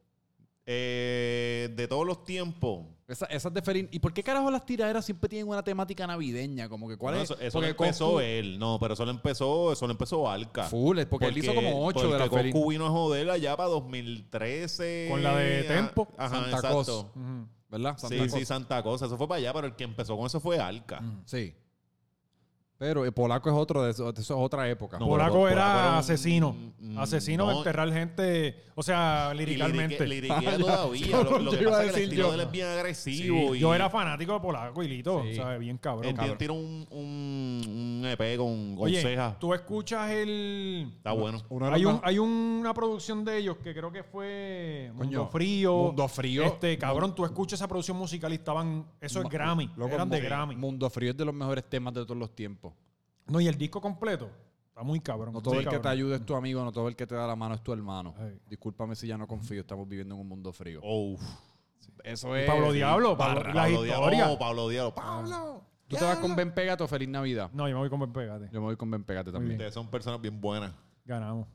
Speaker 2: Eh, de todos los tiempos.
Speaker 1: Esa- Esas de Feliz... ¿Y por qué carajo las tiraderas siempre tienen una temática navideña? Como que cuál
Speaker 2: No,
Speaker 1: es...
Speaker 2: Eso, eso
Speaker 1: Porque
Speaker 2: lo empezó eh.
Speaker 1: Coscu-
Speaker 2: él. No, pero eso lo empezó, eso lo empezó Alca.
Speaker 1: Full, es porque, él hizo como ocho de la
Speaker 2: Porque
Speaker 1: Feliz...
Speaker 2: Coscu vino a joder allá para 2013.
Speaker 3: Con la de
Speaker 2: Ah,
Speaker 3: Tempo.
Speaker 2: Ajá,
Speaker 1: Santa
Speaker 2: exacto.
Speaker 1: Cosa.
Speaker 3: Ujú.
Speaker 1: ¿Verdad? Santa
Speaker 2: sí,
Speaker 1: Cosa.
Speaker 2: sí, Santa Cosa. Eso fue para allá, pero el que empezó con eso fue Alca.
Speaker 1: Sí. Pero el polaco es otro de eso, de eso es otra época.
Speaker 2: No,
Speaker 3: Polaco,
Speaker 2: Polaco
Speaker 3: era
Speaker 2: era un-
Speaker 3: asesino.
Speaker 2: mm,
Speaker 3: asesino
Speaker 2: no.
Speaker 3: de enterrar gente, o sea,
Speaker 2: Y liricalmente.
Speaker 3: liricalmente.
Speaker 2: todavía. lo, lo que
Speaker 1: Yo iba a
Speaker 2: pasa es que el
Speaker 1: decir
Speaker 2: estilo
Speaker 1: yo.
Speaker 2: de él es bien
Speaker 3: Sí,
Speaker 2: agresivo. y
Speaker 3: Yo era fanático de Polaco y Lito,
Speaker 1: Sí.
Speaker 3: ¿sabes? Bien
Speaker 2: Él
Speaker 3: cabrón.
Speaker 2: tiene-
Speaker 3: cabrón.
Speaker 2: tiene un, un, un EP con, con
Speaker 3: Oye,
Speaker 2: cejas.
Speaker 3: tú escuchas el...
Speaker 2: Está bueno.
Speaker 1: Uno de los
Speaker 3: Hay, un-
Speaker 1: más-
Speaker 3: hay una producción de ellos que creo que fue Mundo
Speaker 1: Coño,
Speaker 3: Frío.
Speaker 1: Mundo Frío.
Speaker 3: Este, cabrón, tú escuchas esa producción musical y estaban. Eso es
Speaker 1: Ma-
Speaker 3: Grammy.
Speaker 1: loco,
Speaker 3: eran de
Speaker 1: Mu-
Speaker 3: Grammy.
Speaker 1: Mundo Frío es de los mejores temas de todos los tiempos.
Speaker 3: No, y el disco completo. Está muy cabrón.
Speaker 1: No todo
Speaker 3: muy
Speaker 1: el que te
Speaker 3: cabrón.
Speaker 1: ayuda es tu amigo, no todo el que te da la mano es tu hermano.
Speaker 3: Ay.
Speaker 1: Discúlpame si ya no confío, estamos viviendo en un mundo frío.
Speaker 2: Oh,
Speaker 1: Eso
Speaker 3: Y
Speaker 1: es.
Speaker 3: Pablo
Speaker 1: sí.
Speaker 3: Diablo, Pablo,
Speaker 2: Pablo
Speaker 3: la
Speaker 2: Diablo.
Speaker 3: historia.
Speaker 2: Oh, Pablo Diablo. Pablo.
Speaker 1: ¿Tú te vas con Ben Pégate o Feliz Navidad?
Speaker 3: No, yo me voy con Ben Pegate.
Speaker 1: Yo me voy con Ben Pégate también.
Speaker 2: Ustedes son personas bien buenas.
Speaker 3: Ganamos.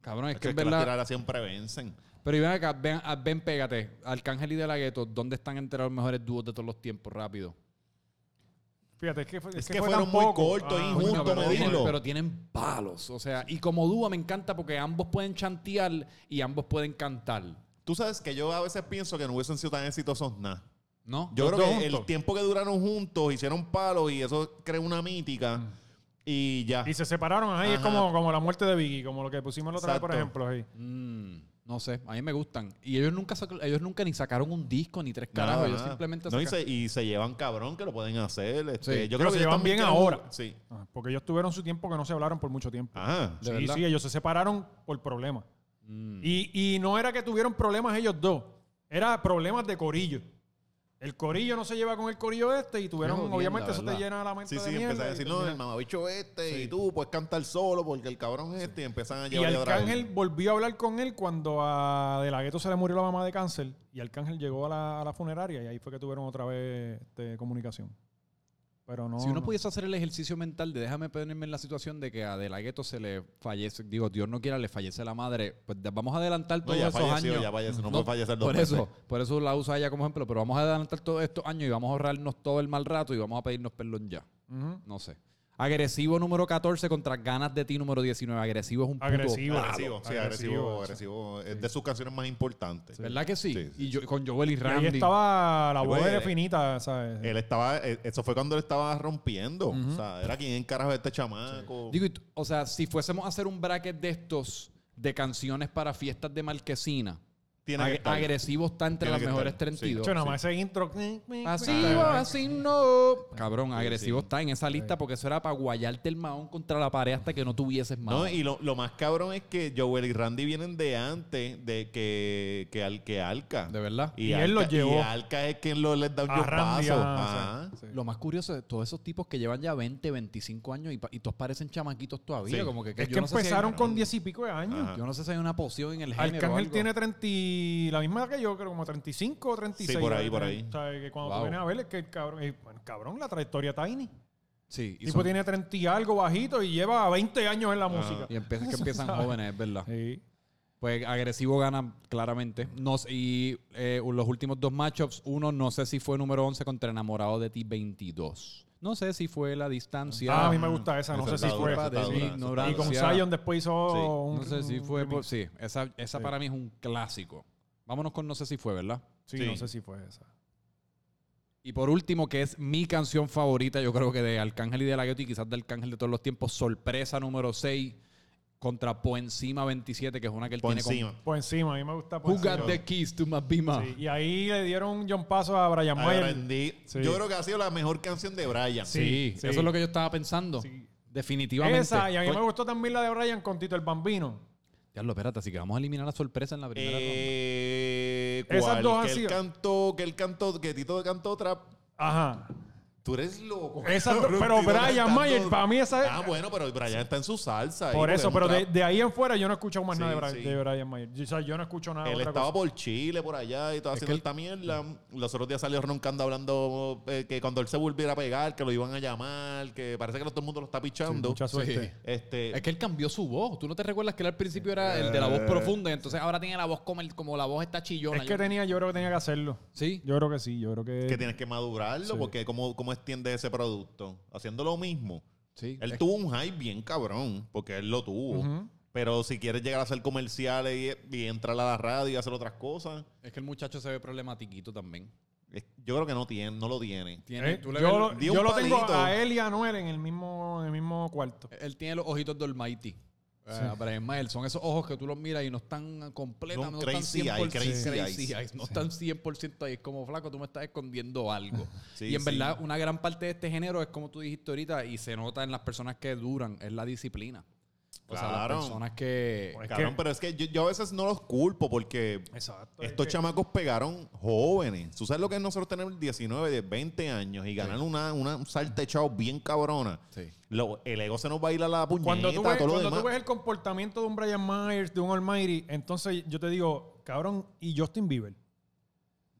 Speaker 1: Cabrón, es que
Speaker 2: Que,
Speaker 1: en
Speaker 2: que las
Speaker 1: verdad.
Speaker 2: tiraras siempre vencen.
Speaker 1: Pero y ven acá, ven, a- ven Pégate, Arcángel y De La Gueto, ¿dónde están enterados los mejores dúos de todos los tiempos? Rápido.
Speaker 3: Fíjate, es que, fue-
Speaker 2: Es
Speaker 3: que
Speaker 2: que
Speaker 3: fue
Speaker 2: fueron
Speaker 3: tan
Speaker 2: muy
Speaker 3: poco.
Speaker 2: cortos,
Speaker 3: Ah,
Speaker 2: injustos. Justo
Speaker 1: pero,
Speaker 2: medirlo.
Speaker 1: tienen- pero tienen palos. O sea, y como dúo me encanta porque ambos pueden chantear y ambos pueden cantar.
Speaker 2: Tú sabes que yo a veces pienso que no hubiesen sido tan exitosos nada.
Speaker 1: ¿No?
Speaker 2: Yo
Speaker 3: Los
Speaker 2: creo
Speaker 3: dos
Speaker 2: que el
Speaker 3: juntos.
Speaker 2: tiempo que duraron juntos hicieron palos y eso creó una mítica. y ya.
Speaker 3: Mm. Y se separaron ahí, es
Speaker 2: Ajá.
Speaker 3: como, como la muerte de Biggie, como lo que pusimos la otra vez, por
Speaker 2: Exacto.
Speaker 3: ejemplo. Ahí.
Speaker 1: Mm, no sé, a mí me gustan. Y ellos nunca, sac- ellos nunca ni sacaron un disco ni tres
Speaker 2: Nada,
Speaker 1: carajos. ellos
Speaker 2: nada.
Speaker 1: simplemente
Speaker 2: no, y,
Speaker 1: saca-
Speaker 2: se, y se llevan cabrón que lo pueden hacer. Este,
Speaker 1: Sí.
Speaker 2: yo creo que
Speaker 3: Pero se
Speaker 2: ellos
Speaker 3: llevan
Speaker 2: también
Speaker 3: bien
Speaker 2: quieren-
Speaker 3: ahora.
Speaker 2: Sí.
Speaker 3: Ah, Porque ellos tuvieron su tiempo que no se hablaron por mucho tiempo.
Speaker 2: Ajá.
Speaker 1: ¿De
Speaker 3: sí,
Speaker 1: verdad?
Speaker 3: sí, ellos se separaron por problemas.
Speaker 1: Mm.
Speaker 3: Y, y no era que tuvieron problemas ellos dos, era problemas de corillo. El corillo no se lleva con el corillo este y tuvieron,
Speaker 1: Qué jodienda,
Speaker 3: obviamente eso te
Speaker 1: ¿verdad?
Speaker 3: llena la mente
Speaker 2: Sí,
Speaker 3: de
Speaker 2: sí,
Speaker 3: mierda
Speaker 2: empezás a
Speaker 3: y
Speaker 2: decir,
Speaker 3: termina-
Speaker 2: no, el mamabicho este, y tú puedes cantar solo porque el cabrón es este, y empiezan a
Speaker 3: Y
Speaker 2: llevar
Speaker 3: Arcángel volvió a hablar con él cuando a De La Ghetto se le murió la mamá de cáncer. Y Arcángel llegó a la, a la funeraria y ahí fue que tuvieron otra vez este, comunicación. Pero no.
Speaker 1: si uno
Speaker 3: no.
Speaker 1: pudiese hacer el ejercicio mental de déjame ponerme en la situación de que a De La Ghetto se le fallece, digo, Dios no quiera, le fallece la madre, pues de- vamos a adelantar
Speaker 2: No,
Speaker 1: todos
Speaker 2: ya
Speaker 1: esos
Speaker 2: falleció,
Speaker 1: años.
Speaker 2: ya falleció, no, puede fallecer dos
Speaker 1: por
Speaker 2: veces.
Speaker 1: eso, por eso la usa ella como ejemplo, pero vamos a adelantar todos estos años y vamos a ahorrarnos todo el mal rato y vamos a pedirnos perdón ya.
Speaker 3: Ujú.
Speaker 1: No sé. Agresivo número 14 contra ganas de ti número 19. Agresivo es un puto-
Speaker 3: Agresivo.
Speaker 2: Agresivo, sí, agresivo, agresivo. Es de sus canciones más importantes.
Speaker 1: ¿Verdad que sí?
Speaker 2: Sí, sí,
Speaker 1: Y yo, con Joel y
Speaker 3: Y ahí
Speaker 1: Randy.
Speaker 3: estaba la
Speaker 2: Sí, pues,
Speaker 3: voz
Speaker 2: porque
Speaker 3: de
Speaker 2: él-
Speaker 3: finita, ¿sabes?
Speaker 2: Él estaba, eh, eso fue cuando él estaba rompiendo. O sea, era quien carajo es este chamaco.
Speaker 1: Digo, y tú- o sea, si fuésemos a hacer un bracket de estos de canciones para fiestas de marquesina,
Speaker 2: Tiene que
Speaker 1: ag-
Speaker 2: estar.
Speaker 1: agresivo está entre
Speaker 2: Tiene
Speaker 1: las
Speaker 2: que
Speaker 1: mejores
Speaker 2: estar, sí.
Speaker 3: De
Speaker 1: 32.
Speaker 3: hecho, nada más ese intro.
Speaker 1: Pasivo, así no. Cabrón, agresivo
Speaker 2: sí.
Speaker 1: está en esa lista porque eso era para guayarte el maón contra la pared hasta que no tuvieses maón.
Speaker 2: No, y lo, lo más cabrón es que Joel y Randy vienen de antes de que, que, Al- que Alca.
Speaker 1: de verdad.
Speaker 3: Y él los llevó.
Speaker 2: Y Alca es quien los les da un
Speaker 3: A Randy,
Speaker 2: paso.
Speaker 3: ajá,
Speaker 2: Ajá.
Speaker 3: sí, sí.
Speaker 1: Lo más curioso de todos esos tipos que llevan ya 20, 25 años y, pa- y todos parecen chamaquitos todavía.
Speaker 2: Sí.
Speaker 1: Como que,
Speaker 3: Es
Speaker 1: yo
Speaker 3: que
Speaker 1: no sé si hay-
Speaker 3: empezaron con diez y pico de años.
Speaker 2: Ajá.
Speaker 1: yo no sé si hay una poción en el género. o
Speaker 3: Arcángel
Speaker 1: algo.
Speaker 3: tiene 30, y- la misma edad que yo, creo como 35 o 36.
Speaker 2: Sí, por ahí,
Speaker 3: ¿sabes?
Speaker 2: por ahí.
Speaker 3: O sea, que cuando tú
Speaker 1: Wow.
Speaker 3: vienes a ver, es que el cabrón, eh, bueno, cabrón, la trayectoria Tiny.
Speaker 1: Sí, y,
Speaker 3: El tipo
Speaker 1: son- Ah,
Speaker 3: tiene 30 y algo bajito y lleva 20 años en la
Speaker 1: y
Speaker 3: música.
Speaker 1: empiezan, que empiezan jóvenes, es verdad.
Speaker 3: Sí.
Speaker 1: Pues agresivo gana claramente. No sé- y eh, los últimos dos matchups, uno no sé si fue número 11 contra enamorado de ti 22. No sé si fue la distancia.
Speaker 3: Ah, a mí me gusta esa, no
Speaker 2: Esa
Speaker 3: sé si
Speaker 2: está
Speaker 3: fue.
Speaker 2: dura, esa está
Speaker 1: de mi
Speaker 2: dura, esa está
Speaker 1: ignorancia.
Speaker 3: Y con
Speaker 1: Francia.
Speaker 3: Zion después hizo
Speaker 2: Sí.
Speaker 3: un.
Speaker 1: No sé si
Speaker 3: un
Speaker 1: fue.
Speaker 3: remix.
Speaker 1: sí, esa, esa
Speaker 3: Sí.
Speaker 1: para mí es un clásico. Vámonos con no sé si fue, ¿verdad?
Speaker 3: Sí,
Speaker 2: Sí.
Speaker 3: no sé si fue esa.
Speaker 1: Y por último, que es mi canción favorita, yo creo que de Arcángel y de la Ghetto y quizás de Arcángel de todos los tiempos, Sorpresa número 6 contra Por Encima 27, que es una que él
Speaker 2: Por
Speaker 1: tiene con-
Speaker 2: encima.
Speaker 3: Por encima, a mí me gusta. Por
Speaker 1: Who got
Speaker 3: encima.
Speaker 1: the keys to my bima?
Speaker 3: Sí, Y ahí le dieron un John Paso a Brian
Speaker 2: A
Speaker 3: Mayer.
Speaker 2: Randy.
Speaker 3: Sí.
Speaker 2: Yo creo que ha sido la mejor canción de Brian.
Speaker 1: Sí,
Speaker 3: Sí, sí.
Speaker 1: eso es lo que yo estaba pensando.
Speaker 3: Sí.
Speaker 1: Definitivamente.
Speaker 3: Esa, y a mí me
Speaker 1: Coño,
Speaker 3: gustó también la de Brian con Tito el Bambino.
Speaker 1: Diablo, espérate, así que vamos a eliminar la sorpresa en la primera ronda.
Speaker 2: Eh,
Speaker 3: Esas
Speaker 2: ¿cuál?
Speaker 3: dos han
Speaker 2: que él
Speaker 3: sido.
Speaker 2: cantó, que él cantó, que Tito cantó trap.
Speaker 3: Ajá.
Speaker 2: Tú eres loco.
Speaker 3: Esa-
Speaker 2: cabrón,
Speaker 3: pero
Speaker 2: Tito
Speaker 3: Brian
Speaker 2: cantando-
Speaker 3: Mayer, pa' mí esa es-
Speaker 2: Ah, bueno, pero Brian está en su salsa. ahí,
Speaker 3: Por
Speaker 2: porque es
Speaker 3: eso,
Speaker 2: un
Speaker 3: pero de,
Speaker 2: trap.
Speaker 3: de ahí en fuera yo no he escuchado más
Speaker 2: Sí,
Speaker 3: nada de Brian,
Speaker 2: sí.
Speaker 3: de Brian Mayer. Yo- O sea, yo no escucho nada.
Speaker 2: Él
Speaker 3: ah, otra
Speaker 2: estaba
Speaker 3: cosa.
Speaker 2: por Chile, por allá, y estaba
Speaker 1: Es
Speaker 2: haciendo
Speaker 1: que él-
Speaker 2: esta mierda. Los otros días salió roncando hablando eh, que cuando él se volviera a pegar, que lo iban a llamar, que parece que todo el mundo lo está pichando.
Speaker 3: Mucha suerte.
Speaker 2: este,
Speaker 1: Es que él cambió su voz. ¿Tú no te recuerdas que él al principio era el de la voz profunda? y Entonces ahora tiene la voz como, el- como la voz está chillona.
Speaker 3: Es que
Speaker 1: Yo-
Speaker 3: tenía, yo creo que tenía que hacerlo.
Speaker 1: Sí.
Speaker 3: Yo creo que sí, yo creo
Speaker 2: que tienes que madurarlo,
Speaker 3: Sí.
Speaker 2: porque ¿cómo, ¿cómo extiende ese producto? Haciendo lo mismo.
Speaker 1: Sí.
Speaker 2: Él
Speaker 1: Es-
Speaker 2: tuvo un hype bien cabrón, porque él lo tuvo.
Speaker 3: Ujú.
Speaker 2: Pero si quieres llegar a hacer comerciales y, y entrar a la radio y hacer otras cosas,
Speaker 1: es que el muchacho se ve problematiquito también.
Speaker 2: es- yo creo que no tiene, no lo tiene.
Speaker 1: Tiene,
Speaker 3: Eh,
Speaker 1: tú le
Speaker 3: yo
Speaker 1: ves-
Speaker 3: lo,
Speaker 2: di un
Speaker 3: yo lo tengo
Speaker 2: palito.
Speaker 3: a él y a Noel en el mismo, en el mismo
Speaker 2: Eh,
Speaker 3: cuarto.
Speaker 1: Él tiene los ojitos de Almighty. Eh, Brian Mayer, son esos ojos que tú los miras y no están completos,
Speaker 2: Son
Speaker 1: no
Speaker 2: crazy
Speaker 1: están 100%
Speaker 2: eyes, crazy
Speaker 1: crazy
Speaker 2: eyes.
Speaker 1: eyes, no están 100% ahí, es como flaco, tú me estás escondiendo algo.
Speaker 2: Sí,
Speaker 1: y en
Speaker 2: sí.
Speaker 1: verdad, una gran parte de este género es como tú dijiste ahorita, y se nota en las personas que duran, es la disciplina. O sea, las
Speaker 2: Claro.
Speaker 1: personas que... Eh,
Speaker 3: Pues, Es
Speaker 2: Cabrón,
Speaker 3: que-
Speaker 2: pero es que yo, yo a veces no los culpo porque
Speaker 3: Exacto.
Speaker 2: estos chamacos pegaron jóvenes. Tú sabes lo que es nosotros tener 19, de 20 años y ganar una, una un saltechado bien cabrona.
Speaker 1: Sí.
Speaker 2: Lo- el ego se nos va a ir a la puñeta,
Speaker 3: Cuando, tú ves,
Speaker 2: todo lo
Speaker 3: cuando
Speaker 2: demás.
Speaker 3: tú ves el comportamiento de un Brian Myers, de un Almighty, entonces yo te digo, cabrón, y Justin Bieber.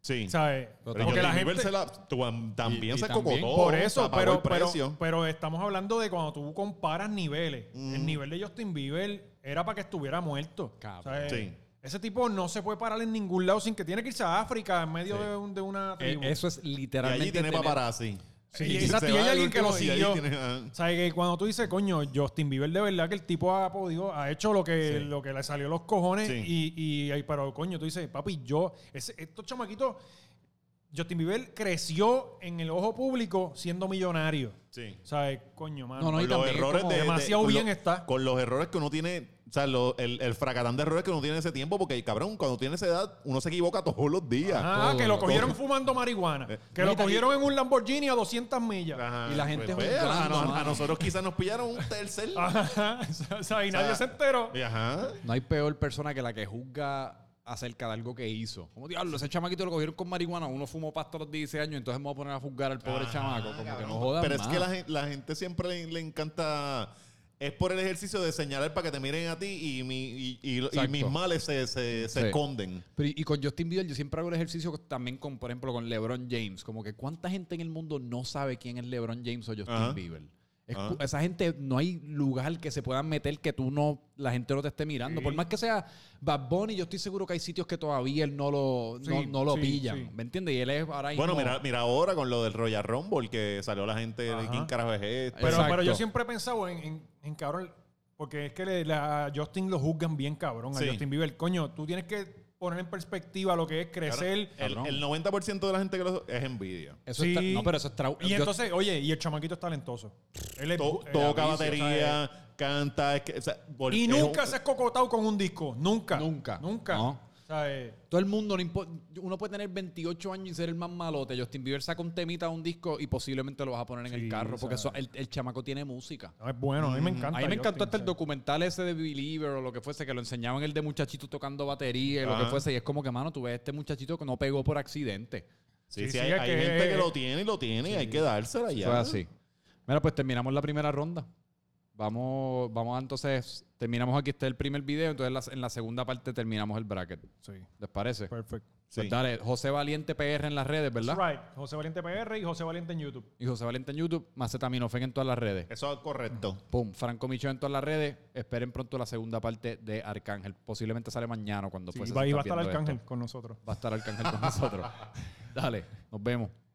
Speaker 2: Sí.
Speaker 3: ¿Sabes?
Speaker 1: Pero
Speaker 2: Pero
Speaker 3: Porque
Speaker 2: Justin
Speaker 3: la
Speaker 2: Bieber
Speaker 3: gente.
Speaker 2: se la- tú- también
Speaker 1: Y- y
Speaker 2: Oh, se
Speaker 1: también-
Speaker 2: cocotó.
Speaker 3: Por
Speaker 2: o
Speaker 3: eso,
Speaker 2: sea, pagó
Speaker 3: pero,
Speaker 2: el
Speaker 3: pero,
Speaker 2: precio.
Speaker 3: pero estamos hablando de cuando tú comparas niveles.
Speaker 2: Mm.
Speaker 3: El nivel de Justin Bieber era para que estuviera muerto.
Speaker 1: Cabrón.
Speaker 3: ¿Sabes?
Speaker 2: Sí.
Speaker 3: Ese tipo no se puede parar en ningún lado sin que tiene que irse a África en medio
Speaker 1: Sí.
Speaker 3: de, un- de una
Speaker 1: Eh,
Speaker 3: tribu.
Speaker 1: eso es
Speaker 2: y
Speaker 1: literalmente...
Speaker 2: allí tiene
Speaker 1: tener-
Speaker 2: paparazzi.
Speaker 3: Sí,
Speaker 2: Y
Speaker 3: exacto,
Speaker 2: se
Speaker 3: y hay
Speaker 2: va al
Speaker 3: alguien que lo
Speaker 2: último y allí
Speaker 3: siguió.
Speaker 2: tiene- ah.
Speaker 3: ¿Sabes? Que cuando tú dices, coño, Justin Bieber de verdad que el tipo ha podido, ha hecho lo que, lo que le salió a los cojones.
Speaker 2: Sí.
Speaker 3: Y, y, y- pero, coño, tú dices, papi, yo, ese- estos chamaquitos, Justin Bieber creció en el ojo público siendo millonario.
Speaker 2: Sí.
Speaker 3: O sea, eh, coño, mano.
Speaker 1: No, no, y
Speaker 2: Con los
Speaker 1: también es
Speaker 2: errores
Speaker 1: como
Speaker 2: de- de-
Speaker 3: demasiado
Speaker 2: con
Speaker 3: bien
Speaker 2: lo-
Speaker 3: está.
Speaker 2: Con los errores que uno tiene, o sea, lo- el, el fracatán de errores que uno tiene en ese tiempo, porque cabrón, cuando tiene esa edad, uno se equivoca todos los días.
Speaker 3: Ah,
Speaker 1: todo,
Speaker 3: que lo cogieron
Speaker 2: todo.
Speaker 3: fumando marihuana.
Speaker 1: no,
Speaker 3: Que
Speaker 1: Eh, y
Speaker 3: lo
Speaker 1: también-
Speaker 3: cogieron en un Lamborghini a 200 millas.
Speaker 2: Ajá,
Speaker 1: Y la gente
Speaker 2: pues,
Speaker 1: juzgando, Ah.
Speaker 2: a, no-
Speaker 1: mano.
Speaker 2: a nosotros quizás nos pillaron un tercer.
Speaker 3: Ajá. O sea, y nadie
Speaker 2: O sea,
Speaker 3: se enteró.
Speaker 1: eh,
Speaker 2: Y Ajá.
Speaker 1: No hay peor persona que la que juzga acerca de algo que hizo. Como diablo, ese chamaquito lo cogieron con marihuana, uno fumó pasto a los 16 años, entonces me voy a poner a juzgar al pobre chamaco. Como que no jodas
Speaker 2: Pero es
Speaker 1: más.
Speaker 2: que la, gen- la gente siempre le, le encanta. Es por el ejercicio de señalar para que te miren a ti y, mi- y- y- y
Speaker 1: Exacto.
Speaker 2: mis males se, se- se
Speaker 1: Sí.
Speaker 2: esconden.
Speaker 1: Pero y- y con Justin Bieber yo siempre hago el ejercicio también con, por ejemplo, con LeBron James. Como que cuánta gente en el mundo no sabe quién es LeBron James o Justin
Speaker 2: Ajá.
Speaker 1: Bieber. Es
Speaker 2: Ajá.
Speaker 1: cu- esa gente, no hay lugar que se puedan meter que tú no, la gente no te esté mirando. Por más que sea Bad Bunny, yo estoy seguro que hay sitios que todavía él no lo, no,
Speaker 3: Sí,
Speaker 1: no lo
Speaker 3: sí,
Speaker 1: pillan.
Speaker 3: sí.
Speaker 1: ¿Me entiendes? Y él es ahora
Speaker 2: Bueno,
Speaker 1: mismo-
Speaker 2: mira, mira ahora con lo del Royal Rumble que salió la gente de
Speaker 3: Ajá.
Speaker 2: quién carajo es este.
Speaker 3: Pero,
Speaker 1: Exacto.
Speaker 3: pero yo siempre he pensado en, en, en cabrón, porque es que le- la- a Justin lo juzgan bien cabrón,
Speaker 2: Sí.
Speaker 3: a Justin Bieber. Coño, tú tienes que poner en perspectiva lo que es crecer.
Speaker 2: el,
Speaker 1: Cabrón.
Speaker 2: el 90% de la gente que lo es envidia.
Speaker 1: Eso
Speaker 3: Sí.
Speaker 1: está- no, pero eso es trau-
Speaker 3: Y
Speaker 1: yo-
Speaker 3: entonces, oye, y el chamaquito es talentoso. Él es
Speaker 2: To-
Speaker 3: bu- eh,
Speaker 2: toca
Speaker 3: avicio, o sea,
Speaker 2: batería,
Speaker 3: eh,
Speaker 2: canta. es que, o sea, vol-
Speaker 3: y
Speaker 2: es
Speaker 3: nunca
Speaker 2: un-
Speaker 3: se ha cocotado con un disco. Nunca.
Speaker 1: Nunca.
Speaker 3: Nunca.
Speaker 1: No.
Speaker 3: O sea, eh,
Speaker 1: Todo el mundo, no impo- uno puede tener 28 años y ser el más malote. Justin Bieber saca un temita a un disco y posiblemente lo vas a poner en el
Speaker 3: Sí,
Speaker 1: carro porque eso,
Speaker 3: sabe.
Speaker 1: el, el chamaco tiene música.
Speaker 3: no, es bueno, a mí me encanta.
Speaker 1: Mm, A mí me encantó este
Speaker 3: Justin,
Speaker 1: hasta el
Speaker 3: o sea.
Speaker 1: documental ese de Believer o lo que fuese, que lo enseñaban el de muchachitos tocando batería y lo que
Speaker 2: Ajá.
Speaker 1: fuese. Y es como que, mano, tú ves este muchachito que no pegó por accidente.
Speaker 2: Sí,
Speaker 3: Sí,
Speaker 2: sí,
Speaker 3: sí,
Speaker 2: hay,
Speaker 3: es
Speaker 2: hay
Speaker 3: que-
Speaker 2: gente que lo tiene y lo tiene y hay que dársela ya.
Speaker 1: Fue así. Mira, pues terminamos la primera ronda. Vamos, vamos a, entonces, terminamos aquí, este es el primer video, entonces la- en la segunda parte terminamos el bracket.
Speaker 3: Sí,
Speaker 1: ¿Les parece? Pues
Speaker 3: perfecto.
Speaker 2: Sí.
Speaker 1: dale, José Valiente PR en las redes, ¿verdad? Pues
Speaker 3: Right. José Valiente PR y José Valiente en YouTube.
Speaker 1: Y José Valiente en YouTube, Macetaminofen en todas las redes.
Speaker 2: Eso es correcto.
Speaker 1: Pum, Franco Micho en todas las redes. Esperen pronto la segunda parte de Arcángel. Posiblemente sale mañana cuando
Speaker 3: Sí,
Speaker 1: pues
Speaker 3: va- y
Speaker 1: están
Speaker 3: va a estar
Speaker 1: viendo
Speaker 3: Arcángel
Speaker 1: esto.
Speaker 3: con nosotros.
Speaker 1: Va a estar Arcángel con nosotros. Dale, nos vemos.